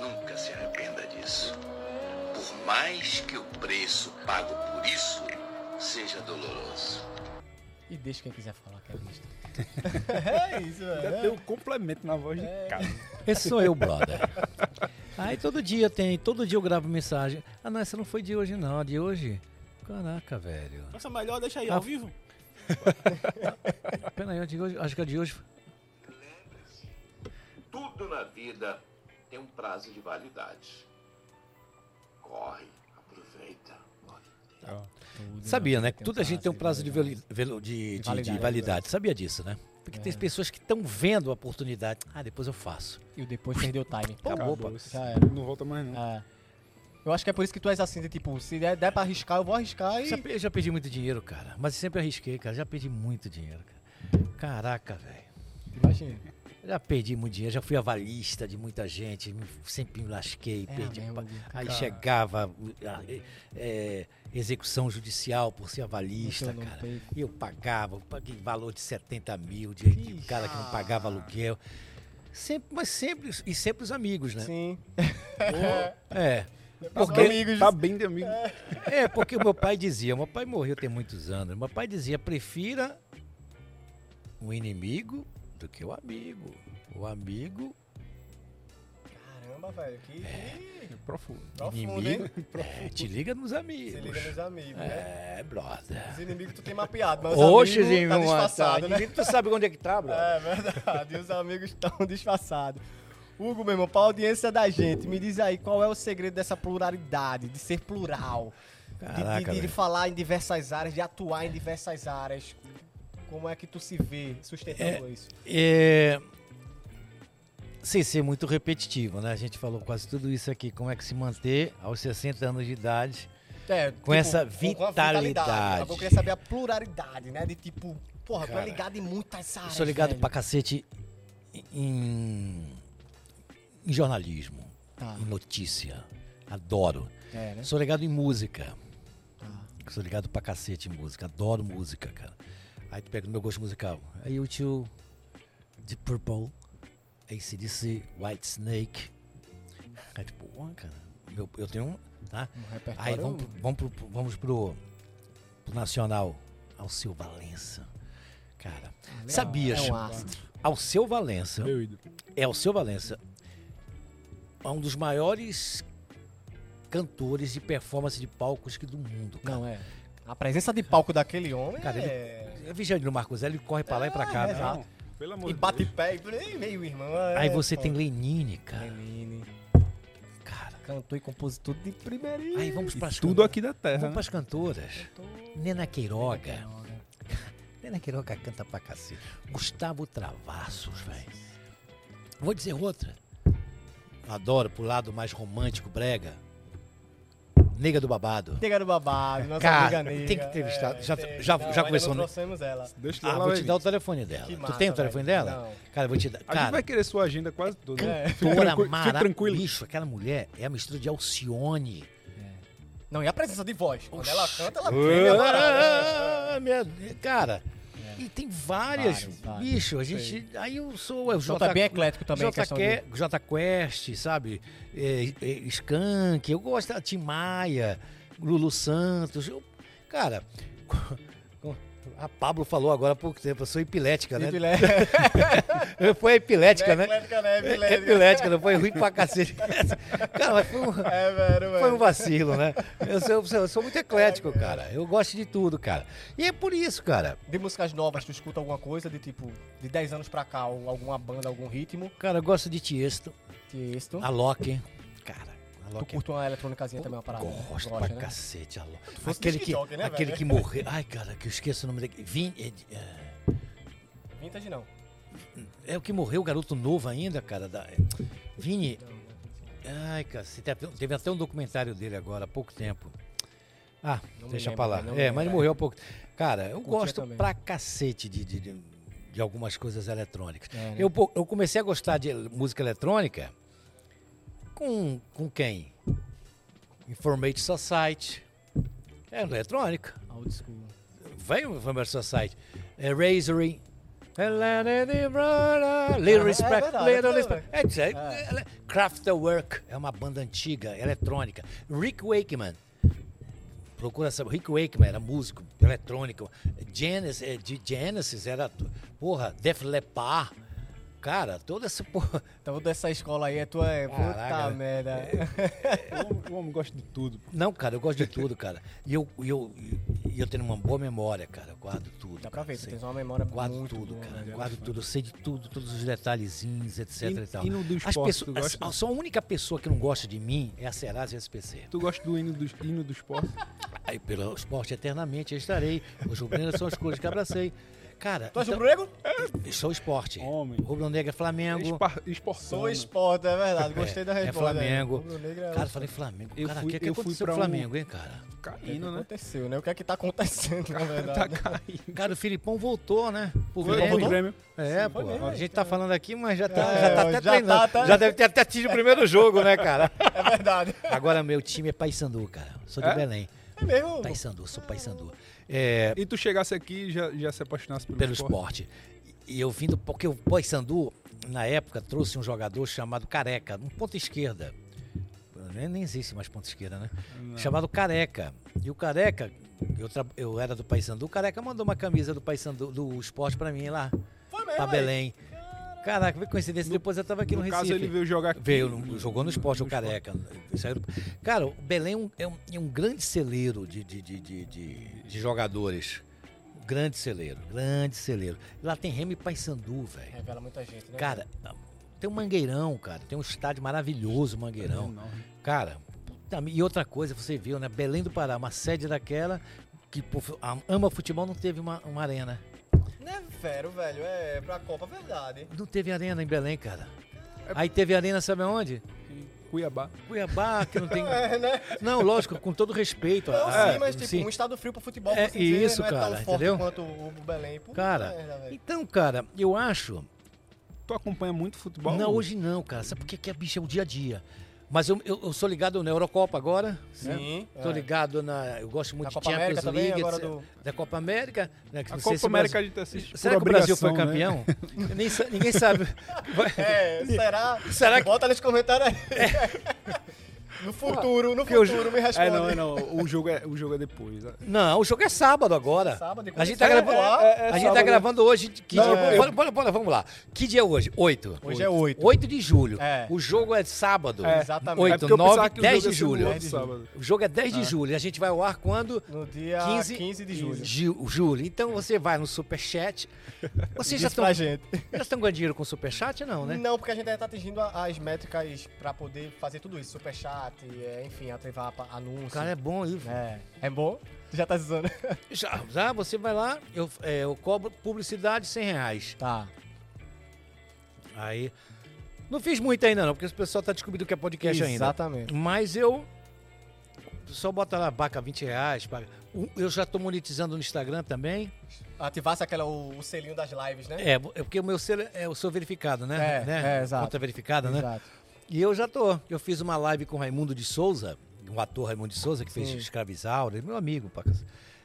S6: Nunca se arrependa disso. Por mais que o preço pago por isso seja doloroso.
S1: E deixa quem quiser falar, que é besta. é isso,
S3: Ainda
S1: velho.
S3: tem um complemento na voz
S2: É.
S3: de cara.
S2: Esse sou eu, brother. Aí todo dia tem, todo dia eu gravo mensagem. Ah, não, essa não foi de hoje, não. A de hoje. Caraca, velho.
S4: Essa melhor deixa aí
S2: Ah,
S4: ao vivo.
S2: Peraí, a de hoje, acho que a de hoje.
S6: Lembre-se, tudo na vida tem um prazo de validade. Corre, aproveita.
S2: Sabia, né? Tudo a gente tem um prazo de, veli- velo- de, de- de
S1: validade.
S2: validade. Sabia disso, né? Porque tem pessoas que estão vendo a oportunidade. Ah, depois eu faço.
S1: E o depois perdeu o time.
S2: Acabou, pô.
S1: Já era.
S3: Não volta mais não.
S1: É. Eu acho que é por isso que tu és assim, de tipo, se der, der pra arriscar, eu vou arriscar e.
S2: Já pe- Eu já perdi muito dinheiro, cara. Mas sempre arrisquei, cara. Já perdi muito dinheiro, cara. Caraca, velho.
S1: Imagina.
S2: Já perdi muito dinheiro, já fui avalista de muita gente, me- sempre me lasquei,
S1: É
S2: perdi.
S1: mesmo,
S2: pa-
S1: Dica.
S2: aí chegava uh, a- e- é, execução judicial por ser
S1: Não
S2: avalista,
S1: sei o nome,
S2: cara.
S1: teve.
S2: E eu pagava, eu paguei valor de 70 mil, de, de um
S1: Ixi.
S2: cara que não pagava aluguel. Sempre, mas sempre, os- e sempre os amigos, né?
S1: Sim.
S2: É.
S1: Os
S2: Porque,
S1: amigos.
S3: Tá bem de amigo.
S2: é, porque o meu pai dizia, meu pai morreu tem muitos anos, meu pai dizia, prefira o inimigo do que o amigo. O amigo
S1: Caramba, velho. Que. que
S3: Profundo.
S1: Profundo, hein?
S2: É, Inimigo? É, te liga nos
S1: Se
S2: amigos.
S1: liga nos amigos, né?
S2: É, brother.
S1: Os inimigos tu tem mapeado, mas os
S2: Oxe,
S1: amigos tá
S2: irmão,
S1: disfarçado,
S2: tá.
S1: né?
S2: Inimigo, Tu sabe onde é que tá, brother?
S1: É verdade, e os amigos estão disfarçados. Hugo, meu irmão, pra audiência da gente, me diz aí qual é o segredo dessa pluralidade, de ser plural, de- de-
S2: Caraca,
S1: de, de
S2: velho.
S1: falar em diversas áreas, de atuar em diversas áreas. Como é que tu se vê sustentando isso?
S2: É, Sem ser muito repetitivo, né? A gente falou quase tudo isso aqui. Como é que se manter aos 60 anos de idade?
S1: É,
S2: essa
S1: a
S2: vitalidade.
S1: Eu queria saber a pluralidade, né? De tipo, porra, tu é
S2: Cara,
S1: ligado em muitas
S2: Eu
S1: áreas.
S2: sou ligado
S1: velho.
S2: pra cacete em, em jornalismo,
S1: Tá,
S2: em notícia. Adoro.
S1: é, né?
S2: Sou ligado em música.
S1: Tá.
S2: Sou ligado pra cacete em música. Adoro música, cara. Aí tu pega o meu gosto musical. Aí o tio de Purple, ACDC, White Snake. Aí tipo, ó, cara, eu, eu tenho um, tá?
S1: Um
S2: Aí
S1: repertório.
S2: vamos, pro- vamos, pro, vamos pro, pro Nacional. Alceu Valença. Cara, sabias?
S1: É um astro.
S2: Alceu Valença
S3: Meu ídolo.
S2: é o seu Valença. É um dos maiores cantores de performance de palcos que do mundo, cara.
S1: Não, é. A presença de palco daquele homem
S2: Cara, ele-
S1: é...
S2: É Vigiando no Marcos ele corre pra lá e pra cá.
S1: É,
S2: né?
S1: exato.
S3: Pelo amor
S1: E
S3: de
S1: bate
S3: Deus.
S1: pé e meio irmão. é,
S2: Aí você tem Lenine, cara.
S1: Lenine,
S2: Cara.
S1: cantor e compositor de primeirinho.
S2: Aí vamos pras
S3: E tudo
S2: can-
S3: aqui da terra.
S2: Vamos
S3: né?
S2: pras cantoras. Nena Queiroga. Nena Queiroga canta pra cacete. Gustavo Travassos, velho. Vou dizer outra. Adoro pro lado mais romântico, brega. Nega do babado.
S1: Nega do babado, nossa
S2: Cara,
S1: amiga nega.
S2: tem que entrevistar. Já-
S1: tem.
S2: já- já
S1: ainda
S2: conversou,
S1: Não
S2: né?
S1: trouxemos ela.
S3: Deixa eu
S2: Ah,
S3: lá,
S2: vou
S3: vai
S2: te
S3: vir.
S2: dar o telefone dela.
S1: Que
S2: tu
S1: massa,
S2: tem o telefone
S1: velho.
S2: dela?
S1: Não.
S2: Cara, eu vou te dar.
S3: A gente vai
S2: Cara,
S3: querer sua agenda quase toda. né?
S2: Tora
S3: tranquilo, fique tranquilo.
S2: maravilhoso. Bicho, aquela mulher é a mistura de Alcione.
S1: Não, e a presença de voz. Quando ela canta, ela brilha.
S2: Ah, minha- Cara. é E tem várias,
S1: Várias, várias.
S2: bicho, a gente, aí eu sou, eu
S1: Então tá bem eclético também, a
S2: J,
S1: questão
S2: Que- J Quest, sabe? É, é, Skank, eu gosto da Tim Maia, Lulu Santos. eu- cara, a Pablo falou agora há pouco tempo, eu sou epilética,
S1: de...
S2: né?
S1: Epilé-
S2: Foi epilética, né?
S1: Eclética, né?
S2: É-
S1: Epilé-
S2: Epilética, não foi ruim pra cacete. cara, mas foi um,
S1: É, velho, velho.
S2: foi um vacilo, né? Eu sou, eu sou muito eclético, cara. Eu gosto de tudo, cara. E é por isso, cara.
S1: De músicas novas, tu escuta alguma coisa de tipo, de 10 anos pra cá, ou alguma banda, algum ritmo?
S2: Cara, eu gosto de Tiesto,
S1: Que isso.
S2: a Loki. Cara, a
S1: tu
S2: Loki.
S1: curte uma eletrônicazinha também, uma parada? né?
S2: Gosto
S1: Gosta,
S2: pra
S1: né?
S2: cacete, a Loki.
S1: fosse
S2: Aquele, que,
S1: TikTok, né,
S2: aquele
S1: velho?
S2: que morreu. Ai, cara, que eu esqueço o nome dele. Vin, é, é-
S1: Vintage não.
S2: é o que morreu, o garoto novo ainda, cara. Da, Vini. Ai, cara, você teve, teve até um documentário dele agora, há pouco tempo. Ah,
S1: Não me
S2: deixa
S1: lembro,
S2: pra lá.
S1: velho, não me
S2: É,
S1: lembro,
S2: mas ele
S1: é.
S2: morreu há pouco. Cara, eu
S1: Curtia
S2: gosto
S1: também.
S2: pra cacete de, de, de- de algumas coisas eletrônicas.
S1: É, né?
S2: eu, po- eu comecei a gostar de el- música eletrônica com, com quem? Informate Society. É eletrônica.
S1: Old school.
S2: Vem um o Informate Society. É Razory. É Let It Run, uh,
S1: Ah,
S2: Little
S1: é
S2: Respect,
S1: verdade,
S2: Little
S1: é
S2: Respect. É, isso aí. Ela- Kraftwerk é uma banda antiga, eletrônica. Rick Wakeman. Procura saber. Rick Wakeman era músico, eletrônico. Genesis, eh, de Genesis era, porra, Def Leppard. Cara, toda essa porra.
S1: Então dessa escola aí é tua. é, Puta
S2: Caraca. É,
S1: merda.
S3: O homem- O homem gosta de tudo. pô.
S2: Não, cara, eu gosto de tudo, cara. E eu, e eu, e eu tenho uma boa memória, cara. Eu guardo tudo.
S1: Dá pra
S2: cara,
S1: ver, tu
S2: sei.
S1: tens uma memória
S2: Guardo
S1: muito
S2: tudo,
S1: boa,
S2: cara.
S1: né?
S2: Guardo tudo. Eu sei de tudo, todos os detalhezinhos, etc.
S3: E-
S2: E, tal.
S3: e no do
S2: As
S3: esporte, tu
S2: pessoas,
S3: gosta?
S2: a, só a única pessoa que não gosta de mim é a Serasa e a SPC.
S3: Tu gosta do hino do, hino do esporte?
S2: Aí, pelo esporte eternamente eu estarei. Os rubro-negros são as cores que abracei. Cara,
S1: Tu acha o
S2: então,
S1: Brego?
S2: sou esporte.
S3: Homem.
S2: Rubro-negro é Flamengo.
S3: Espar- né? Esportão.
S1: Sou esporte, é verdade. Gostei da
S2: É
S1: resposta.
S2: Flamengo.
S1: O Rubro-negro é
S2: Cara,
S1: outro.
S2: falei Flamengo.
S3: Eu
S2: cara, o
S3: fui-
S2: que, que
S3: eu fui
S2: aconteceu com o
S3: pra um-
S2: Flamengo, hein, cara?
S3: né?
S1: O que é que
S3: Caindo, né?
S1: aconteceu, né? O que é que tá acontecendo, na
S3: Tá
S1: verdade?
S2: né?
S3: caindo.
S2: Cara, o Filipão voltou, né? Pro
S3: Foi
S2: Grêmio.
S3: o Grêmio.
S2: É, pô. A gente tá falando aqui, mas já tá,
S1: É,
S2: já tá até
S1: já
S2: treinando.
S1: tá, tá.
S2: Já deve ter até tido o primeiro jogo, né, cara?
S1: É verdade.
S2: Agora, meu time é Paysandu, cara. Sou de
S3: É?
S2: Belém.
S1: É mesmo.
S2: Paysandu, sou Paysandu. É,
S3: E tu chegasse aqui e já, já se apaixonasse pelo,
S2: pelo esporte. E eu vindo, porque o Paysandu, na época, trouxe um jogador chamado Careca, um ponta esquerda. Nem, nem existe mais ponta esquerda, né? Chamado Careca. E o Careca, eu, tra- eu era do Paysandu, o Careca mandou uma camisa do Paysandu, do esporte pra mim lá,
S1: Foi mesmo.
S2: pra
S1: aí.
S2: Belém. Caraca, que coincidência, depois eu tava aqui no,
S3: No
S2: Recife.
S3: caso, ele veio jogar aqui.
S2: Veio, no- jogou no esporte, o
S3: no
S2: careca. Saiu do- Cara, o Belém é um, é um- é um grande celeiro de, de, de, de, de- de jogadores. Grande celeiro, grande celeiro. Lá tem Remy Paysandu, velho.
S1: Revela muita gente, né?
S2: Cara, tem um Mangueirão, cara. Tem um estádio maravilhoso, Mangueirão. Cara, puta mi- e outra coisa, você viu, né? Belém do Pará, uma sede daquela que pô, fu- a- ama futebol, não teve uma, uma arena.
S1: Não é fero, velho. É pra Copa, é verdade.
S2: Não teve arena em Belém, cara. Aí teve arena, sabe aonde?
S3: Cuiabá.
S2: Cuiabá, que não tem.
S1: É, né?
S2: Não, lógico, com todo respeito.
S1: Não,
S2: a-
S1: sim, mas tipo,
S2: é, sim.
S1: um estado frio pro futebol,
S2: É
S1: por assim dizer,
S2: isso,
S1: não é
S2: cara,
S1: tão forte
S2: entendeu?
S1: quanto o Belém. Puta merda,
S2: Cara,
S1: é, né, velho.
S2: então, cara, eu acho.
S3: Tu acompanha muito futebol?
S2: Não, hoje não, cara. Sabe por que que a bicha é o dia a dia? Mas eu, eu, eu sou ligado na Eurocopa agora.
S1: Sim,
S2: Né? Tô
S1: é.
S2: ligado na. Eu gosto muito
S1: Na
S2: de
S1: Copa
S2: Champions
S1: América também,
S2: League,
S1: agora
S2: etc.
S1: do-
S2: da Copa América. Né? que
S3: A
S2: não sei
S3: Copa
S2: se o
S3: América a
S2: Brasil-
S3: gente
S1: é
S3: assiste.
S2: Será que
S3: por
S2: o Brasil foi
S3: obrigação, né?
S2: campeão? Nem sa- ninguém sabe. Vai-
S1: É, será?
S2: Será que-
S1: Bota nos comentários aí. No futuro, no
S2: Que eu
S1: futuro, me responde.
S3: É, não, é, não. O jogo é, o jogo é depois.
S2: Não, o jogo é sábado agora.
S1: Sábado, e
S2: a gente tá,
S1: é,
S2: gravando,
S1: é,
S3: é, é
S2: a gente tá
S3: sábado.
S2: gravando hoje. Que
S1: Não,
S2: dia,
S1: é.
S2: bora, bora, bora, vamos lá. Que dia é hoje? Oito.
S1: Hoje é oito.
S2: 8 de julho.
S1: É.
S2: O jogo é sábado.
S1: É, exatamente. É
S2: 8,
S3: porque eu pensava
S2: 9,
S3: que o
S2: 10
S3: jogo
S2: de
S3: ia ser no
S2: julho.
S3: outro sábado.
S2: O jogo é 10 de julho. E a gente vai ao ar quando?
S1: No dia 15, de julho.
S2: Ju- julho. Então você vai no Superchat. Vocês já
S1: Diz
S2: estão.
S1: pra gente.
S2: Já estão ganhando dinheiro com o Superchat? Não, né?
S1: Não, porque a gente ainda tá atingindo a- as métricas pra poder fazer tudo isso. Superchat, é, enfim, ativar pa- anúncio.
S2: O cara é bom aí.
S1: é... é bom? Tu já tá usando?
S2: Já, já você vai lá, eu, é, eu cobro publicidade 100 reais.
S1: Tá.
S2: Aí. Não fiz muito ainda, não, porque o pessoal tá descobrindo o que é podcast ainda.
S1: Exatamente.
S2: Mas eu só bota lá, baca 20 reais. paga. O- Eu já tô monetizando no Instagram também.
S1: Ativasse aquela, o, o selinho das lives, né?
S2: É, é porque o meu selo é, eu sou verificado, né?
S1: É,
S2: né?
S1: é, exato.
S2: Conta verificada, né?
S1: Exato.
S2: E eu já tô. Eu fiz uma live com o Raimundo de Souza, um ator Raimundo de Souza, que fez
S1: Sim.
S2: Escravizaura, é meu amigo, pra cacete.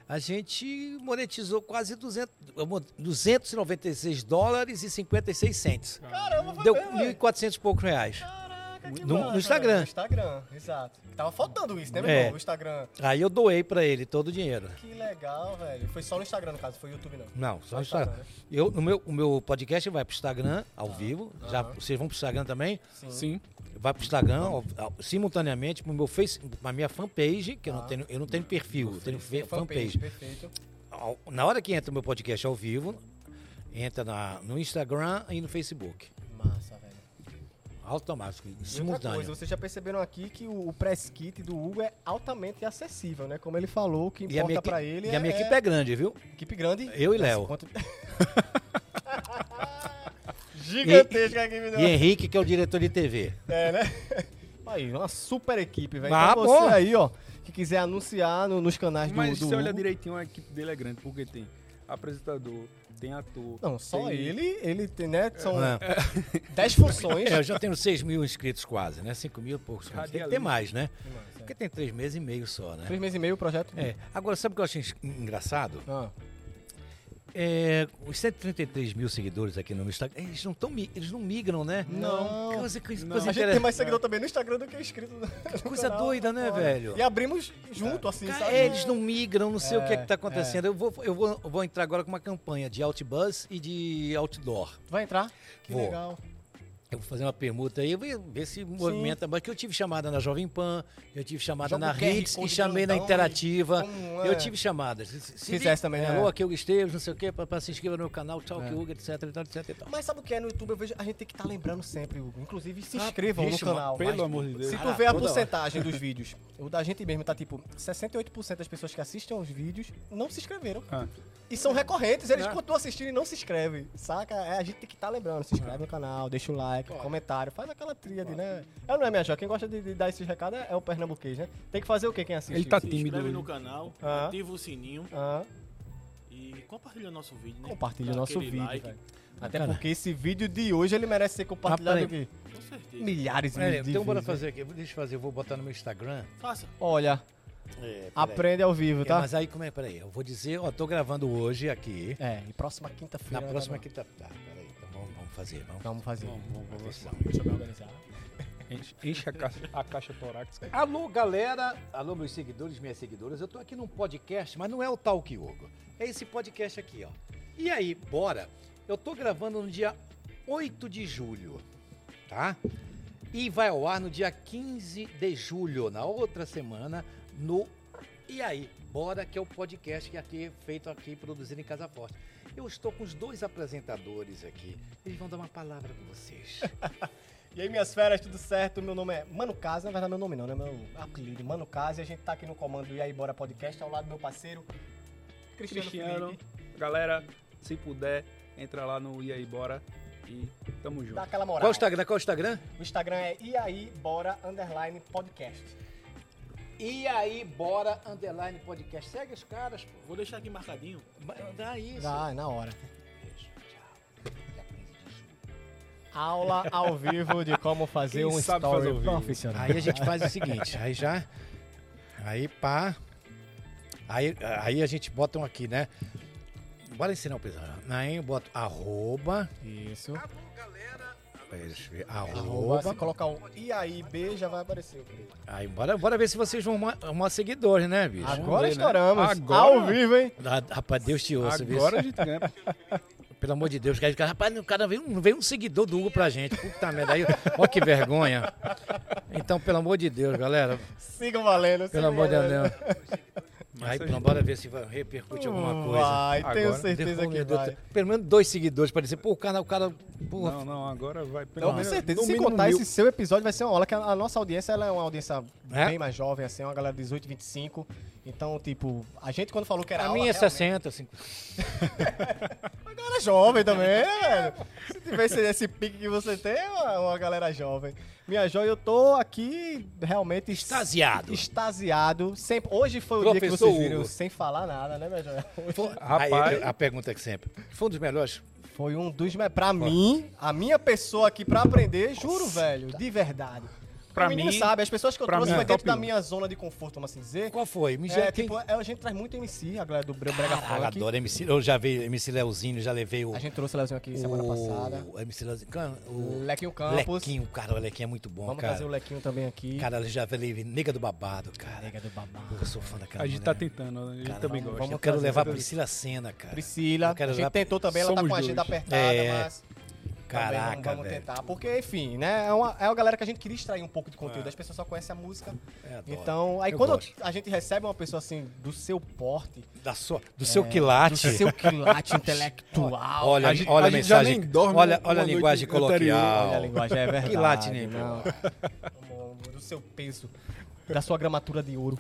S2: A gente monetizou quase 200, eu mon- 296 dólares e 56 centes.
S1: Caramba, foi
S2: Deu
S1: bem, velho.
S2: 1.400 e poucos reais.
S1: Caraca,
S2: No- no
S1: massa,
S2: Instagram.
S1: velho. No Instagram, exato. Tava faltando isso, né, meu
S2: É.
S1: irmão? O Instagram.
S2: Aí eu doei pra ele todo o dinheiro.
S1: Que legal, velho. Foi só no Instagram, no caso, foi YouTube, não.
S2: Não, só
S1: Só
S2: no Instagram.
S1: Instagram, né?
S2: Eu, no meu, o meu podcast vai pro Instagram,
S1: Tá.
S2: ao vivo. Já, vocês vão pro Instagram também?
S3: Sim.
S2: Vai pro Instagram,
S1: Tá
S2: ao- ao- simultaneamente, pro meu Face, pra minha fanpage, que eu
S1: Tá.
S2: não tenho, eu não tenho perfil, eu tenho
S1: é
S2: fe- fanpage.
S1: Perfeito.
S2: Ao- Na hora que entra o meu podcast ao vivo, entra na- no Instagram e no Facebook.
S1: Massa, velho.
S2: Automático,
S1: E outra coisa,
S2: simultâneo.
S1: vocês já perceberam aqui que o, o press kit do Hugo é altamente acessível, né? Como ele falou, o que
S2: E a, minha,
S1: importa
S2: equi-
S1: pra ele
S2: e a minha
S1: é,
S2: equipe é grande, viu?
S1: equipe grande.
S2: Eu e Léo.
S1: Quanto-
S2: Gigantesca
S1: Gigantesca equipe do
S2: E Henrique, que é o diretor de TV.
S1: É, né? Aí, uma super equipe, velho.
S2: Ah,
S1: Então você
S2: bom.
S1: aí, ó, que quiser anunciar no- nos canais do,
S3: Mas
S1: do
S3: se olha
S1: Hugo-
S3: direitinho, a equipe dele é grande, porque tem apresentador, tem ator.
S1: Não, só
S3: tem-
S1: ele, ele tem, né? São
S2: É.
S1: 10 funções.
S2: É, eu já tenho 6 mil inscritos quase, né? 5 mil e poucos. Tem que ter
S3: Radialista.
S2: mais, né?
S1: Demais, é.
S2: Porque tem 3 meses e meio só, né?
S1: Três meses e meio o projeto.
S2: É. Agora, sabe o que eu achei en- engraçado?
S1: Ah,
S2: É, os 133 mil seguidores aqui no Instagram, eles não, tão, mi- eles não migram, né?
S1: Não.
S2: Coisa, coisa,
S1: a
S2: coisa
S1: gente
S2: intera-
S1: tem mais seguidor também no Instagram do que inscrito. no- no
S2: coisa
S1: canal.
S2: doida, né,
S1: Olha.
S2: velho?
S1: E abrimos junto, assim,
S2: Cara,
S1: sabe?
S2: é, eles não migram, não sei o que é que
S1: É,
S2: tá acontecendo. Eu, vou, eu vou, eu vou entrar agora com uma campanha de outbus e de outdoor.
S1: Vai entrar? Que
S2: Vou.
S1: legal.
S2: Eu vou fazer uma permuta aí, ver, ver se movimenta. Mas que eu tive chamada na Jovem Pan, eu tive chamada
S1: Joga
S2: na
S1: o QR
S2: Hits e
S1: Code
S2: chamei na
S1: grandão,
S2: Interativa.
S1: como é.
S2: Eu tive chamadas. Se- se- se
S1: Fizesse também, né? É.
S2: Alô, aqui eu Esteves, não sei o quê, pra, pra se inscrever no meu canal, tchau, que Hugo, etc, etc, etc. e tal.
S1: Mas sabe o que é no YouTube? Eu vejo, a gente tem que estar lembrando sempre, Hugo. Inclusive, se inscrevam
S2: bicho,
S1: no canal.
S3: Pelo amor de Deus.
S1: Se tu
S2: Cara,
S1: vê a
S2: toda hora.
S1: porcentagem dos vídeos, o da gente mesmo tá tipo, 68% das pessoas que assistem aos vídeos não se inscreveram.
S3: Ah,
S1: E são recorrentes, eles
S2: É.
S1: continuam assistindo e não se inscrevem. Saca? É, a gente tem que estar lembrando. Se inscreve no canal, deixa o like, comentário, faz aquela tríade, né? É ou não é, minha joia? Quem gosta de, de dar esses recados é, é o pernambuquês, né? Tem que fazer o quê quem assiste?
S3: Ele tá
S1: isso?
S4: Se
S3: tímido.
S4: inscreve
S3: hoje.
S4: no canal,
S1: Ah.
S4: ativa o sininho
S1: Ah,
S4: e compartilha nosso vídeo, né?
S1: compartilha o
S4: Dá
S1: nosso
S4: aquele
S1: vídeo,
S4: like,
S1: velho. Até
S2: Cara.
S1: porque esse vídeo de hoje ele merece ser compartilhado
S2: Ah,
S1: aqui.
S4: Com certeza.
S1: milhares e
S2: É,
S1: milhares de
S2: então bora
S1: vezes, né?
S2: fazer aqui. Deixa eu fazer, eu vou botar no meu Instagram.
S4: Faça.
S1: Olha,
S2: É, peraí.
S1: aprende ao vivo,
S2: É,
S1: tá?
S2: mas aí como é? Peraí, eu vou dizer, ó, tô gravando hoje aqui.
S1: É, e próxima
S2: Na
S1: quinta-feira. vai
S2: próxima
S1: dar-
S2: aqui tá. Tá, peraí, então vamos, vamos fazer, vamos.
S1: Vamos fazer.
S2: Atenção.
S1: Deixa eu me organizar.
S3: enche, enche a caixa, a caixa torácica.
S2: Alô, galera! Alô, meus seguidores, minhas seguidoras. Eu tô aqui num podcast, mas não é o tal Kyogo. É esse podcast aqui, ó. E aí, bora? Eu tô gravando no dia 8 de julho, tá? E vai ao ar no dia 15 de julho, na outra semana, no E aí, bora que é o podcast que aqui é feito aqui produzido em Casa Forte. Eu estou com os dois apresentadores aqui. Eles vão dar uma palavra com vocês.
S1: E aí, minhas feras, tudo certo? Meu nome é Mano Casa, na verdade, meu nome não, né? Meu apelido, Mano Casa, e a gente tá aqui no comando E aí, Bora Podcast, ao lado do meu parceiro, Cristiano.
S3: Cristiano,
S1: Felipe.
S3: galera, se puder, entra lá no E aí Bora e tamo junto.
S1: Dá aquela moral.
S2: Qual o Instagram? Qual o Instagram?
S1: O Instagram é E aí, Bora Underline Podcast.
S2: E aí, bora, underline podcast. Segue os caras, pô.
S4: Vou deixar aqui marcadinho.
S2: Mas Dá isso.
S1: na hora.
S2: Beijo, tchau. Dia 15 de julho.
S1: Aula ao vivo de como fazer
S3: Quem
S1: um
S3: sabe
S1: story
S3: fazer ao vivo?
S1: profissional.
S2: Aí a gente faz o seguinte, aí já. Aí pá. Aí, aí a gente bota um aqui, né? Bora ensinar o pessoal. Aí eu boto arroba.
S1: Isso.
S2: deixa eu ver,
S1: Arroba, se
S2: Arroba.
S1: colocar um E aí, B, já vai aparecer. o primeiro.
S2: Aí bora, bora ver se vocês vão arrumar- arrumar seguidores, né, bicho?
S1: Agora
S3: ver, né?
S1: estouramos.
S3: Agora?
S1: Ao vivo, hein?
S2: Ah, Rapaz, Deus te ouça, bicho.
S3: Agora a gente ganha.
S2: Pelo amor de Deus, cara, Cara, rapaz, o cara veio, um- veio um seguidor do Hugo pra gente. Puta merda, aí, ó que vergonha. Então, pelo amor de Deus, galera.
S1: Sigam valendo.
S2: Pelo
S1: sigam
S2: amor de
S1: valendo.
S2: Deus. Aí, pronto, bora ver se vai repercute alguma coisa.
S1: Vai, tenho
S3: Agora.
S1: certeza
S2: Depois,
S1: que
S2: meu Deus,
S1: vai.
S2: Pelo menos dois seguidores pra dizer, pô, o cara, o cara, pô,
S3: Não, não, agora vai. Pelo
S1: Então, com
S3: menos-
S1: certeza.
S3: no
S1: Se
S3: mínimo
S1: contar
S3: mil.
S1: esse seu episódio, vai ser uma aula que a, a nossa audiência ela é uma audiência
S2: É?
S1: bem mais jovem, assim, uma galera de 18, 25. Então, tipo, a gente quando falou que era
S2: Pra
S1: aula,
S2: mim é
S1: realmente-
S2: 60, 50.
S1: Uma galera jovem também, né, velho? Se tivesse esse pique que você tem, é uma, uma galera jovem. Minha joia, eu tô aqui realmente est-
S2: Extasiado.
S1: extasiado. Sempre, hoje foi o dia que
S2: Professor
S1: vocês viram
S2: Hugo.
S1: sem falar nada, né, minha joia?
S3: Rapaz.
S2: Aí, a pergunta que sempre. Foi um dos melhores?
S1: Foi um dos. me- Pra mim, a minha pessoa aqui pra aprender, juro, velho, de verdade.
S3: Pra
S1: o menino
S3: mim-
S1: sabe, as pessoas que eu
S3: pra
S1: trouxe
S3: mim é
S1: foi dentro
S3: top
S1: da
S3: um.
S1: minha zona de conforto, vamos assim dizer.
S2: Qual foi? Me
S1: É,
S2: quem-
S1: tipo, é, a gente traz muito MC, a galera do Bre- Brega
S2: Caralho,
S1: Funk.
S2: adoro MC. Eu já vi MC Leozinho, já levei o.
S1: A gente trouxe o Leozinho aqui semana
S2: o-
S1: passada.
S2: o MC Leozinho. can-
S1: O
S2: O
S1: Lequinho Campos.
S2: Lequinho, cara, o Lequinho é muito bom,
S1: Vamos
S2: cara.
S1: trazer o Lequinho também aqui.
S2: Cara, eu já levei nega do babado, cara.
S1: Nega do babado.
S2: Pô, eu sou fã daquela
S3: A gente
S2: mulher.
S3: tá tentando, a gente
S2: Cara,
S3: também
S2: vamos-
S3: gosta.
S2: Eu quero
S1: trazer,
S2: levar a
S1: vamos trazer.
S2: Priscila Senna, cara.
S1: Priscila,
S2: Eu quero
S1: a gente
S2: levar-
S1: tentou também, ela tá
S3: Somos
S1: com a agenda
S3: dois.
S1: apertada,
S2: É,
S1: mas também não
S2: Caraca,
S1: vamos
S2: velho.
S1: tentar. Porque, enfim, né? É uma, é uma galera que a gente queria extrair um pouco de conteúdo. As pessoas só conhecem a música.
S2: É, adoro.
S1: Então, aí
S2: Eu
S1: quando
S2: gosto.
S1: a gente recebe uma pessoa assim, do seu porte,
S2: Da sua, do seu quilate.
S1: do seu quilate intelectual.
S2: Olha,
S3: A gente-
S2: olha a,
S3: a gente já
S2: mensagem.
S3: nem dorme
S2: olha
S3: uma
S2: olha a
S3: noite
S2: linguagem
S3: anterior.
S2: coloquial.
S1: Olha a linguagem, é verdade.
S2: Quilate, né, pô?
S1: não. Amor, Do seu peso, da sua gramatura de ouro.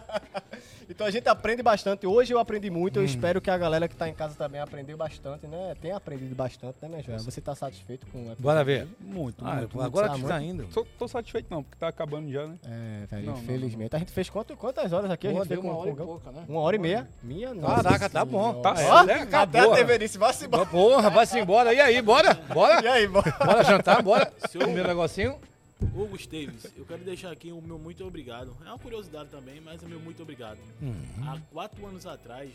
S1: então a gente aprende bastante. Hoje eu aprendi muito.
S2: Uhum.
S1: Eu espero que a galera que tá em casa também aprendeu bastante, né? Tem aprendido bastante, né, minha joia? Você tá satisfeito com o episódio?
S2: Bora ver.
S3: Muito,
S2: Ah,
S3: muito.
S2: agora
S1: muito
S2: que tá indo.
S3: Tô, tô satisfeito não, porque tá acabando já, né?
S1: É, velho,
S3: Não, não,
S1: infelizmente. A gente fez quanto- quantas horas aqui? a
S2: Pô,
S1: gente fez
S2: deu uma hora e
S1: com-
S2: pouca, né?
S1: Uma hora e meia? Minha nossa.
S2: Caraca, tá bom.
S1: Tá
S2: Tá
S1: só?
S2: é,
S1: Até
S2: acabou.
S1: a TV disse, vai se embora.
S2: Porra, vai-se embora. E aí, bora?
S1: E
S2: Bora?
S1: aí, bora.
S2: Bora jantar, bora?
S4: Senhor-
S2: Comer um negocinho?
S4: Hugo Esteves, eu quero deixar aqui o meu muito obrigado. É uma curiosidade também, mas é meu muito obrigado. Há quatro anos atrás.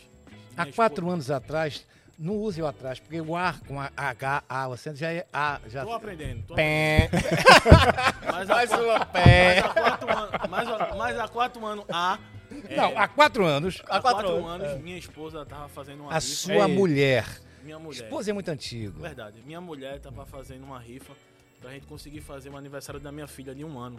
S2: Há quatro anos atrás, não use o atrás, porque o ar com a H, A, você já é A. Já...
S4: Tô aprendendo. Tô
S1: Pé.
S4: Mas há
S1: Mais
S4: qua-
S1: uma pé.
S4: mas há quatro anos. Mas, há- mas há quatro anos. A. é,
S2: Não, há quatro anos,
S1: há
S4: há
S1: quatro É
S4: quatro,
S1: anos,
S4: anos, minha esposa tava fazendo uma
S2: a
S4: rifa.
S2: sua mulher.
S4: Minha mulher.
S2: Esposa é muito antigo.
S4: Verdade. Minha mulher tava fazendo uma rifa pra gente conseguir fazer um aniversário da minha filha de um ano.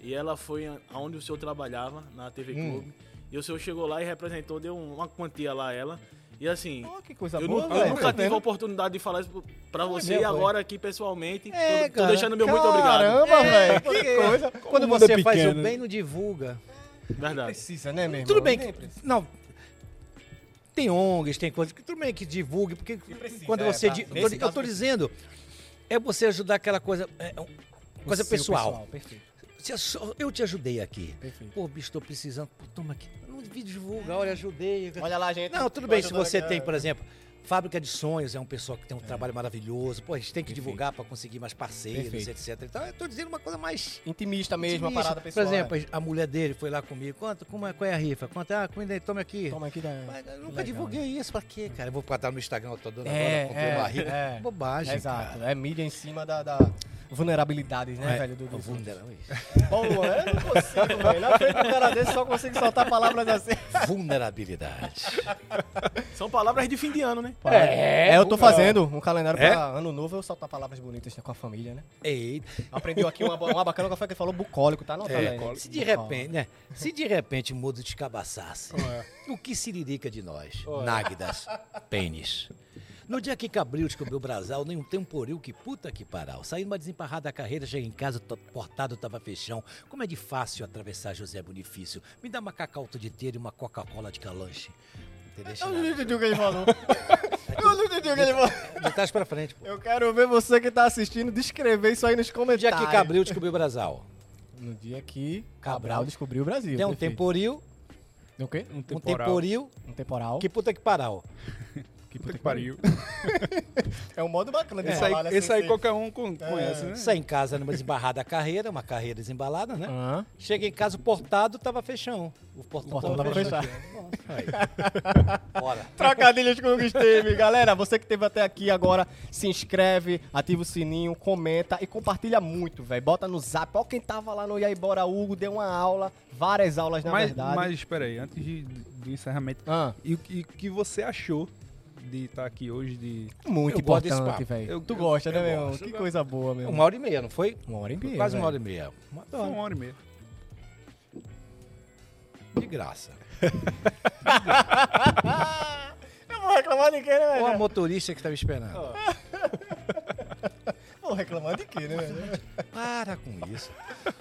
S4: E ela foi a- aonde o senhor trabalhava, na TV Clube. E o senhor chegou lá e representou, deu um, uma quantia lá a ela. E assim,
S1: Oh, que coisa
S4: eu,
S1: boa,
S4: nu- eu
S1: velho. É.
S4: nunca tive a oportunidade de falar isso pro- pra você e
S2: mesmo,
S4: agora aqui pessoalmente.
S2: É,
S4: tô, tô
S2: cara.
S4: deixando meu muito obrigado.
S1: Caramba, velho.
S2: É, porque
S1: Que coisa.
S2: Quando
S3: O mundo é
S2: você faz o
S3: pequeno.
S2: bem, não divulga.
S4: Verdade.
S1: Precisa, né, meu
S2: Tudo
S1: né? irmão?
S2: bem
S1: Nem
S2: que.
S1: precisa.
S2: Não. Tem ONGs, tem coisas que tudo bem que divulgue, porque
S1: precisa,
S2: quando
S1: é,
S2: você.
S1: tá.
S2: di- eu tô-
S1: Nesse
S2: eu
S1: caso
S2: tô dizendo, é você ajudar aquela coisa. é, é um- coisa
S1: O seu
S2: pessoal.
S1: Perfeito,
S2: Se eu sou- Eu te ajudei aqui.
S1: perfeito.
S2: Pô, bicho, tô precisando. Pô, toma aqui. Não devia divulgar, olha, ajudei.
S1: Olha lá, gente.
S2: Não, tudo bem, se
S1: Ajudando
S2: você
S1: aqui,
S2: tem,
S1: ó.
S2: por exemplo, Fábrica de Sonhos é um pessoal que tem um trabalho maravilhoso. Pô, a gente tem que divulgar para conseguir mais parceiros,
S1: Perfeito.
S2: etc. Então, eu tô dizendo uma coisa mais
S1: Intimista mesmo, uma
S2: Intimista.
S1: parada pessoal. né?
S2: Por exemplo, a mulher dele foi lá comigo. Quanto? Como é, qual é a rifa? Quanto? Ah, cuida aí, toma aqui.
S1: é. Toma aqui da...
S2: Mas eu nunca
S1: Legal,
S2: divulguei isso. Pra quê, cara? Eu vou botar no Instagram, eu tô dando
S1: É,
S2: agora, comprei
S1: é,
S2: uma rifa.
S1: é.
S2: Bobagem,
S1: Exato.
S2: cara.
S1: É mídia em cima da, da vulnerabilidade, né,
S2: É,
S1: velho? Do, do...
S2: vulnera-
S1: Pô, eu não consigo, velho. Na frente do um cara desse, só consigo soltar palavras assim.
S2: Vulnerabilidade.
S4: São palavras de fim de ano, né?
S1: É, eu tô fazendo um calendário
S2: É?
S1: pra ano novo, eu soltar palavras bonitas né, com a família, né?
S2: Eita.
S1: Aprendeu aqui uma, bo- uma bacana, qual foi que ele falou? Bucólico, tá? Não, tá,
S2: É,
S1: velho?
S2: se de repente, né? Se de repente o mundo descabaçasse, o que se lirica de nós? Náguidas, pênis. No dia que Cabril descobriu o Brasal, nem um temporil que puta que paral. Saí numa desemparrada carreira, cheguei em casa, to- portado tava fechão. Como é de fácil atravessar José Bonifício. Me dá uma cacauta de telha e uma Coca-Cola de calanche. Entendeu?
S1: Eu não entendi o que ele falou. Eu não entendi o que ele falou.
S2: De trás pra frente, pô.
S1: Eu quero ver você que tá assistindo descrever isso aí nos
S2: No dia
S1: comentários.
S2: que Cabril descobriu o Brasal,
S1: No dia que Cabral
S2: Cabral
S1: descobriu o Brasil.
S2: tem um
S1: perfeito.
S2: temporil,
S1: Deu o quê?
S3: Um
S2: um
S3: temporal.
S2: temporil
S1: Um temporal.
S2: que puta que paral.
S3: que puta que pariu.
S1: É um modo bacana de
S3: Esse
S1: falar, né,
S3: aí, esse aí
S1: sensei?
S3: qualquer um con-
S1: É, assim,
S3: conhece, né?
S2: Saí em casa numa desembarrada carreira, uma carreira desembalada, né?
S1: Hã?
S2: Cheguei em casa, o portado tava fechão. O portão,
S1: portão tá tava
S2: fechado. Aí. Bora.
S1: Trocadilhos com o Gustave. Galera, você que esteve até aqui agora, se inscreve, ativa o sininho, comenta e compartilha muito, velho. Bota no zap. Ó quem tava lá no E aí, Bora Hugo, deu uma aula, várias aulas, na
S3: mas,
S1: verdade.
S3: mas espera aí, antes de, do encerramento,
S1: Ah,
S3: e o que- e o que você achou de estar aqui hoje, de
S1: muito
S2: Eu gosto desse
S1: importante,
S2: papo.
S1: velho.
S3: Eu-
S1: Tu
S3: eu-
S1: gosta, né,
S3: eu
S1: meu? irmão?
S3: gosto,
S1: que
S3: eu
S1: coisa boa, meu.
S2: Uma hora e meia, não foi?
S1: Uma hora e meia,
S2: Quase uma
S1: velho.
S2: hora e meia. Uma
S3: Foi uma
S2: hora.
S3: hora e meia.
S2: De graça.
S1: Eu vou reclamar de quê, né,
S2: Ou a
S1: velho?
S2: motorista que tava esperando.
S1: Vou reclamar de quê, né, velho?
S2: Para com isso.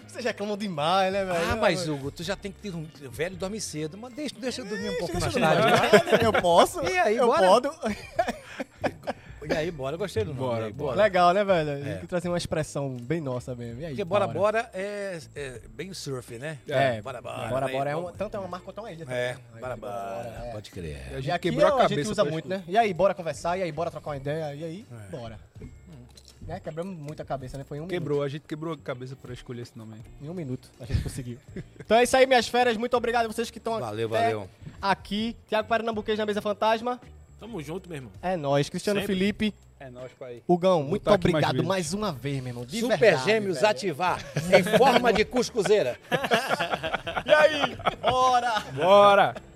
S1: Vocês reclamam demais, né, velho?
S2: Ah, mas Hugo, tu já tem que ter um. Velho dorme cedo, mas deixa, deixa eu dormir um pouco mais
S1: Deixa eu
S2: tarde.
S1: dormir. Eu posso?
S2: E aí,
S1: eu
S2: bora?
S1: posso?
S2: E aí, bora, gostei do nome.
S3: Bora,
S2: e aí,
S1: Legal, né, velho?
S2: É.
S1: Tem que trazer uma expressão bem nossa mesmo. E aí,
S2: Porque bora, bora é, é bem surf, né?
S1: É,
S2: bora, bora.
S1: Bora,
S2: né?
S1: bora. É um, tanto é uma marca quanto é uma ilha.
S2: É,
S1: também. Aí, é.
S2: bora, bora. Pode
S3: E
S2: crer.
S3: a
S1: E
S3: gente
S1: aqui é
S3: quebrou a
S1: a,
S3: cabeça.
S1: gente usa
S3: pra
S1: muito,
S3: escutar.
S1: né? E aí, bora conversar, e aí, bora trocar uma ideia, e aí, bora. Né? Quebramos muito a cabeça, né? Foi em um
S3: Quebrou, a gente quebrou a cabeça pra escolher esse nome aí.
S1: minuto. Em um minuto a gente conseguiu. então é isso aí, minhas férias. Muito obrigado a vocês que estão
S2: Valeu,
S1: até
S2: valeu.
S1: aqui. Tiago Pernambuquês na Mesa Fantasma.
S4: Tamo junto, meu irmão.
S1: É nóis. Cristiano
S4: Sempre.
S1: Felipe.
S3: É nóis, pai.
S1: Hugão, muito
S3: tá aqui mais
S1: obrigado
S3: vezes.
S1: mais, uma vez, meu irmão. De
S2: Super
S1: verdade,
S2: Gêmeos
S1: velho.
S2: ativar em forma de cuscuzeira.
S1: Bora!
S3: Bora!